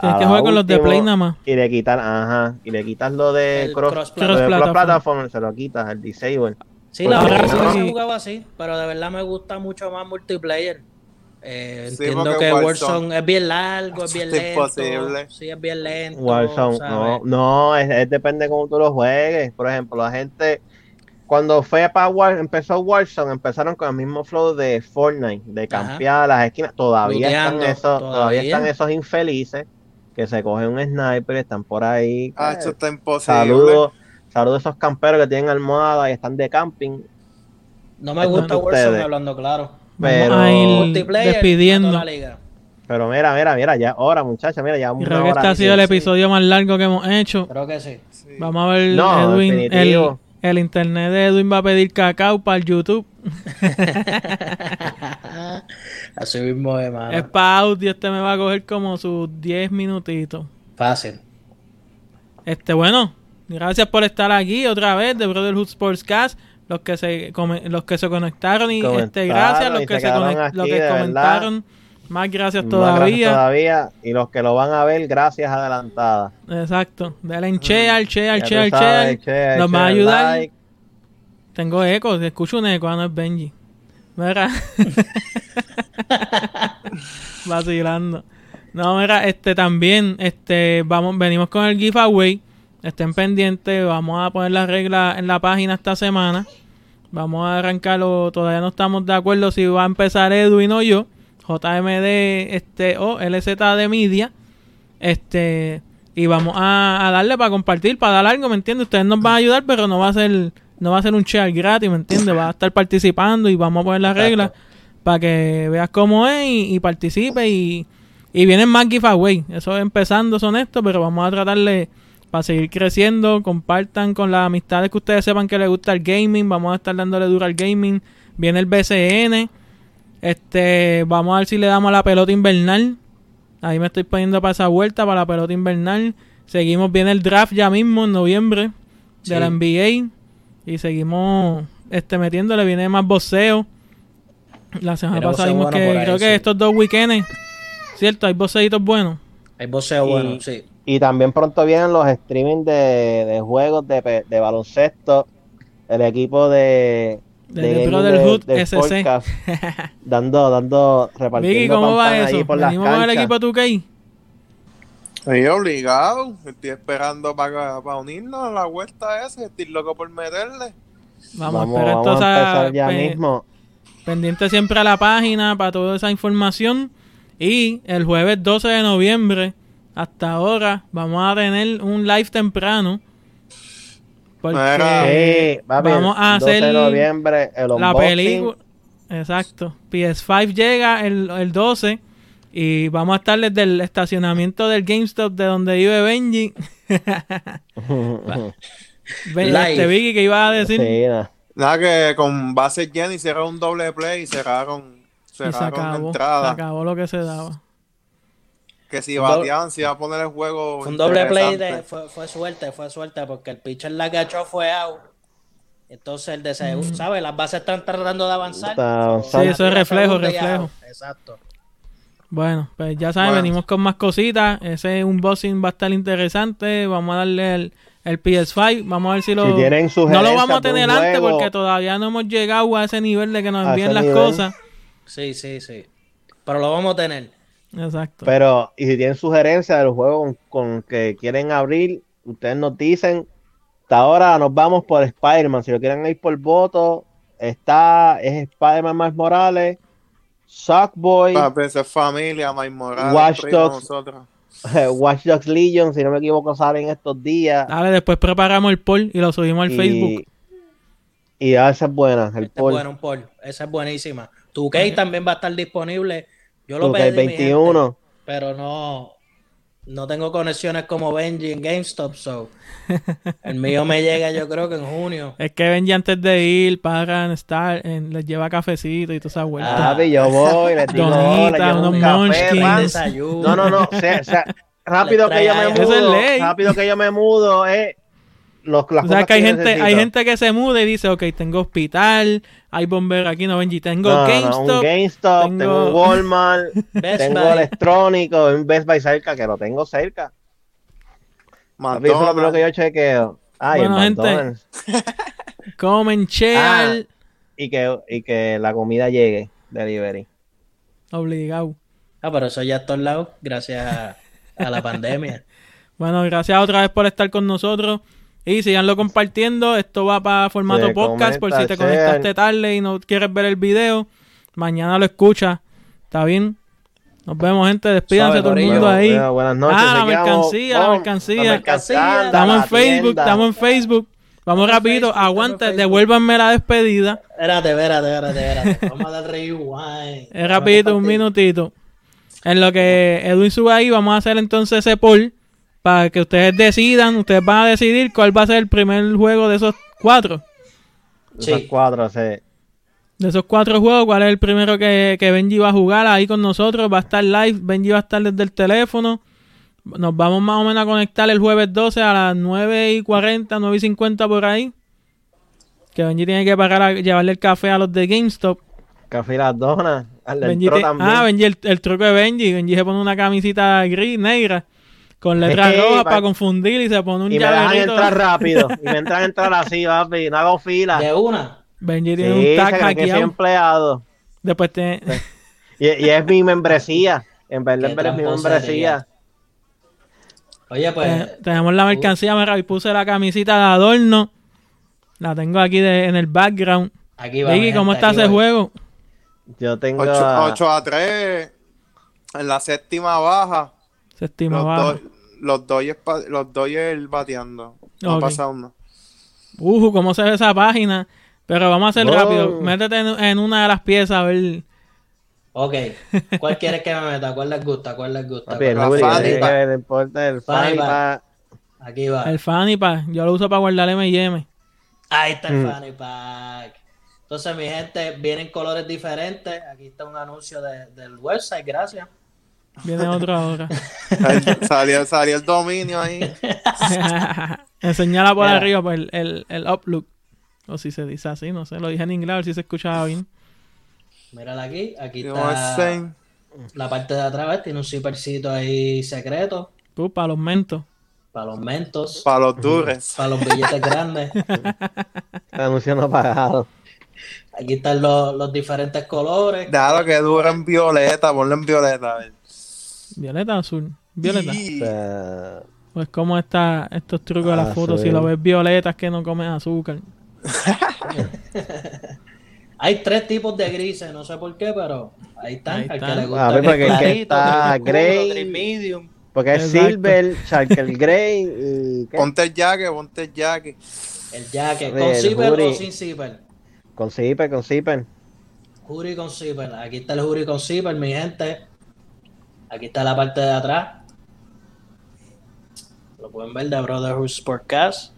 Speaker 1: Tienes
Speaker 3: a
Speaker 1: que
Speaker 3: la
Speaker 1: jugar con los de
Speaker 3: última,
Speaker 1: Play nada más.
Speaker 3: Y le quitas, ajá, y le quitas lo de
Speaker 4: El
Speaker 3: cross,
Speaker 4: cross-platform.
Speaker 3: lo de
Speaker 1: Cross-platform.
Speaker 3: cross-platform, se lo quitas, el disable.
Speaker 4: Sí, la
Speaker 1: Porque
Speaker 4: verdad
Speaker 1: ahora
Speaker 4: yo
Speaker 1: sí-
Speaker 4: he jugado así, pero de verdad me gusta mucho más multiplayer. Eh,
Speaker 2: Sí,
Speaker 4: entiendo
Speaker 2: porque
Speaker 4: que Warzone,
Speaker 2: Warzone-
Speaker 4: es bien largo, es
Speaker 2: Eso
Speaker 4: bien
Speaker 2: está
Speaker 4: lento.
Speaker 2: imposible.
Speaker 4: Sí, es bien lento.
Speaker 3: Warzone, no,
Speaker 4: ¿sabes?
Speaker 3: no, es, es depende cómo tú lo juegues. Por ejemplo, la gente, cuando fue para Warzone, empezó Warzone, empezaron con el mismo flow de Fortnite, de
Speaker 4: Ajá.
Speaker 3: campear las esquinas. Todavía están,
Speaker 4: Looteando,
Speaker 3: esos, todavía.
Speaker 4: todavía.
Speaker 3: están esos infelices que se cogen un sniper, están por ahí.
Speaker 2: Ah,
Speaker 3: eh,
Speaker 2: esto está imposible.
Speaker 3: saludos, saludos a esos camperos que tienen almohada y están de camping.
Speaker 4: No me
Speaker 3: Están
Speaker 4: gusta Warzone
Speaker 3: ustedes.
Speaker 4: hablando claro.
Speaker 3: Pero-
Speaker 1: Vamos a ir
Speaker 4: Multiplayer
Speaker 1: Mm, despidiendo.
Speaker 4: mató la liga.
Speaker 3: Pero mira, mira, mira, ya ahora, muchacha, mira, ya una
Speaker 1: Creo que
Speaker 3: hora
Speaker 1: este ha
Speaker 3: aquí.
Speaker 1: sido el episodio más largo que hemos hecho.
Speaker 4: Creo que sí.
Speaker 2: Sí.
Speaker 1: Vamos a ver,
Speaker 3: No,
Speaker 1: Edwin. El,
Speaker 3: definitivo.
Speaker 1: el internet de Edwin va a pedir cacao para el YouTube.
Speaker 4: Así mismo de mano.
Speaker 1: Es para audio, este me va a coger como sus 10 minutitos.
Speaker 4: fácil.
Speaker 1: Este, bueno, gracias por estar aquí otra vez de Brotherhood Sportscast. Los que se come- los que se conectaron y este,
Speaker 3: Comentaron
Speaker 1: gracias, los
Speaker 3: y
Speaker 1: que
Speaker 3: se
Speaker 1: se
Speaker 3: quedaron
Speaker 1: conect-
Speaker 3: aquí,
Speaker 1: los
Speaker 3: de
Speaker 1: que
Speaker 3: verdad.
Speaker 1: comentaron, más gracias
Speaker 3: Más gracias
Speaker 1: todavía.
Speaker 3: todavía. Y los que lo van a ver, gracias adelantada.
Speaker 1: Exacto. Dale en share, share,
Speaker 3: Ya tú
Speaker 1: share,
Speaker 3: sabes,
Speaker 1: share. Nos va a
Speaker 3: share,
Speaker 1: ayudar.
Speaker 3: like.
Speaker 1: Tengo eco, te escucho un eco, ah, no es Benji. Mira. Vacilando. No, mira, este también, este, vamos, venimos con el giveaway. Estén pendientes, vamos a poner las reglas en la página esta semana. Vamos a arrancarlo, todavía no estamos de acuerdo si va a empezar Edwin o yo. JMD este, o LZD Media. Este, y vamos a, a darle para compartir, para dar algo, ¿me entiendes? Ustedes nos van a ayudar, pero no va a ser, no va a ser un share gratis, ¿me entiendes? Va a estar participando y vamos a poner las
Speaker 4: Exacto.
Speaker 1: reglas para que veas cómo es y, y participe y, y vienen más giveaway. Eso es empezando, son estos, pero vamos a tratarle para seguir creciendo. Compartan con las amistades que ustedes sepan que les gusta el gaming. Vamos a estar dándole duro al gaming. Viene el BCN. Este, vamos a ver si le damos a la pelota invernal. Ahí me estoy poniendo para esa vuelta, para la pelota invernal. Seguimos bien el draft ya mismo en noviembre de
Speaker 4: Sí.
Speaker 1: la NBA. Y seguimos este, metiéndole. Viene más boxeo. La semana
Speaker 4: Era
Speaker 1: pasada
Speaker 4: boxeo
Speaker 1: vimos
Speaker 4: bueno
Speaker 1: que
Speaker 4: por ahí,
Speaker 1: creo que
Speaker 4: sí.
Speaker 1: estos dos weekends, ¿cierto? Hay boxeitos buenos.
Speaker 4: Hay voceo
Speaker 3: Y-
Speaker 4: bueno, sí.
Speaker 3: Y también pronto vienen los streaming de, de juegos de, pe- de baloncesto. El equipo de,
Speaker 1: De
Speaker 3: de
Speaker 1: The
Speaker 3: gaming
Speaker 1: Brotherhood
Speaker 3: del
Speaker 1: SC.
Speaker 3: podcast, dando, dando, repartiendo
Speaker 1: Vicky, ¿cómo va
Speaker 3: pantalla allí
Speaker 1: eso?
Speaker 3: por las
Speaker 1: ¿Venimos con el
Speaker 3: canchas.
Speaker 1: equipo 2K?
Speaker 2: Sí, obligado. Estoy esperando para, para unirnos a la vuelta esa. Estoy loco por meterle.
Speaker 1: Vamos,
Speaker 3: vamos,
Speaker 1: pero
Speaker 3: vamos
Speaker 1: entonces
Speaker 3: a empezar ya
Speaker 1: pe-
Speaker 3: mismo.
Speaker 1: pendiente siempre a la página para toda esa información. Y el jueves 12 de noviembre, hasta ahora, vamos a tener un live temprano. Porque
Speaker 2: Mira.
Speaker 3: Sí, Ah, papi, el
Speaker 1: Eh, vamos a
Speaker 3: 12 de
Speaker 1: hacer
Speaker 3: noviembre, el
Speaker 1: la
Speaker 3: unboxing.
Speaker 1: película. Exacto. PS5 llega el, el 12 y vamos a estar desde el estacionamiento del GameStop de donde vive Benji. Ben-
Speaker 4: Live.
Speaker 1: este Vicky que iba a decir.
Speaker 3: Sí, nada.
Speaker 2: Nada que con base llena hicieron un doble play y cerraron,
Speaker 1: Y se
Speaker 2: cerraron la
Speaker 1: acabó, se
Speaker 2: entrada.
Speaker 1: acabó lo que se daba.
Speaker 2: Que si
Speaker 4: Un doble-
Speaker 2: bateaban, se iba a poner el juego.
Speaker 4: Fue un doble play, de-
Speaker 2: interesante.
Speaker 4: fue, fue suerte, fue suerte, porque el pitcher la cachó, fue out. Entonces el de Seúl, ¿sabes? Las bases están tratando de avanzar.
Speaker 3: Está-
Speaker 4: So,
Speaker 1: Mm. Sí, eso es
Speaker 4: la tira
Speaker 1: reflejo,
Speaker 4: segunda y ya
Speaker 1: reflejo.
Speaker 4: out. Exacto.
Speaker 1: Bueno, pues ya saben,
Speaker 2: Bueno.
Speaker 1: venimos con más cositas. Ese unboxing va a estar interesante. Vamos a darle el, el PS5. Vamos a ver si lo.
Speaker 3: Si tienen
Speaker 1: no lo vamos a
Speaker 3: sugerencias de un
Speaker 1: tener antes
Speaker 3: juego-
Speaker 1: porque todavía no hemos llegado a ese nivel de que nos
Speaker 3: A
Speaker 1: envíen
Speaker 3: ese
Speaker 1: las
Speaker 3: nivel.
Speaker 1: cosas.
Speaker 4: Sí, sí, sí. Pero lo vamos a tener.
Speaker 1: Exacto.
Speaker 3: Pero, y si tienen sugerencias de los juegos con, con que quieren abrir, ustedes nos dicen. Hasta ahora nos vamos por Spider-Man. Si lo quieren ir por voto, está es Spider-Man más Morales, Sackboy,
Speaker 2: Papi, eso es familia, Mike Morales.
Speaker 3: Watch
Speaker 2: primo de
Speaker 3: Dogs.
Speaker 2: nosotros.
Speaker 3: Watch Dogs Legion, si no me equivoco, salen estos días.
Speaker 1: Dale, después preparamos el poll y lo subimos al
Speaker 3: y,
Speaker 1: Facebook.
Speaker 3: Y ah, esa es buena, el
Speaker 4: Este es
Speaker 3: poll.
Speaker 4: bueno, un poll. Esa es buenísima. Tu Key también va a estar disponible. Yo lo
Speaker 3: Ok,
Speaker 4: pedí, mi gente,
Speaker 3: 21.
Speaker 4: pero no, no tengo conexiones como Benji en GameStop, so. El mío me llega yo creo que en junio.
Speaker 1: Es que ven ya antes de ir, pagan, estar, en- les lleva cafecito y toda esa vuelta.
Speaker 4: Ah,
Speaker 3: Papi, yo voy, les digo
Speaker 1: Donita,
Speaker 3: hola, llevo
Speaker 1: unos
Speaker 3: un café,
Speaker 1: munchkins.
Speaker 3: pan. No,
Speaker 4: Desayuno.
Speaker 3: no, no. o sea, o sea, rápido
Speaker 4: Le
Speaker 3: que yo me
Speaker 4: trae-
Speaker 1: Eso es
Speaker 3: mudo.
Speaker 1: ley.
Speaker 3: Rápido que yo me mudo es los las
Speaker 1: o sea
Speaker 3: cosas
Speaker 1: que hay
Speaker 3: yo
Speaker 1: gente,
Speaker 3: necesito.
Speaker 1: hay gente que se muda y dice, ok, tengo hospital, hay bombero aquí, no ven, tengo
Speaker 3: No, no, no,
Speaker 1: GameStop.
Speaker 3: un GameStop, tengo,
Speaker 1: tengo-
Speaker 3: un Walmart,
Speaker 4: Best
Speaker 3: tengo
Speaker 4: Buy.
Speaker 3: electrónico, un Best Buy cerca que lo tengo cerca. Papi, eso es lo primero
Speaker 2: McDonald's.
Speaker 3: que yo chequeo. Ay,
Speaker 1: Bueno,
Speaker 3: el
Speaker 1: gente.
Speaker 3: McDonald's.
Speaker 1: Comen
Speaker 3: Ah.
Speaker 1: cheal.
Speaker 3: Y que y que la comida llegue delivery.
Speaker 1: Obligado.
Speaker 4: Ah, pero eso ya está al lado, gracias a, a la pandemia.
Speaker 1: Bueno, gracias otra vez por estar con nosotros. Y síganlo compartiendo. Esto va para formato
Speaker 3: Se
Speaker 1: podcast. Por si te
Speaker 3: comenta,
Speaker 1: conectaste
Speaker 3: share.
Speaker 1: tarde y no quieres ver el video, mañana lo escuchas. ¿Está bien? Nos vemos, gente. Despídanse
Speaker 4: Suave,
Speaker 1: todo el
Speaker 4: corillo.
Speaker 1: mundo
Speaker 3: Bueno,
Speaker 1: ahí.
Speaker 3: bueno, buenas noches.
Speaker 1: Ah, la
Speaker 3: chequeamos.
Speaker 1: mercancía, la
Speaker 3: Vamos,
Speaker 1: mercancía.
Speaker 3: mercancía,
Speaker 1: Estamos en
Speaker 3: la
Speaker 1: Facebook,
Speaker 3: tienda.
Speaker 1: estamos en Facebook. Vamos
Speaker 4: en
Speaker 1: rapidito.
Speaker 4: Facebook, estamos en
Speaker 1: Aguante,
Speaker 4: Facebook.
Speaker 1: devuélvanme la despedida.
Speaker 4: Espérate, espérate, espérate, espérate. Vamos a dar rewind.
Speaker 1: Es Eh, rapidito, un minutito. En lo que Edwin sube ahí, vamos a hacer entonces ese poll para que ustedes decidan, ustedes van a decidir cuál va a ser el primer juego de esos cuatro.
Speaker 3: Esas
Speaker 4: Sí.
Speaker 3: cuatro, sí.
Speaker 1: De esos cuatro juegos, ¿cuál es el primero que, que Benji va a jugar ahí con nosotros? Va a estar live, Benji va a estar desde el teléfono. Nos vamos más o menos a conectar el jueves 12 a las 9 y 40, 9 y 50 por ahí. Que Benji tiene que parar a llevarle el café a los de GameStop.
Speaker 3: Café y las donas. al
Speaker 1: Benji
Speaker 3: electro
Speaker 1: te-
Speaker 3: también.
Speaker 1: Ah, Benji, el, el truco de Benji. Benji se pone una camisita gris, negra, con letras
Speaker 3: Ey,
Speaker 1: rojas
Speaker 3: pa-
Speaker 1: para confundir y se pone un
Speaker 3: Y me dejan
Speaker 1: llaverito.
Speaker 3: entrar rápido. Y me entran a entrar así, papi. No hago fila.
Speaker 4: De una.
Speaker 1: Benji
Speaker 3: Sí,
Speaker 1: tiene
Speaker 3: se
Speaker 1: un tag
Speaker 3: creen que Pues, soy
Speaker 1: hackeado.
Speaker 3: empleado.
Speaker 1: Después tiene...
Speaker 3: Y, y es mi membresía. En
Speaker 4: Qué
Speaker 3: verdad, es mi
Speaker 4: tramposa
Speaker 3: membresía.
Speaker 4: Oye, pues,
Speaker 1: Te- tenemos
Speaker 3: uh.
Speaker 1: la mercancía, mira, y puse la camisita de adorno. La tengo aquí de- en el background.
Speaker 4: aquí va. mi
Speaker 1: Vicky,
Speaker 4: gente,
Speaker 1: ¿cómo está
Speaker 4: aquí
Speaker 1: ese
Speaker 4: voy.
Speaker 1: juego?
Speaker 3: Yo tengo.
Speaker 2: 8
Speaker 3: a-
Speaker 2: a... 3 en la séptima baja.
Speaker 1: Séptima
Speaker 2: los,
Speaker 1: baja.
Speaker 2: Doy- los Dodgers pa- los Dodgers bateando. No
Speaker 1: Ok.
Speaker 2: ha pasado nada.
Speaker 1: Uh, cómo se ve esa página. Pero vamos a hacer
Speaker 3: Wow.
Speaker 1: rápido. Métete en, en una de las piezas a ver.
Speaker 4: Ok, ¿cuál quieres que me meta? ¿Cuál les gusta? ¿Cuál les gusta? Pues,
Speaker 3: Papi, el
Speaker 2: La
Speaker 4: ¿Cuál les
Speaker 2: Fanny
Speaker 3: Juli,
Speaker 4: gusta?
Speaker 3: tiene
Speaker 2: Pack.
Speaker 3: que ver el porte del
Speaker 4: Fanny
Speaker 3: Fanny Pack.
Speaker 4: Aquí va.
Speaker 1: El Fanny Pack. Yo lo uso para guardar M&M.
Speaker 4: Ahí está el
Speaker 3: Mm.
Speaker 4: Fanny Pack. Entonces, mi gente, vienen colores diferentes. Aquí está un anuncio de- del website, gracias.
Speaker 1: Viene otro ahora.
Speaker 2: Ahí salió, salió el dominio ahí.
Speaker 1: Enseñala por
Speaker 4: Mira.
Speaker 1: arriba pues, el, el, el Outlook. O si se dice así, no sé. Lo dije en inglés, a ver si se escuchaba bien.
Speaker 4: Mírala aquí. Aquí
Speaker 2: Yo
Speaker 4: está
Speaker 2: sé.
Speaker 4: la parte de atrás. ¿ves? Tiene un zippercito ahí secreto
Speaker 1: Uh, para los mentos.
Speaker 4: para los mentos,
Speaker 2: Para los dures.
Speaker 4: para los billetes grandes.
Speaker 3: Anuncio no pagado.
Speaker 4: Aquí están los, los diferentes colores.
Speaker 2: Déjalo que dure en violeta, ponlo en violeta. A ver.
Speaker 1: Violeta o azul. Violeta.
Speaker 3: O
Speaker 2: Y-
Speaker 3: sea,
Speaker 1: Pues como está estos trucos de las
Speaker 3: Ah,
Speaker 1: fotos.
Speaker 3: sí.
Speaker 1: Si lo ves violeta es que no comes azúcar.
Speaker 4: Hay tres tipos de grises, no sé por qué, pero ahí están.
Speaker 1: Ahí
Speaker 4: Al que
Speaker 1: están.
Speaker 4: le gusta
Speaker 3: Ah,
Speaker 4: gris
Speaker 3: porque es que
Speaker 4: clarito,
Speaker 3: está
Speaker 4: gris oscuro,
Speaker 3: gray.
Speaker 4: gris medium.
Speaker 3: Porque es
Speaker 1: Exacto.
Speaker 3: Silver, Charkel Grey y. ¿qué?
Speaker 2: Ponte el jaque, ponte el jaque.
Speaker 4: El jacket,
Speaker 3: El
Speaker 4: con zipper o
Speaker 3: hoodie.
Speaker 4: sin zipper.
Speaker 3: Con Zipper, con Zipper.
Speaker 4: Jury con zipper. Aquí está el jury con zipper, mi gente. Aquí está la parte de atrás. Lo pueden ver de Brotherhood Sportcast.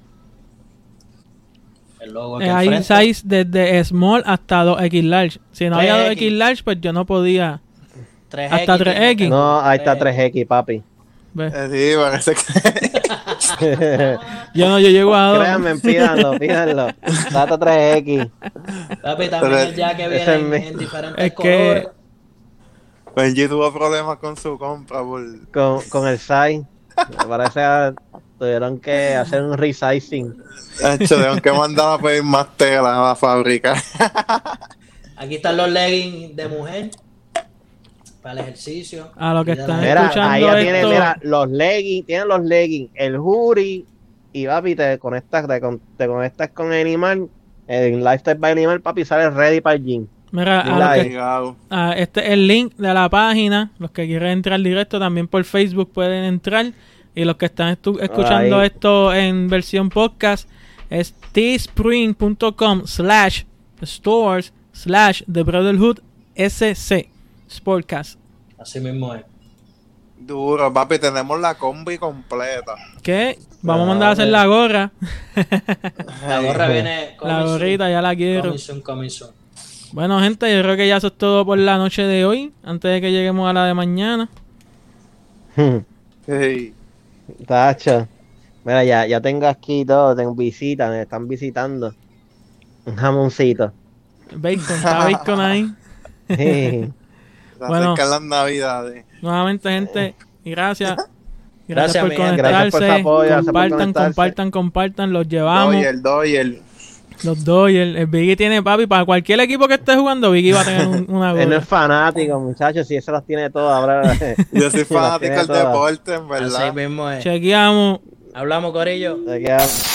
Speaker 4: El logo aquí
Speaker 1: Eh, hay
Speaker 4: enfrente.
Speaker 1: size desde small hasta 2X large. Si no había
Speaker 4: 3X.
Speaker 1: 2X large, pues yo no podía.
Speaker 4: 3X,
Speaker 1: hasta 3X.
Speaker 3: No, ahí
Speaker 4: Eh.
Speaker 3: está 3X, papi.
Speaker 1: ¿ves?
Speaker 2: Eh, Sí, parece que.
Speaker 1: Yo no, yo llego a dos.
Speaker 3: Créanme, pídanlo, pídanlo. Data 3X.
Speaker 4: Papi, también el
Speaker 2: Tres.
Speaker 4: jacket viene
Speaker 3: Ese es
Speaker 4: en,
Speaker 3: mi-
Speaker 4: en diferentes
Speaker 1: Es que-
Speaker 4: colores.
Speaker 2: Benji tuvo problemas con su compra por.
Speaker 3: Con, con el size. Me parece que tuvieron que hacer un resizing.
Speaker 2: Hacho, tengo que mandar a pedir más tela a fabricar.
Speaker 4: Aquí están los leggings de mujer. Para el ejercicio.
Speaker 1: A lo que
Speaker 4: Y de la-
Speaker 1: están
Speaker 3: Mira,
Speaker 1: escuchando
Speaker 3: ahí ya tiene,
Speaker 1: esto.
Speaker 3: mira, los leggings, tienen los leggings, el jury. Y papi, te conectas, te, con- te conectas con Animal. En Lifestyle by Animal, papi, sale ready para el gym.
Speaker 1: Mira, a lo
Speaker 3: Mira,
Speaker 1: que-
Speaker 3: eh.
Speaker 2: Obligado.
Speaker 1: ah, este es el link de la página. Los que quieran entrar directo también por Facebook pueden entrar. Y los que están estu- escuchando
Speaker 3: Ahí.
Speaker 1: esto en versión podcast es teespring.com slash stores slash the brotherhood sc sportcast.
Speaker 4: Así mismo es.
Speaker 2: Duro, papi, tenemos la combi completa.
Speaker 1: ¿Qué? Vamos a mandar a hacer
Speaker 3: Dale.
Speaker 1: la gorra.
Speaker 4: La gorra viene con
Speaker 1: La gorrita ya la quiero.
Speaker 4: Coming soon, coming soon.
Speaker 1: Bueno, gente, yo creo que ya eso es todo por la noche de hoy. Antes de que lleguemos a la de mañana.
Speaker 2: Sí.
Speaker 3: Tacho. Mira, ya, ya tengo aquí todo, tengo visitas, me están visitando. Un jamoncito.
Speaker 1: Bacon, está Bacon ahí.
Speaker 2: Se
Speaker 1: Bueno.
Speaker 2: acercan las navidades.
Speaker 1: Nuevamente, gente, gracias. Gracias
Speaker 4: Gracias,
Speaker 1: por
Speaker 4: mi gente.
Speaker 1: conectarse.
Speaker 3: Gracias por su apoyo, gracias por
Speaker 1: compartan,
Speaker 3: conectarse.
Speaker 1: compartan, compartan. Los llevamos.
Speaker 2: Doyer, Doyer.
Speaker 1: Los doy. El, el Biggie tiene, papi, para cualquier equipo que esté jugando, Biggie va a tener un- una
Speaker 3: Él no
Speaker 1: gorra.
Speaker 3: es fanático, muchachos, si eso las tiene todas. Ahora,
Speaker 2: Yo soy
Speaker 3: Las
Speaker 2: fanático
Speaker 3: tiene
Speaker 2: del
Speaker 3: todas.
Speaker 2: deporte, en
Speaker 4: Así
Speaker 2: verdad.
Speaker 4: mismo es.
Speaker 1: Chequeamos.
Speaker 4: Hablamos, Corillo.
Speaker 3: Se queda-